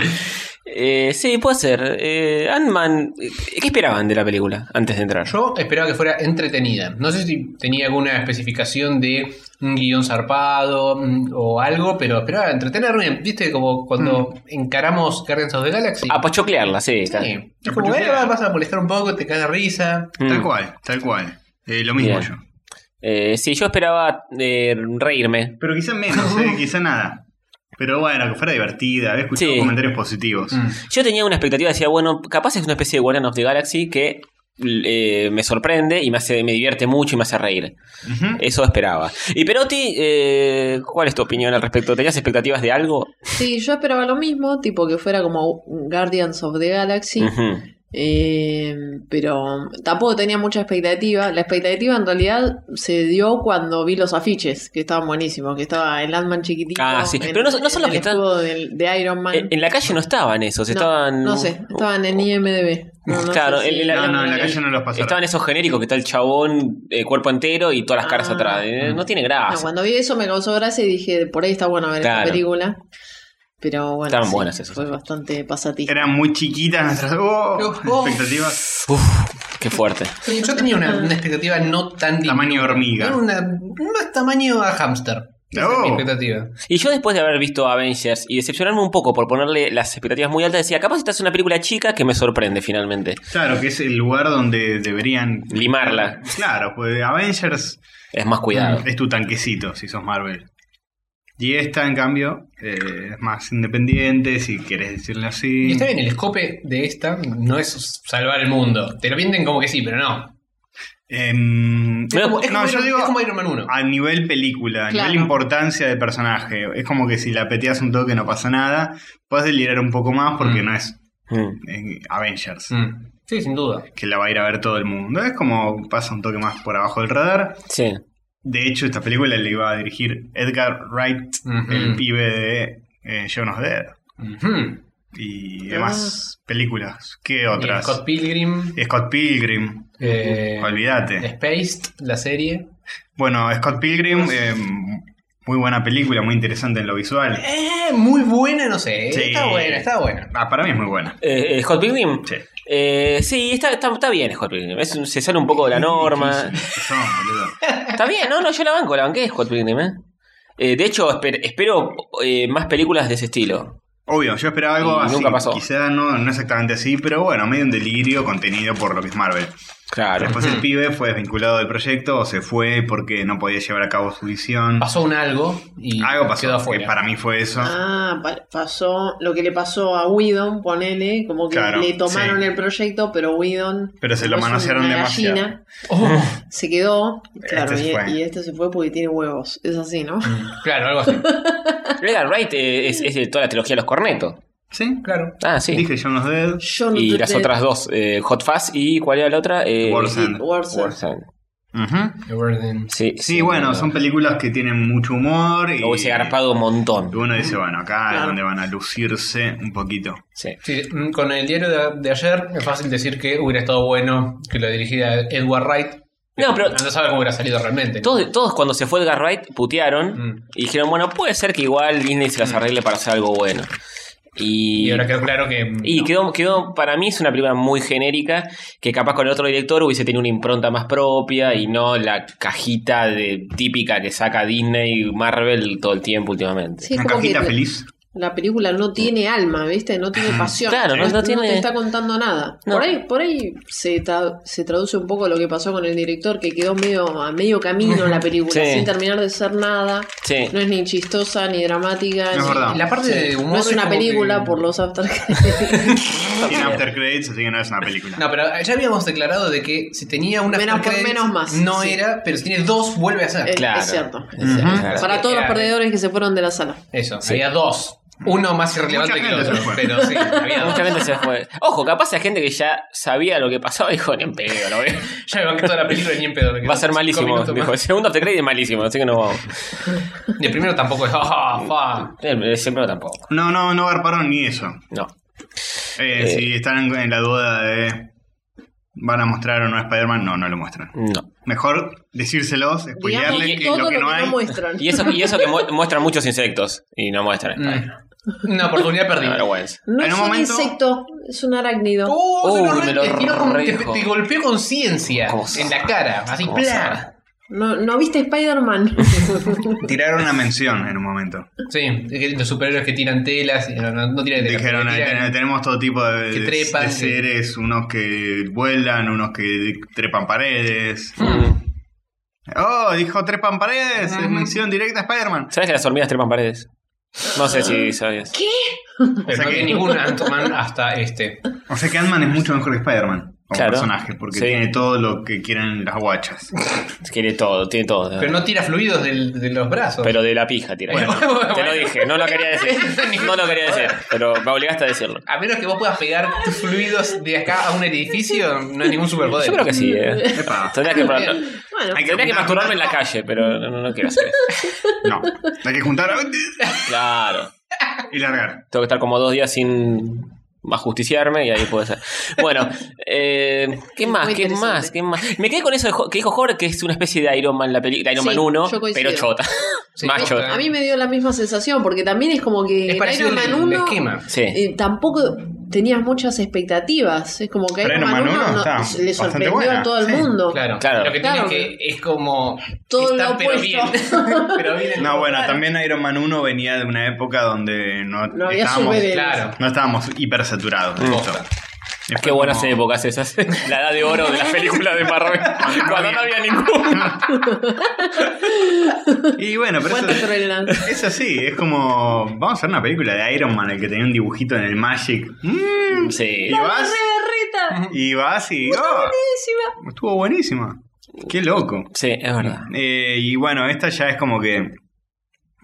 S4: Eh, sí, puede ser. Eh, Ant-Man, eh, ¿qué esperaban de la película antes de entrar?
S3: Yo esperaba que fuera entretenida. No sé si tenía alguna especificación de un guión zarpado mm, o algo, pero esperaba entretenerme. Viste, como cuando encaramos Guardians of the Galaxy.
S4: A pochoclearla, sí. está.
S3: Sí. Es como, bueno, vas a molestar un poco, te cae de risa.
S4: Mm.
S7: Tal cual, tal cual. Eh, lo mismo
S4: Bien.
S7: yo.
S4: Eh, sí, yo esperaba eh, reírme.
S7: Pero quizá menos, eh, quizá nada.
S2: Pero bueno, que fuera divertida, había escuchado
S4: Sí.
S2: comentarios positivos.
S3: Mm.
S4: Yo tenía una expectativa, decía, bueno, capaz es una especie de Guardian of the Galaxy que eh, me sorprende y me, hace, me divierte mucho y me hace reír.
S2: Ujú.
S4: Eso esperaba. Y Perotti, eh, ¿cuál es tu opinión al respecto? ¿Tenías expectativas de algo?
S8: Sí, yo esperaba lo mismo, tipo que fuera como Guardians of the Galaxy.
S4: Ujú.
S8: Eh, pero tampoco tenía mucha expectativa. La expectativa en realidad se dio cuando vi los afiches, que estaban buenísimos, que estaba el Ant-Man chiquitito.
S4: Ah, sí.
S8: en-
S4: Pero no son- no son
S8: en
S4: los que
S8: el
S4: están-
S8: escudo del- de Iron Man.
S4: En, en la calle no estaban esos,
S8: No,
S4: estaban...
S8: No sé, estaban en IMDB. No, no
S4: Claro,
S8: sé si-
S4: en la-
S2: No, no, en la calle no los pasaron.
S4: Estaban esos genéricos que está el chabón, eh, cuerpo entero y todas las caras
S8: Ah.
S4: atrás. Eh, no tiene
S8: No,
S4: gracia.
S8: cuando vi eso me causó gracia y dije, por ahí está bueno ver
S4: Claro.
S8: esta película. Pero bueno,
S4: Estaban
S8: sí,
S4: buenas esas.
S8: fue bastante pasatista.
S2: Eran muy chiquitas nuestras ¡Oh!
S3: Oh.
S2: expectativas.
S4: Uf, qué fuerte.
S3: Sí, Yo tenía una, una expectativa no tan
S2: Tamaño de hormiga.
S3: Era una, más tamaño a hamster. Esa es
S2: Oh.
S3: mi expectativa.
S4: Y yo después de haber visto Avengers y decepcionarme un poco por ponerle las expectativas muy altas, decía, capaz esta es una película chica que me sorprende finalmente.
S2: Claro, que es el lugar donde deberían
S4: Limarla.
S2: Claro, pues Avengers
S4: Es más cuidado.
S2: es tu tanquecito si sos Marvel. Y esta, en cambio, eh, es más independiente, si querés decirlo así.
S3: Y está bien, el escope de esta no es salvar el mundo. Te lo pinten como que sí, pero no.
S2: Em,
S3: Es como, es
S2: no,
S3: como
S2: yo
S3: Iron,
S2: digo
S3: es como Iron Man 1.
S2: a nivel película, a
S8: Claro.
S2: nivel importancia de personaje. Es como que si la peteas un toque no pasa nada. Puedes delirar un poco más porque
S3: Mm.
S2: no es
S4: Mm.
S2: eh, Avengers.
S3: Mm. Sí, sin duda.
S2: que la va a ir a ver todo el mundo. Es como pasa un toque más por abajo del radar.
S4: Sí.
S2: De hecho, esta película la iba a dirigir Edgar Wright,
S3: Ujú.
S2: el pibe de eh, Shaun of the Dead
S3: Ujú.
S2: y demás películas. ¿Qué otras?
S3: Y Scott Pilgrim,
S2: Scott Pilgrim,
S3: eh,
S2: olvídate.
S3: Spaced, la serie.
S2: Bueno, Scott Pilgrim, eh, muy buena película, muy interesante en lo visual.
S3: Eh, muy buena, no sé.
S2: Sí.
S3: Está buena, está buena.
S2: Ah, para mí es muy buena.
S4: Eh, eh, ¿Hot Pilgrim?
S2: Sí.
S4: Eh, sí, está, está, está bien Hot Pilgrim. Es un- se sale un poco de la norma.
S2: Son, boludo.
S4: Está bien, no, no, yo la banco, la banqué Hot Pilgrim, ¿eh? Eh, de hecho, esper- espero eh, más películas de ese estilo.
S2: Obvio, yo esperaba algo
S4: Y
S2: así.
S4: nunca pasó.
S2: Quizá no, no exactamente así, pero bueno, medio un delirio contenido por lo que es Marvel.
S4: Claro.
S2: Después el pibe fue desvinculado del proyecto o se fue porque no podía llevar a cabo su visión.
S3: Pasó un algo y
S2: Algo pasó.
S3: quedó
S2: que
S3: afuera.
S2: para mí fue eso.
S8: Ah, pa- pasó lo que le pasó a Whedon, ponele, como que
S2: Claro,
S8: le tomaron
S2: sí.
S8: el proyecto, pero Whedon...
S2: Pero se lo
S8: como es
S2: manosearon
S8: una
S2: demasiado.
S8: gallina,
S3: Oh,
S8: Se quedó,
S2: Este
S8: claro,
S2: se
S8: y,
S2: fue.
S8: y este se fue porque tiene huevos, es así, ¿no?
S4: Mm.
S3: claro, algo así.
S4: Edgar Wright eh, es, es de toda la trilogía de los cornetos.
S2: Sí, claro.
S4: Ah, sí.
S2: Dije John los Dead.
S8: Yo no
S4: y
S8: te-
S4: las
S8: te-
S4: otras dos, eh, Hot Fuzz y ¿cuál era la otra? Eh,
S2: World's End.
S8: Warzone.
S4: World's End.
S2: Ujú.
S3: The Burden.
S4: Sí,
S2: Sí, bueno, son películas que tienen mucho humor. Y
S4: Lo hubiese garpado un montón.
S2: y Uno dice, bueno, acá es
S8: Claro.
S2: donde van a lucirse un poquito.
S4: Sí.
S3: Sí, mm, con el diario de, de ayer es fácil decir que hubiera estado bueno que lo dirigiera Edward Wright.
S4: No, pero-
S3: No sabe cómo hubiera salido realmente. ¿no?
S4: Todos, todos cuando se fue Edgar Wright putearon
S3: Mm.
S4: y dijeron, bueno, puede ser que igual Disney se las arregle para hacer algo bueno. Y,
S3: Y ahora quedó claro que. mm,
S4: y
S3: no.
S4: quedó, quedó, para mí es una película muy genérica que capaz con el otro director hubiese tenido una impronta más propia y no la cajita de, típica que saca Disney y Marvel todo el tiempo últimamente.
S8: Sí, es
S2: Una
S8: como que
S2: cajita
S8: la-
S2: feliz.
S8: la película no tiene alma, ¿viste? No tiene pasión.
S4: Claro, no- no tiene-
S8: te está contando nada.
S4: No.
S8: Por ahí, por ahí se, tra- se traduce un poco lo que pasó con el director, que quedó medio a medio camino la película,
S4: Sí.
S8: sin terminar de ser nada.
S4: Sí.
S8: No es ni chistosa, ni dramática.
S2: Es
S8: ni-
S2: verdad.
S3: La parte de humor.
S8: No es una
S3: como
S8: película
S3: que-
S8: por los after credits.
S2: Tiene after credits, así que no es una película.
S3: No, pero ya habíamos declarado de que si tenía una.
S8: Menos por menos más,
S3: No
S8: sí.
S3: era, pero si tiene dos, vuelve a ser.
S8: Eh,
S4: Claro.
S8: Es cierto.
S4: Es cierto,
S2: Ujú.
S4: claro.
S8: Para todos los
S3: Era-
S8: perdedores que se fueron de la sala.
S3: Eso, había dos. Uno más irrelevante
S2: Mucha
S3: que el
S2: gente
S3: otro.
S2: se fue.
S3: Pero sí, había dos.
S4: Mucha gente se fue. Ojo, capaz hay gente que ya sabía lo que pasaba y dijo, ni en pedo, lo veo.
S3: Ya me banqué toda la película y ni en pedo. me quedo
S4: Va a ser
S3: cinco
S4: malísimo.
S3: minutos más.
S4: Dijo, el segundo te crees es malísimo, así que no vamos.
S3: Y el primero tampoco es. "Ah, fa".
S4: El siempre tampoco.
S2: No, no, no garparon ni eso.
S4: No.
S2: Eh,
S4: Eh.
S2: Si están en la duda de. ¿Van a mostrar o no a Spider-Man? No, no lo muestran.
S4: No.
S2: Mejor decírselos,
S8: Digamos
S2: spoilearles Pues que
S8: todo
S2: lo que no hay.
S8: muestran.
S4: Y eso, y eso que mu- muestran muchos insectos. Y no muestran.
S3: Mm. Una oportunidad
S4: Una
S3: perdida.
S4: vergüenza.
S8: No
S2: En
S8: es
S2: un
S8: un
S2: momento-
S8: insecto, es un arácnido.
S3: ¡Oh! se
S4: Uy,
S3: lo re-
S4: me lo
S3: te tiró con- te,
S4: rejo.
S3: te golpeó con ciencia
S4: ¿Cómo
S3: en
S4: sabe?
S3: la cara, así,
S4: ¿Cómo sabe?
S3: ¡plá!
S8: No, no viste Spider-Man.
S2: Tiraron una mención en un momento.
S3: Sí, es que los superhéroes que tiran telas, y no, no, no tiran telas.
S2: Dijeron,
S3: pero
S2: "Ahí
S3: tiran-
S2: ten- tenemos todo tipo de,
S3: Que
S2: de-
S3: trepan,
S2: de
S3: que-
S2: seres, unos que vuelan, unos que trepan paredes. Oh, dijo trepan paredes, es mención directa a Spider-Man.
S4: ¿Sabes que las hormigas trepan paredes? No sé
S3: Ah.
S4: si sabías.
S2: O
S3: Pero
S2: sea
S3: no
S2: que-
S3: había ningún Ant-Man hasta este.
S2: O sea que Ant-Man es mucho mejor que Spider-Man como
S4: Claro.
S2: personaje, porque
S4: Sí.
S2: tiene todo lo que quieren las guachas.
S4: Tiene todo, tiene todo.
S3: Pero no tira fluidos del- de los brazos.
S4: Pero de la pija tira.
S3: Bueno, bueno,
S4: Te lo
S3: bueno.
S4: dije, no lo quería decir. No lo quería decir, pero me obligaste a decirlo.
S3: a menos que vos puedas pegar tus fluidos de acá a un edificio, no es ningún superpoder.
S4: Yo creo que sí, eh.
S2: Epa.
S4: Tendría que,
S8: Bueno,
S2: Hay que
S4: tendría que
S2: juntar-
S4: masturbarme en la calle, pero no, no quiero hacer eso.
S2: No. Hay que juntar
S4: Claro.
S2: y largar.
S4: Tengo que estar como dos días sin ajusticiarme y ahí puede ser. Bueno, eh, ¿qué más?
S8: Muy
S4: ¿Qué
S8: interesante.
S4: más? ¿Qué más? Me quedé con eso de Ho- que dijo Jorge, que es una especie de Iron Man, la película, Iron
S8: Sí,
S4: Man 1,
S8: yo coincido.
S4: pero chota.
S3: Sí,
S4: Macho.
S3: chota.
S8: a mí me dio la misma sensación, porque también es como que
S3: Es
S8: en
S3: parecido
S8: Iron Man
S3: el,
S8: 1
S3: el esquema.
S4: Sí.
S8: eh, tampoco tenías muchas expectativas. Es como que
S2: Pero
S8: Iron
S2: Iron
S8: Man
S2: Man
S8: 1
S2: 1
S8: no-
S2: está
S8: le
S2: bastante
S8: sorprendió
S2: buena,
S8: a todo el
S2: sí,
S8: mundo.
S3: Claro.
S4: Claro.
S3: Lo que
S8: Claro.
S3: tiene que es como.
S8: Todo lo
S3: pero bien.
S8: opuesto.
S3: pero bien.
S2: No, bueno, también Iron Man 1 venía de una época donde no,
S8: No había
S2: estábamos,
S8: superhéroes.
S3: Claro.
S2: no estábamos hipersaturados. de eso. Y
S4: Qué
S2: fue
S4: buenas
S2: como-
S4: épocas esas. La edad de oro de las películas de Marvel. Cuando no había ninguna.
S2: Y bueno, pero
S8: ¿Cuántos
S2: eso,
S8: trailerán?
S2: es así, es como. Vamos a hacer una película de Iron Man, el que tenía un dibujito en el Magic. Mm,
S4: Sí.
S2: Y vas,
S8: Berreta!
S2: y vas y. oh,
S8: Buenísima.
S2: estuvo buenísima. Qué loco.
S4: Sí, es verdad.
S2: Eh, y bueno, esta ya es como que.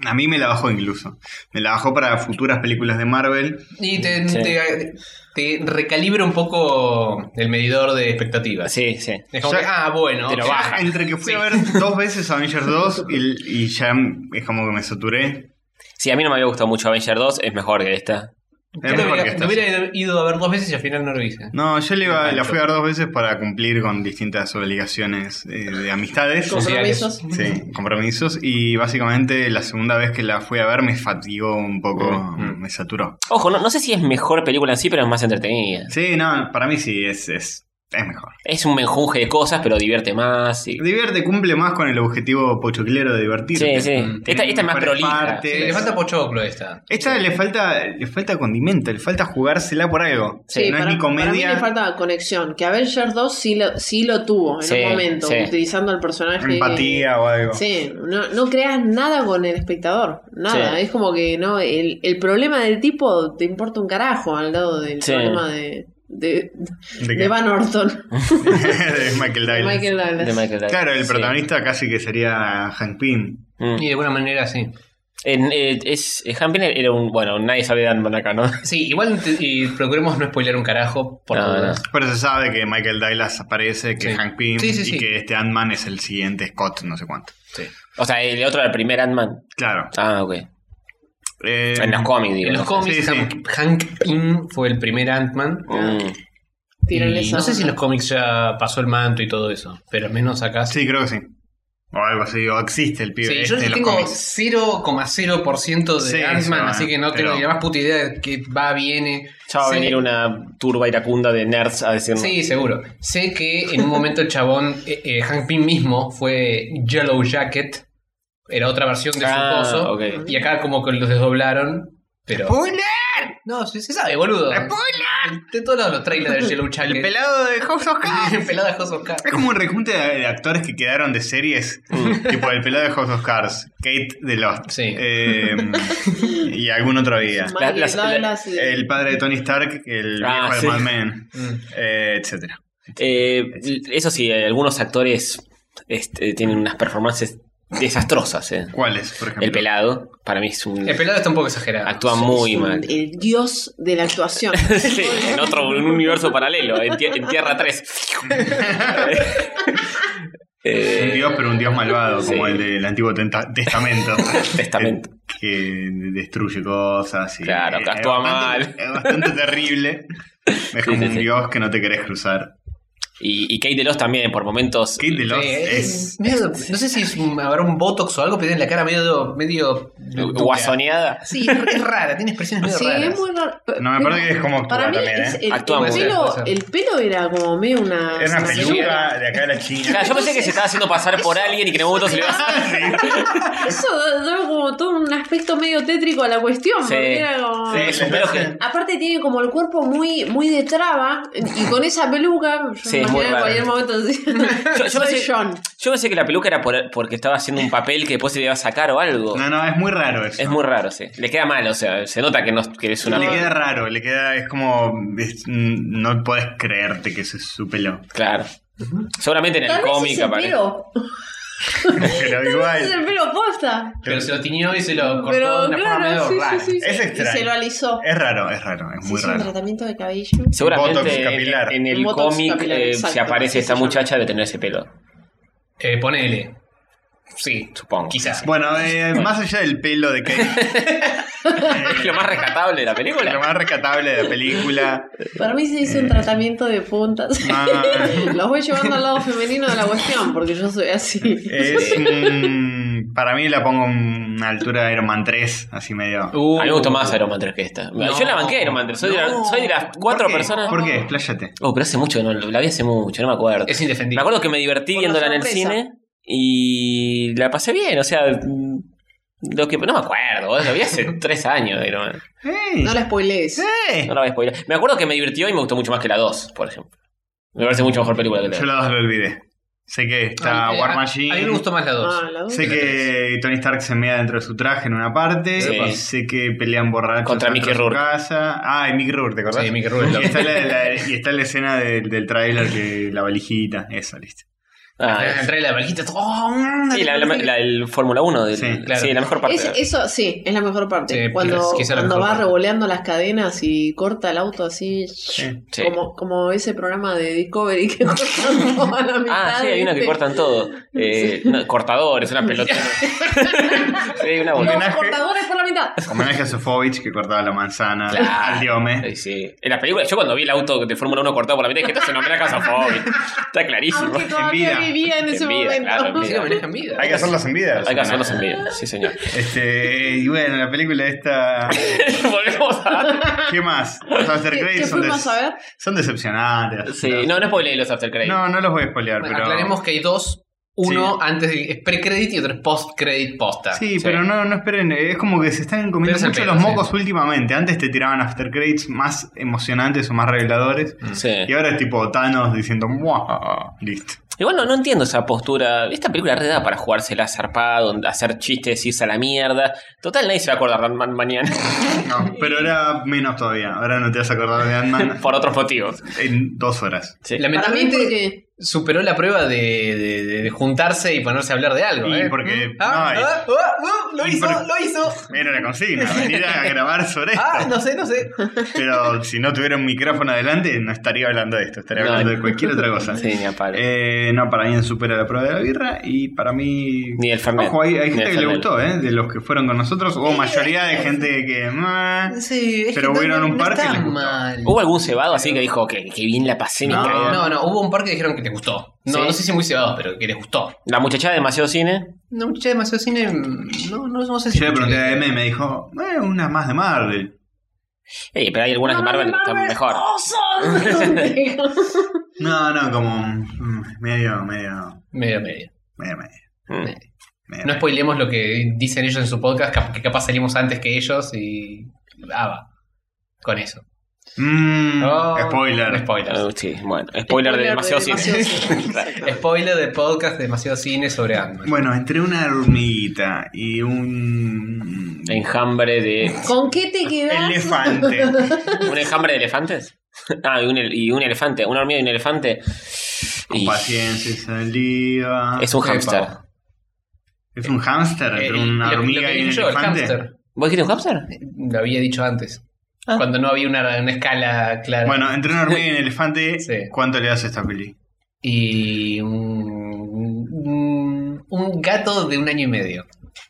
S2: A mí me la bajó incluso. Me la bajó para futuras películas de Marvel.
S3: Y te,
S4: Sí.
S3: te- te recalibra un poco el medidor de expectativas.
S4: Sí, sí.
S3: Es como que, ah, bueno.
S4: Te lo
S3: ok.
S4: baja.
S2: Entre que fui a ver dos veces Avengers 2 y, y ya es como que me saturé.
S4: Sí, a mí no me había gustado mucho Avenger 2, es mejor que esta.
S2: Es
S3: Yo
S2: mejor
S3: hubiera-
S2: que esta.
S3: lo hubiera ido a ver dos veces y al final no lo hice.
S2: No, yo le iba- la fui a ver dos veces para cumplir con distintas obligaciones eh, de amistades.
S8: Compromisos.
S2: Sí, compromisos. Y básicamente la segunda vez que la fui a ver me fatigó un poco,
S3: Mm.
S2: me saturó.
S4: Ojo, no, no sé si es mejor película en sí, pero es más entretenida.
S2: Sí, no, para mí sí, es, es, es mejor.
S4: Es un menjunje de cosas, pero divierte más. y-
S2: Divierte, cumple más con el objetivo pochoclero de
S4: Sí,
S2: divertirte.
S4: sí.
S3: Mm,
S4: Esta,
S2: tiene
S4: esta es más
S2: mejores
S4: prolija.
S2: partes.
S3: Sí, le falta pochoclo esta.
S2: Esta le falta, le falta condimento, le falta jugársela por algo.
S8: Sí,
S2: no
S8: para,
S2: es ni
S8: para mí
S2: comedia.
S8: le falta conexión. Que Avengers 2 sí lo, sí lo tuvo en
S4: Sí,
S8: un momento,
S4: sí.
S8: utilizando al personaje.
S2: Empatía o algo.
S8: Sí, no, no creas nada con el espectador, nada,
S4: Sí.
S8: es como que no, el, el problema del tipo te importa un carajo al lado del
S4: Sí.
S8: problema de, de,
S2: ¿De qué?
S8: de Van Orton,
S2: De Michael
S8: de
S2: Douglas.
S8: Michael Douglas.
S4: De Michael Douglas.
S2: Claro, el
S4: Sí.
S2: protagonista casi que sería Hank Pym.
S4: Mm.
S3: Y de alguna manera sí.
S4: En- eh, es, eh, Hank Pym era un. Bueno, nadie sabe de Ant-Man acá, ¿no?
S3: Sí, igual te- y procuremos no spoilear un carajo por
S4: No,
S3: las
S4: no.
S3: dudas.
S2: Pero se sabe que Michael Douglas aparece, que
S3: Sí.
S2: Hank Pym
S3: Sí, sí, sí.
S2: y que este Ant-Man es el siguiente Scott, no sé cuánto.
S4: O sea, el otro era el primer Ant-Man.
S2: Claro.
S4: Ah, ok.
S2: Eh,
S4: En los cómics, digo.
S3: En los
S4: ¿no?
S3: cómics,
S2: Sí, sí.
S3: Hank, Hank Pym fue el primer Ant-Man.
S4: Mm.
S8: Tírale
S3: Y
S8: esa
S3: No sé si en
S8: onda.
S3: los cómics ya pasó el manto y todo eso, pero al menos acá
S2: Sí, creo que sí. O algo así, o existe el
S3: Sí,
S2: pibe. este
S3: yo
S2: en los
S3: tengo
S2: cómics.
S3: 0,0% de
S2: Sí,
S3: Ant-Man,
S2: eso,
S3: así que no
S2: pero-
S3: tengo ni la más puta idea de que va, viene.
S4: Ya va a
S3: Sé-
S4: venir una turba iracunda de nerds a decirnos.
S3: Sí, seguro. Sé que en un momento el chabón, eh, eh, Hank Pym mismo, fue Yellow Jacket, era otra versión de
S4: Ah,
S3: su coso,
S4: ok.
S3: y acá como que los desdoblaron, pero...
S2: ¡Spoiler!
S3: No, sí se sabe, boludo.
S2: ¡Spoiler!
S3: De todos los, los trailers de Yellow Jacket.
S2: El pelado de House of
S3: El
S2: Cards.
S3: pelado de House of Cards.
S2: Es como un rejunte de, de actores que quedaron de series.
S4: Mm.
S2: tipo el pelado de House of Cards, Kate de Lost.
S3: Sí.
S2: eh, y algún otro día.
S8: Michael
S4: las- la-
S8: Douglas, eh,
S2: El padre de Tony Stark, el
S4: Ah,
S2: viejo
S4: sí.
S2: de Mad Men,
S3: Mm.
S2: eh, etcétera.
S4: Eh, eso sí, eh, algunos actores este, tienen unas performances desastrosas. eh.
S2: ¿Cuáles, por ejemplo?
S4: El pelado, para mí es un.
S3: El pelado está un poco exagerado.
S4: Actúa muy
S8: es un-
S4: mal.
S8: El dios de la actuación.
S4: Sí, en otro en un universo paralelo, en, tie- en Tierra 3. Eh,
S2: Un dios, pero un dios malvado,
S4: Sí.
S2: como el del Antiguo Tenta- Testamento.
S4: Testamento.
S2: Que destruye cosas. Y
S4: Claro, que
S2: es
S4: actúa
S2: bastante- Es bastante terrible. Es como
S4: sí,
S2: un
S4: sí.
S2: dios que no te querés cruzar.
S4: y, y Kate DeLoss también, por momentos.
S2: Kate de los
S3: Sí,
S2: es.
S3: medio- no sé si es un- habrá un botox o algo, pero tiene la cara medio. medio dura.
S4: eh, guasoneada.
S3: Sí, es es rara, tiene expresiones medio
S8: Sí,
S3: raras.
S8: es muy raro. pe-
S2: No, me
S8: pero
S2: parece que es como actúa
S8: Para mí
S2: también,
S8: es
S2: ¿eh?
S8: el,
S4: Actúa
S8: el
S4: muy
S8: pelo,
S3: bien.
S8: el pelo era como medio una.
S2: Es una
S8: una
S2: peluca de acá de la China.
S4: Claro, yo pensé que se estaba haciendo pasar por alguien y que en un momento se le va
S8: Eso da- daba como todo un aspecto medio tétrico a la cuestión.
S4: Sí.
S8: porque era como-
S4: Sí, es un pelo que-
S8: Aparte tiene como el cuerpo muy, muy de traba y con esa peluca yo
S4: Sí.
S8: me
S4: es muy
S8: imaginar en
S4: raro.
S8: cualquier momento diciendo,
S4: Yo- yo
S8: soy
S4: pensé-
S8: John.
S4: Yo pensé que la peluca era por- porque estaba haciendo un papel que después se le iba a sacar o algo.
S2: No, no, es muy raro eso.
S4: Es muy raro, sí. Le queda mal, o sea, se nota que, no, que es una.
S2: Le queda raro, le queda, es como, es- no podés creerte que se supeló.
S4: Claro. Seguramente en el
S8: Tal vez
S4: cómic
S8: es el
S4: aparece.
S8: pelo.
S2: Pero
S8: Ese es el
S2: igual,
S8: pelo posta.
S3: Pero se lo tiñó y se lo cortó
S8: Pero
S3: de una forma medio
S8: claro, sí,
S3: rara.
S8: sí, sí, sí.
S2: Es
S8: Y
S2: extraño.
S8: se lo alisó.
S2: es raro, es raro, es
S8: Se
S2: muy
S8: hizo un
S2: raro.
S8: tratamiento de cabello.
S2: Botox
S4: Seguramente
S2: capilar.
S4: en, en el
S8: Botox
S4: cómic
S8: capilar,
S4: eh,
S8: exacto,
S4: se aparece
S8: sí,
S4: esta
S8: sí,
S4: muchacha de tener ese pelo,
S3: Eh, ponele. Sí,
S4: supongo.
S3: quizás.
S2: Bueno, eh, más allá del pelo de Kate,
S4: Es lo más rescatable de la película.
S2: lo más rescatable de la película.
S8: Para mí se
S3: Eh.
S8: hizo un tratamiento de puntas.
S2: Ah.
S8: Los voy llevando al lado femenino de la cuestión, porque yo soy así.
S3: Eh.
S2: Es un- para mí la pongo a una altura de Iron Man 3, así medio.
S3: Uh,
S4: A mí me gustó más Iron Man 3 que esta.
S3: No.
S4: Yo la banqué Iron Man 3. Soy, de, la- soy de las cuatro
S2: ¿Por qué?
S4: personas.
S2: ¿Por qué? Expláyate.
S4: Oh, pero hace mucho, que no, la vi hace mucho, no me acuerdo.
S3: Es
S4: Me
S3: indefendible.
S4: acuerdo que me divertí
S8: Por la
S4: viéndola en el
S8: sorpresa.
S4: cine y la pasé bien, o sea, mm, lo que no me acuerdo, boludo, lo vi hace tres años, Iron Man.
S2: ¡Ey!
S8: No la spoilees.
S2: ¡Ey!
S4: no la voy a spoiler. Me acuerdo que me divirtió y me gustó mucho más que la 2, por ejemplo. Me parece mucho mejor película que la
S2: Yo
S4: 2.
S2: la dos lo olvidé. Sé que está
S3: Ah, eh,
S2: War
S3: a-
S2: Machine.
S3: A mí me gustó más la 2.
S8: Ah, la dos.
S2: Sé que Tony Stark se mea dentro de su traje en una parte.
S4: Sí.
S2: y Sé que pelean borrachos
S4: Contra
S2: dentro de
S4: Mickey
S2: su
S4: Rourke.
S2: casa. Ah, y Mickey Rourke, ¿te acordás?
S3: Sí, Mickey Rourke,
S2: Y
S3: loco.
S2: está la, la- y está la escena del, del trailer que la valijita. Eso, listo.
S4: Ah,
S3: Ah,
S4: es-
S3: Entré la valijita. ¡oh!
S4: sí, la, la- la del Fórmula 1. Del, sí,
S2: Sí,
S3: claro.
S4: la mejor parte.
S8: Es- eso sí, es la mejor parte.
S3: Sí,
S8: cuando
S3: es quizá la
S8: cuando
S3: mejor
S8: va
S3: parte.
S8: revoleando las cadenas y corta el auto así,
S4: Sí.
S8: Como, como ese programa de Discovery que cortan todo a la mitad. este.
S4: Ah, sí, hay una que
S8: ¿viste?
S4: cortan todo. Eh, no, cortadores, una pelota. sí, una
S8: Los
S4: boludez.
S2: Homenaje.
S8: cortadores por la mitad.
S2: Homenaje a Sofovich que cortaba la manzana
S4: Claro.
S2: al diome.
S4: Ay, sí. En la película, yo cuando vi el auto de Fórmula 1 cortado por la mitad, dije, esto es un homenaje a Sofovich. Está clarísimo.
S8: Aunque todavía
S2: vida.
S8: vivía en
S4: En
S8: ese
S4: vida,
S8: momento.
S4: claro, en
S3: Sí,
S4: vida.
S3: homenaje en vida.
S2: Hay que hacerlos en vida.
S4: Hay que hacerlos en vida, sí señor.
S2: Este, y bueno, la película esta.
S4: Volvemos a...
S2: ¿Qué más? Los after
S8: ¿Qué-
S2: credits
S8: qué
S2: son,
S8: fuimos
S2: des-
S8: a ver?
S2: son decepcionantes.
S4: Sí, no, no spoilé los after credits.
S2: no, no los voy a spoilear, pero.
S3: Aclaremos que hay dos. Uno antes de, es pre-credit y otro es post-credit posta.
S2: Sí, pero no, no esperen, eh, es como que se están
S3: Pero
S2: comiendo
S3: es el
S2: mucho
S3: pedo,
S2: los
S3: sí.
S2: mocos últimamente. Antes te tiraban after credits más emocionantes o más reveladores.
S4: Sí.
S2: Y ahora es tipo Thanos diciendo ¡Muah! Listo.
S4: Igual no, no entiendo esa postura. Esta película re da para jugársela zarpado, hacer chistes, irse a la mierda. Total, nadie se va a acordar de Ant-Man mañana.
S2: No, pero ahora menos todavía. Ahora no te vas a acordar de Ant-Man
S4: por otros motivos.
S2: en dos horas.
S4: Sí.
S8: Para mí,
S3: Lamentablemente
S8: porque.
S3: superó la prueba de, de- de- de juntarse y ponerse a hablar de algo.
S2: Y
S3: ¿eh?
S2: porque-
S3: Ah,
S2: no, y-
S3: ah, ah, ah, lo
S2: y
S3: hizo,
S2: porque-
S3: lo hizo.
S2: Era la consigna, venir a grabar sobre esto.
S3: Ah, no sé, no sé.
S2: Pero si no tuviera un micrófono adelante, no estaría hablando de esto, estaría
S4: No.
S2: hablando de cualquier otra cosa.
S4: Sí, ni a palo.
S2: Eh, no, para mí no supera la prueba de la birra y para mí.
S4: Ni el Fernet.
S2: Ojo, hay, hay
S4: Ni
S2: gente
S4: el
S2: que le
S4: Fernet.
S2: gustó, ¿eh? De los que fueron con nosotros, o mayoría de gente que. "Meh".
S3: Sí, es
S2: Pero
S3: que
S2: hubieron
S3: no-
S2: un
S3: no
S2: par que
S3: está
S2: les gustó.
S3: mal.
S4: ¿Hubo algún cebado así que dijo que, que bien la pasé? ni
S3: No,
S4: cagando"?
S3: no, no, hubo un par que dijeron que te gustó. No,
S4: Sí.
S3: no sé si muy cebados, pero que les gustó.
S4: La muchacha de demasiado cine.
S3: No escuché demasiado cine. mm, No, no, no sé si.
S2: Yo le pregunté a M y me dijo, "Eh, una más de Marvel.
S4: Ey, pero hay algunas de Marvel que están mejor.
S2: No, no, como mm, medio, medio,
S3: Medio, medio.
S2: medio, medio.
S4: Mm.
S2: medio,
S3: No
S2: medio.
S3: spoilemos lo que dicen ellos en su podcast, cap- que capaz salimos antes que ellos y. Ah, va. Con eso.
S2: Mm,
S3: Oh,
S2: spoiler.
S3: Spoilers.
S4: Ah, sí, bueno. Spoiler de demasiado cine.
S3: Spoiler de podcast de demasiado cine sobre Ant-Man.
S2: Bueno, entre una hormiguita y un
S4: Enjambre de.
S8: ¿Con qué te quedas?
S2: elefante.
S4: ¿Un enjambre de elefantes? Ah, y un, el- y un elefante. Una hormiga y un elefante.
S2: Con
S4: Y-
S2: paciencia y saliva.
S4: Es un
S3: Epa.
S4: hámster.
S2: Es un hámster,
S3: Eh,
S2: entre una
S3: lo- lo
S2: hormiga
S3: que
S2: y un
S3: dije yo, el
S2: elefante.
S3: hámster.
S4: ¿Vos dijiste un hámster?
S3: Lo había dicho antes.
S4: Ah.
S3: Cuando no había una, una escala clara.
S2: Bueno, entre una hormiga y un elefante,
S3: Sí.
S2: ¿cuánto le das a esta peli?
S3: Y un, un, un gato de un año y medio.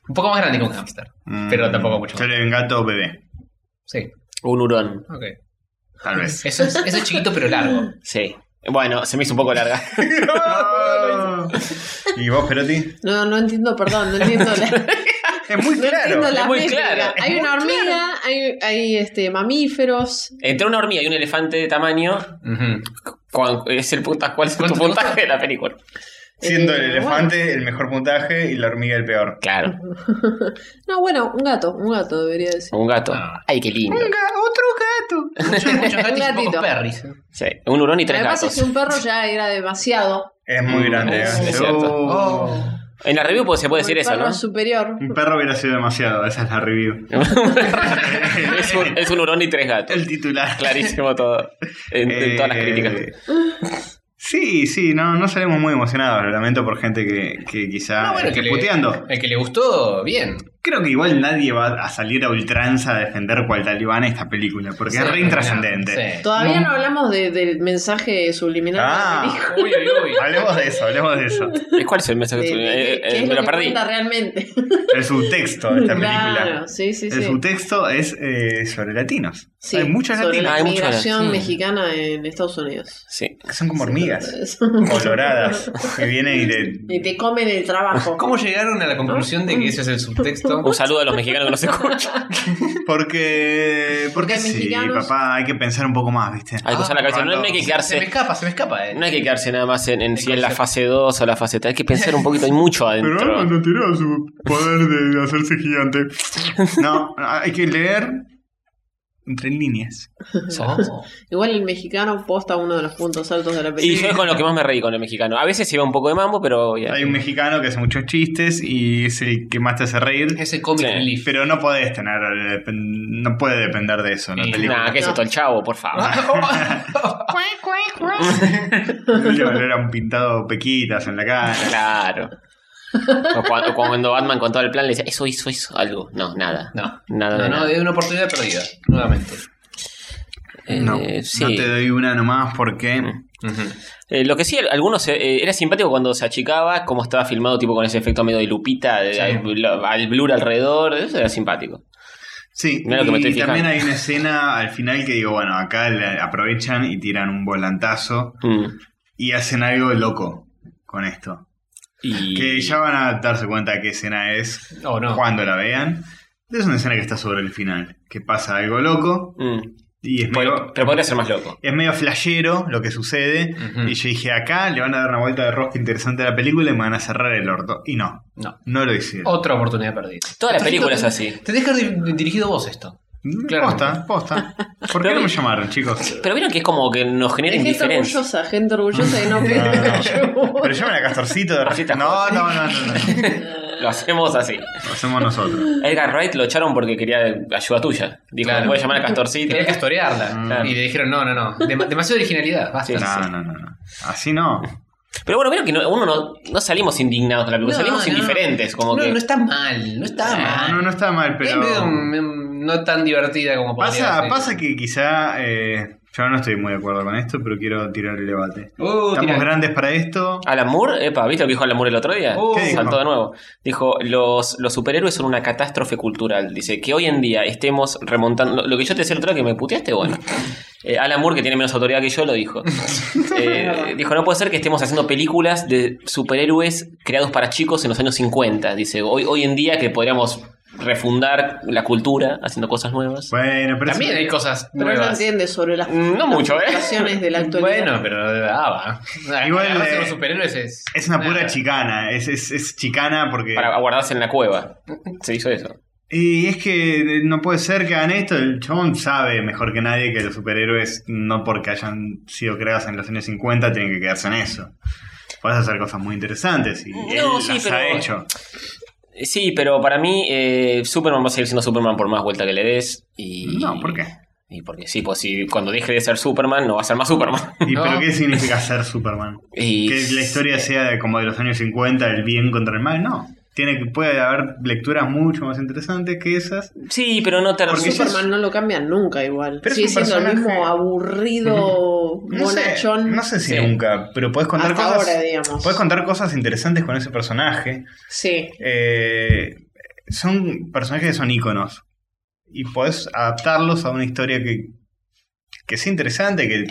S3: Un poco más grande que un hámster.
S2: Mm,
S3: Pero tampoco mucho
S2: Yo le doy un gato bebé,
S3: Sí,
S4: Un hurón.
S3: ok.
S2: tal vez.
S3: Eso es, eso es chiquito pero largo.
S4: Sí. Bueno, se me hizo un poco larga.
S2: Oh. ¿Y vos, Perotti?
S8: No, no entiendo, perdón, no entiendo la.
S2: Es muy
S8: No
S2: claro.
S8: entiendo la
S4: es muy
S8: métrica.
S4: claro,
S8: Hay una hormiga, hay, hay este, mamíferos.
S4: Entre una hormiga y un elefante de tamaño,
S3: Ujú.
S4: ¿cuál es el punta, ¿cuál es tu
S3: ¿Cuánto te
S4: puntaje de la película?
S2: Siendo el
S8: Eh,
S2: elefante el mejor puntaje y la hormiga el peor.
S4: Claro,
S8: No, bueno, un gato, un gato debería decir.
S4: un gato.
S3: Ah.
S4: Ay, qué lindo.
S2: Otro
S9: gato.
S3: Muchos, muchos gatos y
S8: gatito.
S3: pocos perris.
S4: Sí, un hurón y
S8: Lo
S4: tres
S8: que pasa es
S4: gatos.
S8: que un perro ya era demasiado.
S2: Es muy
S4: Mm,
S2: grande.
S4: es-
S2: ¿eh?
S4: es cierto.
S2: Oh.
S3: Ah,
S4: En la review pues, se puede
S8: Como el
S4: decir eso,
S8: perro
S4: ¿no?
S8: superior.
S2: Un perro hubiera sido demasiado, esa es la review.
S4: es, un, es un hurón y tres gatos.
S2: El titular.
S4: Clarísimo todo. En, en
S2: Eh,
S4: todas las críticas.
S2: Sí, sí, no, no salimos muy emocionados. Lo lamento por gente que, Ah, que quizá
S3: No, bueno,
S2: esté
S3: que le-
S2: puteando.
S3: El que le gustó, bien.
S2: Creo que igual nadie va a salir a ultranza a defender cual talibán esta película, porque es re intrascendente.
S3: Sí.
S8: Todavía no hablamos de- del mensaje subliminal.
S2: Ah.
S8: de la película.
S3: Uy, uy, uy.
S2: Hablemos de eso, hablemos de eso.
S4: ¿Y ¿Cuál es el mensaje?
S8: De- de-
S4: Eh,
S8: de-
S4: eh,
S8: ¿Qué es
S4: me
S8: lo
S4: lo
S8: que
S4: perdí.
S8: cuenta realmente?
S2: El subtexto de esta película.
S8: Claro, sí, sí,
S2: El
S8: sí.
S2: subtexto es eh, sobre latinos.
S8: Sí,
S2: Hay muchos
S8: sobre
S2: latinos
S8: la
S4: Hay muchos
S8: migración
S4: latinos, sí.
S8: mexicana en Estados Unidos.
S4: Sí.
S2: que son como hormigas,
S8: Entonces,
S2: coloradas, que vienen y de...
S8: Y te comen el trabajo.
S3: ¿Cómo llegaron a la conclusión de que ese es el subtexto?
S4: Un saludo a los mexicanos que nos escuchan.
S2: Porque... Porque
S8: Porque
S2: sí,
S8: mexicanos-
S2: papá, hay que pensar un poco más, ¿viste?
S4: Hay que usar la cabeza. No, no hay que
S3: Se me
S4: quedarse.
S3: escapa, se me escapa, eh.
S4: No hay que quedarse nada más en, en si es la
S3: concepto.
S4: fase 2 o la fase 3. Hay que pensar un poquito, hay mucho adentro.
S2: no tiró su poder de hacerse gigante. No, hay que leer entre líneas.
S3: Oh.
S8: Igual el mexicano posta uno de los puntos altos de la
S4: Y
S8: película.
S4: yo es con lo que más me reí con el mexicano. A veces iba un poco de mambo, pero eh, ya.
S2: Hay un mexicano que hace muchos chistes y es el que más te hace reír.
S3: Ese comic
S4: Sí.
S3: relief.
S2: Pero no podés tener. eh, pen- No puede depender de eso. ¿no?
S3: Sí.
S2: película.
S4: Nah, que es esto, el chavo, por favor.
S2: Ah. Le valoran pintado pequitas en la cara.
S4: Claro. O cuando, cuando Batman contaba el plan le decía, eso hizo, hizo algo. No, nada.
S3: No.
S4: Nada de nada.
S3: No, no, de una oportunidad perdida, nuevamente.
S4: Eh,
S2: No,
S4: sí.
S2: no te doy una nomás porque.
S4: Eh, lo que sí, algunos eh, era simpático cuando se achicaba, como estaba filmado, tipo con ese efecto medio de lupita, de-
S3: Sí.
S4: al, blu- al blur alrededor. Eso era simpático.
S2: Sí,
S4: Mirá lo que me
S2: y
S4: estoy
S2: también
S4: fijando.
S2: hay una escena al final que digo, bueno, acá le aprovechan y tiran un volantazo
S4: Mm.
S2: y hacen algo loco con esto.
S4: Y,
S2: Que ya van a darse cuenta de qué escena es
S3: Oh, no.
S2: cuando la vean. Es una escena que está sobre el final, que pasa algo loco
S4: Mm.
S2: y es
S4: Pero-
S2: medio,
S4: pero podría ser más loco.
S2: es medio flashero lo que sucede.
S3: Ujú.
S2: Y yo dije, acá le van a dar una vuelta de rosca interesante a la película y me van a cerrar el orto. Y no,
S3: No. Oh,
S2: no lo hicieron.
S3: Otra oportunidad perdida.
S4: Toda la película es
S3: Te-
S4: así.
S3: Te dejas dirigido vos esto. claro.
S2: Mm, Posta, posta. ¿Por qué
S4: Pero-
S2: no me llamaron, chicos?
S4: Pero vieron que es como que nos genera
S8: Hay gente
S4: indiferencia.
S8: orgullosa, gente orgullosa que no
S2: Pero llamen a Castorcito de
S4: Así
S2: repente.
S4: está
S2: No, no, no, no, no.
S4: Lo hacemos así.
S2: Lo hacemos nosotros.
S4: Edgar Wright lo echaron porque quería ayuda tuya. Dijo,
S3: Claro.
S4: voy a llamar a Castorcito.
S3: Quería castorearla.
S4: Claro.
S3: Mm. Y le dijeron, no, no, no. Dema- demasiada originalidad. Basta.
S2: No, no, no, no. Así no.
S4: Pero bueno, vieron que no, uno no, no salimos indignados con la película, salimos indiferentes. Como
S3: no,
S4: que. Eh,
S3: no está mal, no está mal.
S2: No, no está mal,
S3: Es
S2: pero.
S3: medio un- un- no tan divertida como podría
S2: Pasa,
S3: ser.
S2: pasa que quizá. eh, yo no estoy muy de acuerdo con esto, pero quiero tirar el debate.
S3: Uh,
S2: Estamos
S3: tira.
S2: grandes para esto.
S4: Alan Moore, epa, ¿viste lo que dijo Alan Moore el otro día?
S3: Oh.
S8: Uh,
S2: ¿Qué dijo?
S4: Saltó de nuevo. Dijo, los, los superhéroes son una catástrofe cultural. Dice, que hoy en día estemos remontando... Lo, lo que yo te decía el otro día que me puteaste, bueno. Eh, Alan Moore, que tiene menos autoridad que yo, lo dijo. Eh, dijo, no puede ser que estemos haciendo películas de superhéroes creados para chicos en los años 50. Dice, hoy, hoy en día que podríamos refundar la cultura haciendo cosas nuevas.
S2: Bueno, pero
S3: También
S2: eso-
S3: hay cosas
S8: Pero no
S3: nuevas.
S8: entiende sobre las
S4: Mm, No mucho, ¿eh?
S8: situaciones de la actualidad.
S3: Bueno, pero de ah, va.
S2: Igual,
S3: Agarrarse
S2: eh,
S3: con superhéroes es.
S2: es una pura
S3: nada.
S2: chicana. Es, es, es chicana porque.
S4: Para guardarse en la cueva. Se hizo eso.
S2: Y es que eh, no puede ser que hagan esto. El chabón sabe mejor que nadie que los superhéroes, no porque hayan sido creados en los años 50, tienen que quedarse en eso. Puedes hacer cosas muy interesantes y él
S4: No, sí,
S2: las
S4: pero-
S2: ha hecho.
S4: Eh, Sí, pero para mí eh, Superman va a seguir siendo Superman por más vuelta que le des. Y...
S2: No, ¿por qué?
S4: Y porque sí, pues si cuando deje de ser Superman no va a ser más Superman.
S2: ¿Y
S3: No.
S2: pero qué significa ser Superman?
S4: Y...
S2: Que la historia sea de- como de los años 50, el bien contra el mal, no. Tiene que, puede haber lecturas mucho más interesantes que esas.
S4: Sí, pero no te
S2: Porque
S4: resulta.
S8: Superman no lo cambian nunca igual.
S2: Pero es
S8: Sigue
S2: un
S8: siendo el mismo
S2: personaje-
S8: aburrido
S2: No sé,
S8: bonachón.
S2: no sé si
S4: Sí.
S2: nunca, pero puedes contar
S8: Hasta
S2: cosas.
S8: ahora, digamos.
S2: Puedes contar cosas interesantes con ese personaje.
S8: Sí.
S2: Eh, son personajes que son íconos. Y podés adaptarlos a una historia que, que sea interesante, que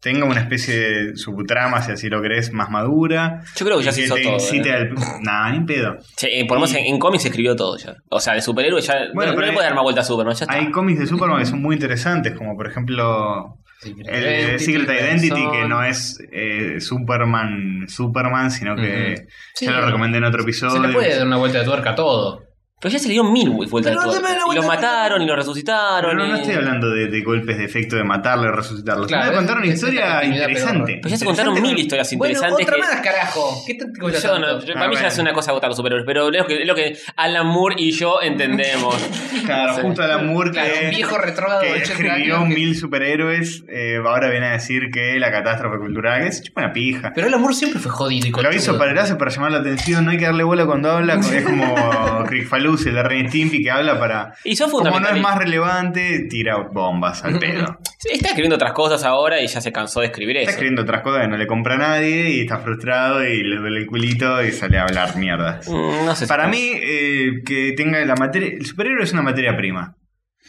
S2: tenga una especie de subtrama, si así lo crees, más madura.
S4: Yo creo que ya
S2: Y
S4: se
S2: que
S4: hizo
S2: te
S4: todo.
S2: incite
S4: ¿eh?
S2: al... Nah, ni pedo.
S4: Sí, eh, por lo menos en, en cómics se escribió todo ya. O sea, de superhéroe ya. no-
S2: Bueno,
S4: no,
S2: pero
S4: le
S2: hay-
S4: puede dar más vuelta a Superman, ya está.
S2: Hay cómics de Superman que son muy interesantes, como por ejemplo
S3: Secret
S2: el de Secret Identity,
S3: Benson.
S2: que no es eh, Superman Superman, sino que
S3: Ujú. Sí.
S2: ya lo recomendé en otro episodio.
S3: Se le puede dar una vuelta de tuerca a todo.
S4: Pero ya se le dio mil vu- vueltas de
S10: Pero
S4: tuerca.
S10: dame la
S4: Y lo
S10: vuelta,
S4: mataron y lo
S2: Pero
S4: resucitaron. eh.
S2: no, no
S4: y-
S2: estoy hablando de, de golpes de efecto de matarlo y resucitarlo.
S3: Claro,
S2: Claro,
S3: es-
S2: contaron una
S3: es esta
S2: historia
S3: continuidad
S2: interesante.
S3: pedorra.
S4: Pero ya se contaron
S2: Interesante,
S4: mil historias
S3: Bueno,
S4: interesantes.
S3: otra
S4: que-
S3: más, carajo. ¿Qué te cuesta
S4: Yo
S3: tanto?
S4: no, yo-
S2: Ah,
S4: para mí ya
S2: bueno.
S4: es una cosa agotar los superhéroes, pero es lo, que, es lo que Alan Moore y yo entendemos.
S2: Claro,
S4: Sí.
S2: justo Alan Moore
S3: Claro,
S2: que,
S3: un viejo retrógrado
S2: que
S3: de 80
S2: escribió
S3: años que-
S2: mil superhéroes, eh, ahora viene a decir que la catástrofe cultural que es chupa una pija.
S3: Pero el amor siempre fue jodido y
S2: Lo
S3: conchudo.
S2: hizo para el hace para llamar la atención, no hay que darle bola cuando habla, es como Rick Faluz, el de Ren Stimpy, que habla para...
S4: Y son
S2: Como no
S4: fundamentales.
S2: es más relevante, tira bombas al pedo.
S4: Sí, Está escribiendo otras cosas ahora y ya se cansó de escribir
S2: Está
S4: eso.
S2: escribiendo otras cosas que no le compra a nadie y está frustrado y le duele el culito y sale a hablar mierda.
S4: Mm, No sé si-
S2: Para mí, eh, que tenga la materia... El superhéroe es una materia prima.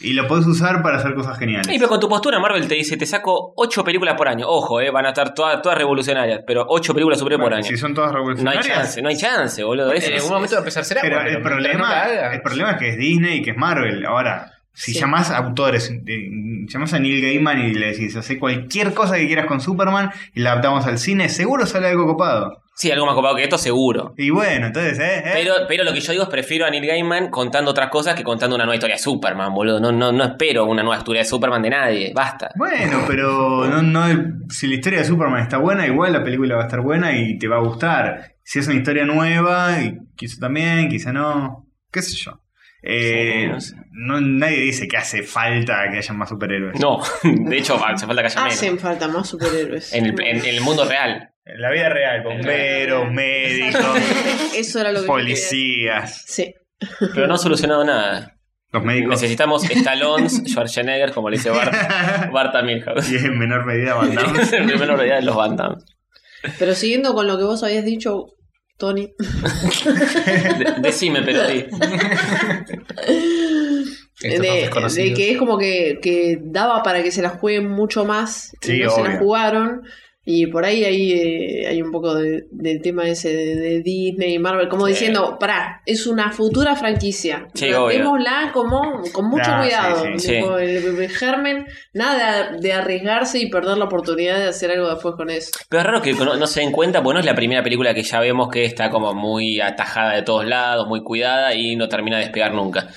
S2: Y lo podés usar para hacer cosas geniales.
S4: Sí, pero con tu postura Marvel te dice, te saco ocho películas por año. Ojo, eh, van a estar todas, todas revolucionarias, pero ocho películas sobre
S2: Bueno,
S4: por año.
S2: Si son todas
S4: No hay
S2: revolucionarias. eh,
S4: chance, no hay chance, boludo.
S3: En
S4: Eso
S3: algún
S4: es-
S3: momento va a empezar a ser agua,
S2: Pero el
S3: mientras no la
S2: problema,
S3: haga.
S2: el problema es que es Disney y que es Marvel. Ahora, si
S8: Sí.
S2: llamás a autores, eh, llamás a Neil Gaiman y le decís, hace cualquier cosa que quieras con Superman y la adaptamos al cine, seguro sale algo copado.
S4: sí, algo más copado que esto, seguro.
S2: Y bueno, entonces, eh, eh.
S4: Pero, pero lo que yo digo es prefiero a Neil Gaiman contando otras cosas que contando una nueva historia de Superman, boludo. No, no, no espero una nueva historia de Superman de nadie. Basta.
S2: Bueno, pero no, no- si la historia de Superman está buena, igual la película va a estar buena y te va a gustar. Si es una historia nueva, y quizá también, quizá no, qué sé yo. Eh,
S4: Sí, no sé.
S2: no- nadie dice que hace falta que haya más superhéroes.
S4: No, de hecho ah, hace falta que haya menos.
S8: Hacen falta más superhéroes.
S4: En el, en- en el mundo real.
S2: En la vida real, bomberos, médicos,
S8: Eso era lo que yo quería decir.
S2: policías.
S8: Sí.
S4: Pero no ha solucionado nada.
S2: Los médicos.
S4: Necesitamos Stallones, Schwarzenegger, como le dice Bart, Bart a Milhouse.
S2: Y en menor medida Van Damme.
S4: Es el primer realidad de los Van Damme.
S8: Pero siguiendo con lo que vos habías dicho, Tony,
S4: De- decime, pero sí.
S3: Esto es
S8: de,
S3: desconocido.
S8: de que es como que, que daba para que se la jueguen mucho más y
S2: Sí,
S8: no se la
S2: obvio.
S8: jugaron. Y por ahí, ahí eh, hay un poco de- del tema ese de, de Disney y Marvel, como
S4: Sí.
S8: diciendo, pará, es una futura franquicia.
S4: Sí,
S8: Tratémosla como con mucho
S2: Ah, sí, sí.
S8: cuidado.
S4: Sí.
S8: tipo, el, el germen, nada de, de arriesgarse y perder la oportunidad de hacer algo después con eso.
S4: Pero es raro que no, no se den cuenta, porque no es la primera película que ya vemos que está como muy atajada de todos lados, muy cuidada y no termina de despegar nunca.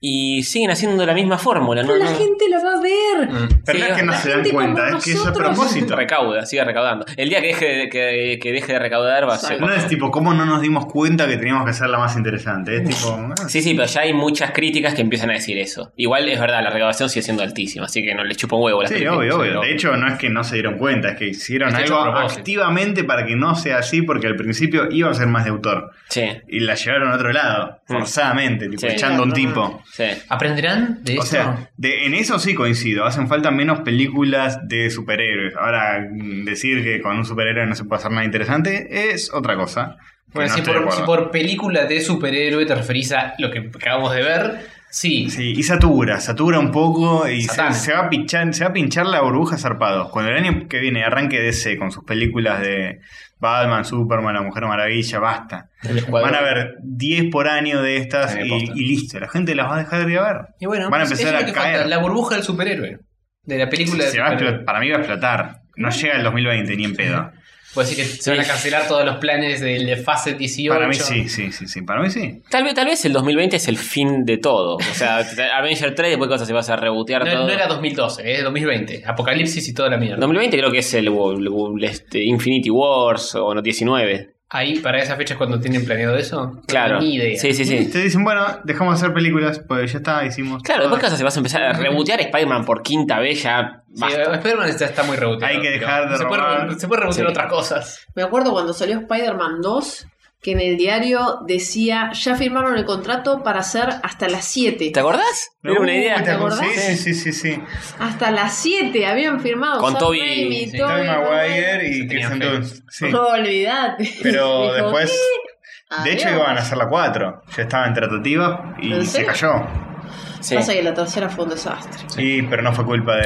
S4: Y siguen haciendo la misma fórmula, ¿no?
S8: Pero la
S4: No-
S8: gente la va a ver.
S3: Mm.
S2: Pero no es que no
S8: la
S2: se dan
S8: gente
S2: cuenta,
S8: como
S2: es que eso es a
S8: nosotros.
S2: propósito.
S4: Recauda, sigue recaudando. El día que deje de, que, que deje de recaudar va a ser.
S2: No es tipo, ¿cómo no nos dimos cuenta que teníamos que hacerla más interesante? Es tipo, ah,
S4: Sí, sí, pero ya hay muchas críticas que empiezan a decir eso. Igual es verdad, la recaudación sigue siendo altísima, así que no le chupo un huevo a las
S2: Sí,
S4: películas,
S2: obvio, obvio.
S4: pero-
S2: De hecho, no es que no se dieron cuenta, es que hicieron
S4: Está hecho
S2: algo
S4: a propósito.
S2: activamente para que no sea así, porque al principio iba a ser más de autor.
S4: Sí,
S2: Y la llevaron a otro lado,
S4: Mm.
S2: forzadamente, tipo,
S4: Sí.
S2: echando a un
S8: Claro.
S2: tipo.
S4: sí.
S3: ¿Aprenderán de
S2: O
S3: esto?
S2: sea, de- en eso sí coincido. Hacen falta menos películas de superhéroes. Ahora, mm, decir que con un superhéroe no se puede hacer nada interesante es otra cosa. que
S3: Bueno,
S2: no
S3: si,
S2: estoy de
S3: por, si
S2: acuerdo.
S3: por película de superhéroe te referís a lo que acabamos de ver, sí.
S2: Sí, y satura, satura un poco y se,
S3: Satana.
S2: se va a pinchar, se va a pinchar la burbuja zarpado. Cuando el año que viene arranque DC con sus películas de Batman, Superman, La Mujer Maravilla, basta.
S3: El escuadrón.
S2: Van a haber 10 por año de estas
S3: Sí,
S2: y,
S3: posta.
S2: y listo, la gente las va a dejar de ir a ver.
S3: Y bueno,
S2: van a
S3: pues
S2: empezar
S3: eso es
S2: a
S3: lo que falta,
S2: caer.
S3: la burbuja del superhéroe. De la película de
S2: Se va a
S3: superhéroe.
S2: explo- para mí va a explotar. No llega el 2020 ni en pedo.
S3: Puede decir que se van a cancelar todos los planes del de fase 18.
S2: Para mí sí, sí, sí, sí, para mí sí.
S4: Tal vez, tal vez el 2020 es el fin de todo. O sea, Avenger 3, después cosas se vas a rebotear
S3: No,
S4: todo.
S3: no era 2012, es 2020. Apocalipsis y toda la mierda.
S4: 2020 creo que es el, el- este, Infinity Wars o no 19.
S3: Ahí, para esa fecha es cuando tienen planeado eso.
S4: Claro.
S3: Ni idea.
S4: Sí, sí, sí.
S2: Te dicen, bueno, dejamos de hacer películas, pues ya está, hicimos.
S4: Claro,
S2: todo.
S4: después cosas se vas a empezar a rebotear Spider-Man por quinta vez ya.
S3: Sí, eh,
S4: basta.
S3: Spider-Man está, está muy reboteado.
S2: Hay que
S3: pero
S2: dejar de
S3: se puede,
S2: robar.
S3: re- se puede rebotear
S4: Sí.
S3: otras cosas.
S8: Me acuerdo cuando salió Spider-Man 2, que en el diario decía, ya firmaron el contrato para hacer hasta las 7.
S4: ¿Te acordás? Era una
S2: Uy,
S4: idea.
S2: ¿te acordás?
S8: acordás?
S2: Sí, sí, sí, sí.
S8: Hasta las 7 habían firmado.
S4: Con
S8: Sam
S4: Toby-
S8: Raimi,
S4: sí,
S2: Tobey
S8: Toby
S2: Maguire y
S3: Se tenía
S2: Kirsten
S3: fe.
S2: Dunst. Sí.
S8: No, olvidate.
S2: Pero
S8: Dijo,
S2: después.
S8: "Eh,
S2: De hecho,
S8: adiós".
S2: iban a hacer la 4. Ya estaba en tratativa y
S8: ¿En
S2: se
S8: serio?
S2: cayó.
S4: Sí.
S8: Pasa que la tercera fue un desastre.
S2: Y, pero no fue culpa de,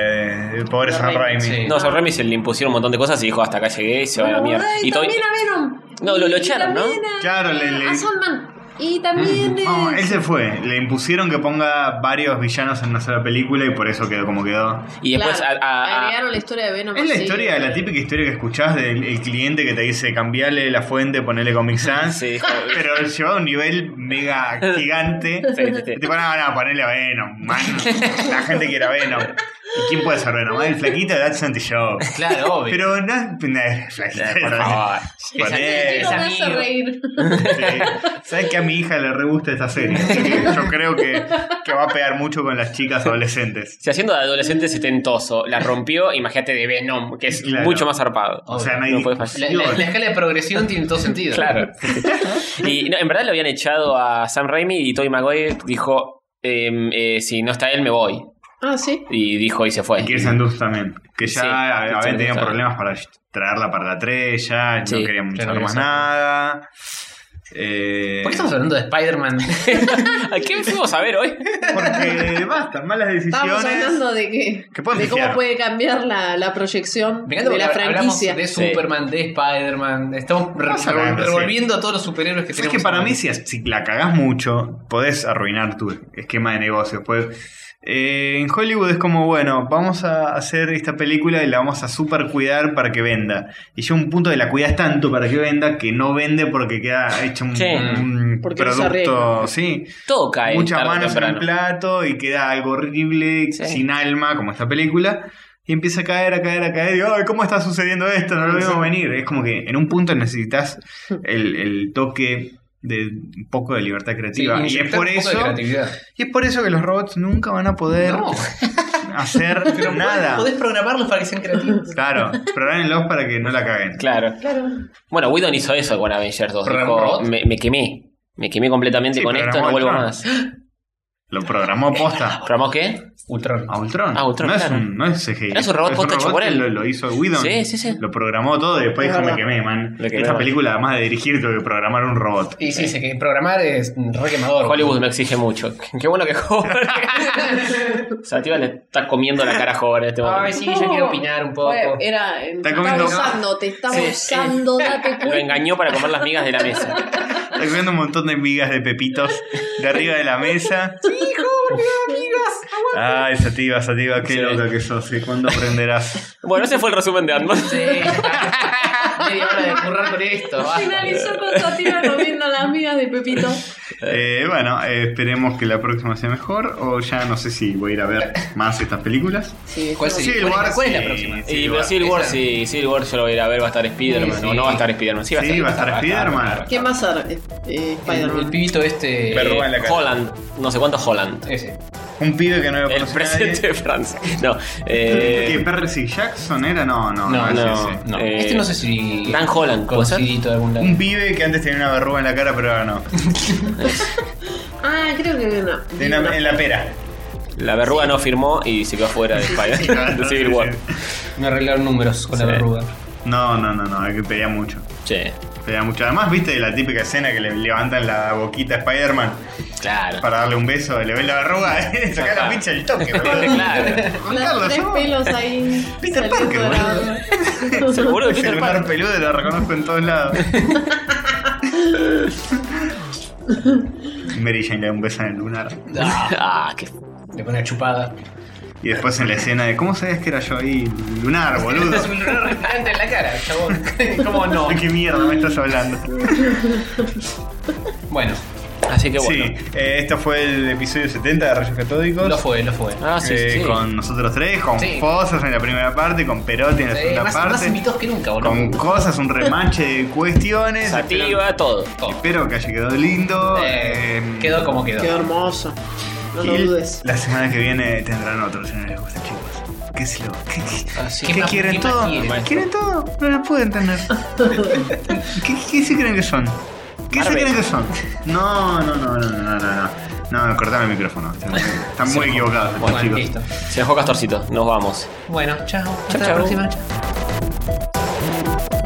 S2: del pobre
S8: De
S2: Sam Raimi.
S8: Raimi,
S3: sí.
S4: No, Sam Raimi se le impusieron un montón de cosas y dijo hasta acá llegué y se va a la
S8: Bueno,
S4: mierda.
S8: ay,
S4: Y Toby-
S8: también a Venom.
S4: No, lo- lo
S8: Y
S4: echaron, ¿no?
S8: también a-
S2: Claro, le- le-
S8: A Sandman. Y también. eh,
S2: No, él se fue. Le impusieron que ponga varios villanos en una sola película y por eso quedó como quedó.
S4: Y después
S8: claro,
S4: a- a- a-
S8: agregaron la historia de Venom.
S2: Es la
S8: así.
S2: historia, la típica historia que escuchás del el cliente que te dice cambiarle la fuente, ponerle Comic Sans.
S4: Sí, joder.
S2: Pero lleva a un nivel mega gigante.
S4: Sí, sí, sí.
S2: Y Tipo, no, no, ponele a Venom, man. La gente quiere a Venom. ¿Y quién puede ser Venom? Ah, El flaquito de That's Anti Show.
S3: Claro, obvio.
S2: Pero no, no es flaquito.
S4: Eh, por favor.
S2: Poné-
S8: No me hace
S3: amigo.
S8: reír.
S2: Sí. Sabes que a mi hija le re gusta esta serie. Así que Yo creo que, que va a pegar mucho con las chicas adolescentes.
S4: Si haciendo de adolescente setentoso la rompió, imagínate de Venom, que es
S2: Claro.
S4: mucho más zarpado.
S2: O sea, no hay
S4: No puede
S3: La, la-
S2: discusión.
S3: la escala de progresión tiene todo sentido.
S4: Claro. y no, en verdad lo habían echado a Sam Raimi y Tobey Maguire dijo, em, eh, si no está él me voy.
S8: Ah, sí.
S4: Y dijo y se fue.
S2: Y Kirsten Dunst también. Que ya
S4: Sí, Kirsten
S2: habían tenido
S4: Dunst.
S2: problemas para traerla para la 3, ya
S4: Sí,
S2: no querían
S3: ya no
S2: saber más
S3: querían saber.
S2: nada. Eh,
S3: ¿Por qué estamos hablando de Spider-Man?
S4: ¿A ¿Qué fuimos a ver hoy?
S2: porque basta, malas
S8: Estábamos
S2: decisiones.
S8: hablando de que.
S2: Que pueden
S8: De cómo
S2: pifiar.
S8: puede cambiar la, la proyección
S3: Me encanta porque
S8: de la
S3: hablamos
S8: franquicia.
S3: de Superman, de Spider-Man. Estamos re-
S2: Más o menos, sí.
S3: revolviendo a todos los superhéroes que
S2: Es
S3: tenemos.
S2: que para
S3: en-
S2: mí, si, si la cagás mucho, podés arruinar tu esquema de negocios. Pues, eh, en Hollywood es como, bueno, vamos a hacer esta película y la vamos a super cuidar para que venda. Y llega un punto de la cuidas tanto para que venda que no vende porque queda hecho un,
S4: Sí.
S2: un
S8: Porque no se
S2: producto. Sí,
S4: Todo cae.
S2: muchas
S4: tarde o
S2: manos en
S4: temprano.
S2: el plato y queda algo horrible,
S4: Sí.
S2: sin alma, como esta película. Y empieza a caer, a caer, a caer. Y, "Ay, ¿cómo está sucediendo esto? No lo vemos venir. Es como que en un punto necesitas
S3: Hmm.
S2: el, el toque de un poco de libertad
S3: Sí,
S2: creativa. y es
S3: inyectar
S2: por
S3: un poco de
S2: eso.
S3: creatividad.
S2: Y es por eso que los robots nunca van a poder
S3: No,
S2: hacer
S3: pero
S2: nada.
S3: Podés programarlos para que sean creativos.
S2: Claro, programenlos para que no la caguen.
S4: Claro.
S8: Claro.
S4: Bueno, Whedon hizo eso con Avengers 2.
S3: ¿Programó
S4: Dijo,
S3: robots?
S4: me, me quemé. Me quemé completamente
S2: Sí,
S4: con esto,
S2: programó
S4: no
S2: el
S4: vuelvo
S2: Tron.
S4: más.
S2: Lo programó posta.
S4: ¿Programó qué?
S3: Ultron.
S2: A Ultron.
S4: A Ah, Ultron,
S2: no,
S4: claro.
S2: es un, no es CGI.
S4: Era su robot posta hecho por
S2: que
S4: él.
S2: Lo, lo hizo Whedon.
S4: Sí, sí, sí.
S2: Lo programó todo y después
S8: Es
S2: dijo me
S8: verdad.
S2: quemé, man.
S4: Le quemé,
S2: Esta
S4: man.
S2: película, además de dirigir, tengo que programar un robot.
S3: Y sí, sé que programar es re quemador.
S4: Hollywood no exige mucho. Qué bueno que Hover. o sea, tío, le está comiendo la cara a Hover en este momento.
S3: Ay, sí, ya quiero opinar un poco.
S8: Fue- Era, te está
S2: comiendo-
S8: usando, te estaba
S4: Sí.
S8: usando, date
S4: Lo
S8: cuenta.
S4: engañó para comer las migas de la mesa.
S2: Está comiendo un montón de migas de pepitos de arriba de la mesa. Ah, ¡Hijo, migas! Ay, Sativa, Sativa, qué
S4: Sí.
S2: loca que sos. ¿Y ¿Cuándo aprenderás?
S4: Bueno, ese fue el resumen de Ant-Man.
S3: Sí. Media hora de currar con esto. basta.
S8: Finalizó con Sativa comiendo las migas de Pepito.
S2: Eh, bueno, eh, esperemos que la próxima sea mejor. O ya no sé si voy a ir a ver más estas películas.
S8: Sí,
S3: ¿Cuál
S8: no,
S3: sería?
S2: Civil
S3: ¿Cuál es-
S2: War,
S3: cuál es la
S2: sí.
S3: próxima?
S4: Y
S2: Civil
S4: pero
S2: War.
S4: Civil War,
S3: Esa.
S4: sí, Civil War yo lo voy a ir a ver, va a estar Spider-Man,
S3: Sí,
S4: o
S3: sí.
S4: no va a estar Spider-Man, sí va a
S2: Sí,
S4: estar,
S2: va a estar
S4: va a estar,
S2: Spider-Man.
S4: va a estar.
S8: ¿Quién va a ser eh, eh,
S3: El, el
S8: Spider-Man?
S3: pibito este.
S2: Me roban la
S4: Eh,
S2: cara.
S4: Holland, no sé cuánto Holland.
S3: Ese.
S2: Un pibe que no lo
S4: El
S2: conoce
S4: presidente de Francia. No,
S2: nadie. ¿Qué,
S4: eh,
S2: Percy Jackson era? No, no,
S3: No,
S2: no, es
S4: no.
S2: ese.
S3: No.
S4: Eh,
S3: este no sé si.
S4: Dan Holland, ¿puede ser? Mm.
S3: Conocidito de algún lado.
S2: Un pibe que antes tenía una verruga en la cara, pero ahora no.
S8: Ah, creo que no.
S2: En la, en la pera.
S4: la verruga no firmó y se quedó fuera de Spider-Man, de Civil War.
S3: No arreglaron números con
S4: Sí.
S3: la verruga.
S2: No, no, no, no, es que pedía mucho.
S4: Che,
S2: Pedía mucho. Además, viste la típica escena que le levantan la boquita a Spider-Man
S4: claro.
S2: para darle un beso, le ven la verruga, le saca la pincha del toque, boludo.
S4: claro.
S2: Juan
S8: Las
S2: Carlos,
S8: tres
S2: ¿no?
S8: pelos ahí.
S2: Peter
S8: saliendo
S2: Parker,
S8: de la-
S4: Seguro que
S2: Es el
S4: Peter Pan.
S2: lunar peludo, lo reconozco en todos lados. Mary Jane le da un beso en el lunar.
S4: Ah, qué
S3: Le pone una chupada.
S2: Y después en la escena de ¿Cómo sabías que era yo ahí? Lunar, boludo.
S3: Este Es un lunar replicante en la cara, chabón. ¿Cómo no?
S2: ¿De qué mierda me estás hablando?
S3: Bueno,
S4: Así que bueno.
S2: Sí, eh, este fue el episodio 70 de Rayos Catódicos.
S3: lo fue, lo fue.
S4: Ah, sí, sí,
S2: Eh,
S4: sí.
S2: Con nosotros tres, con
S3: Sí.
S2: Fosas en la primera parte, con Perotti en la
S3: Eh,
S2: segunda
S3: más, más
S2: parte.
S3: invitados que nunca, boludo.
S2: con cosas, un remache de cuestiones. Espero,
S4: Sativa, todo.
S2: espero que haya quedado lindo.
S3: Eh,
S2: eh,
S3: quedó como quedó.
S8: Qué hermoso. No lo
S2: y
S8: dudes.
S2: La semana que viene tendrán otro, si no les gusta, chicos. ¿Qué es lo ¿Qué, qué-
S3: Así
S2: qué
S3: que más-
S2: quieren
S3: ¿qué más
S2: todo?
S3: quieren, maestro?
S2: ¿Quieren todo? No lo pueden tener. ¿Qué, qué se creen que son? ¿Qué se
S4: Marvel.
S2: creen que son? No, no, no, no, no, no, no. No, cortame el micrófono. Están muy- Están muy equivocados, estos
S3: Bueno,
S2: chicos.
S3: listo.
S4: Se dejó Castorcito, nos vamos.
S3: Bueno, chao. Hasta la
S4: chao.
S3: próxima.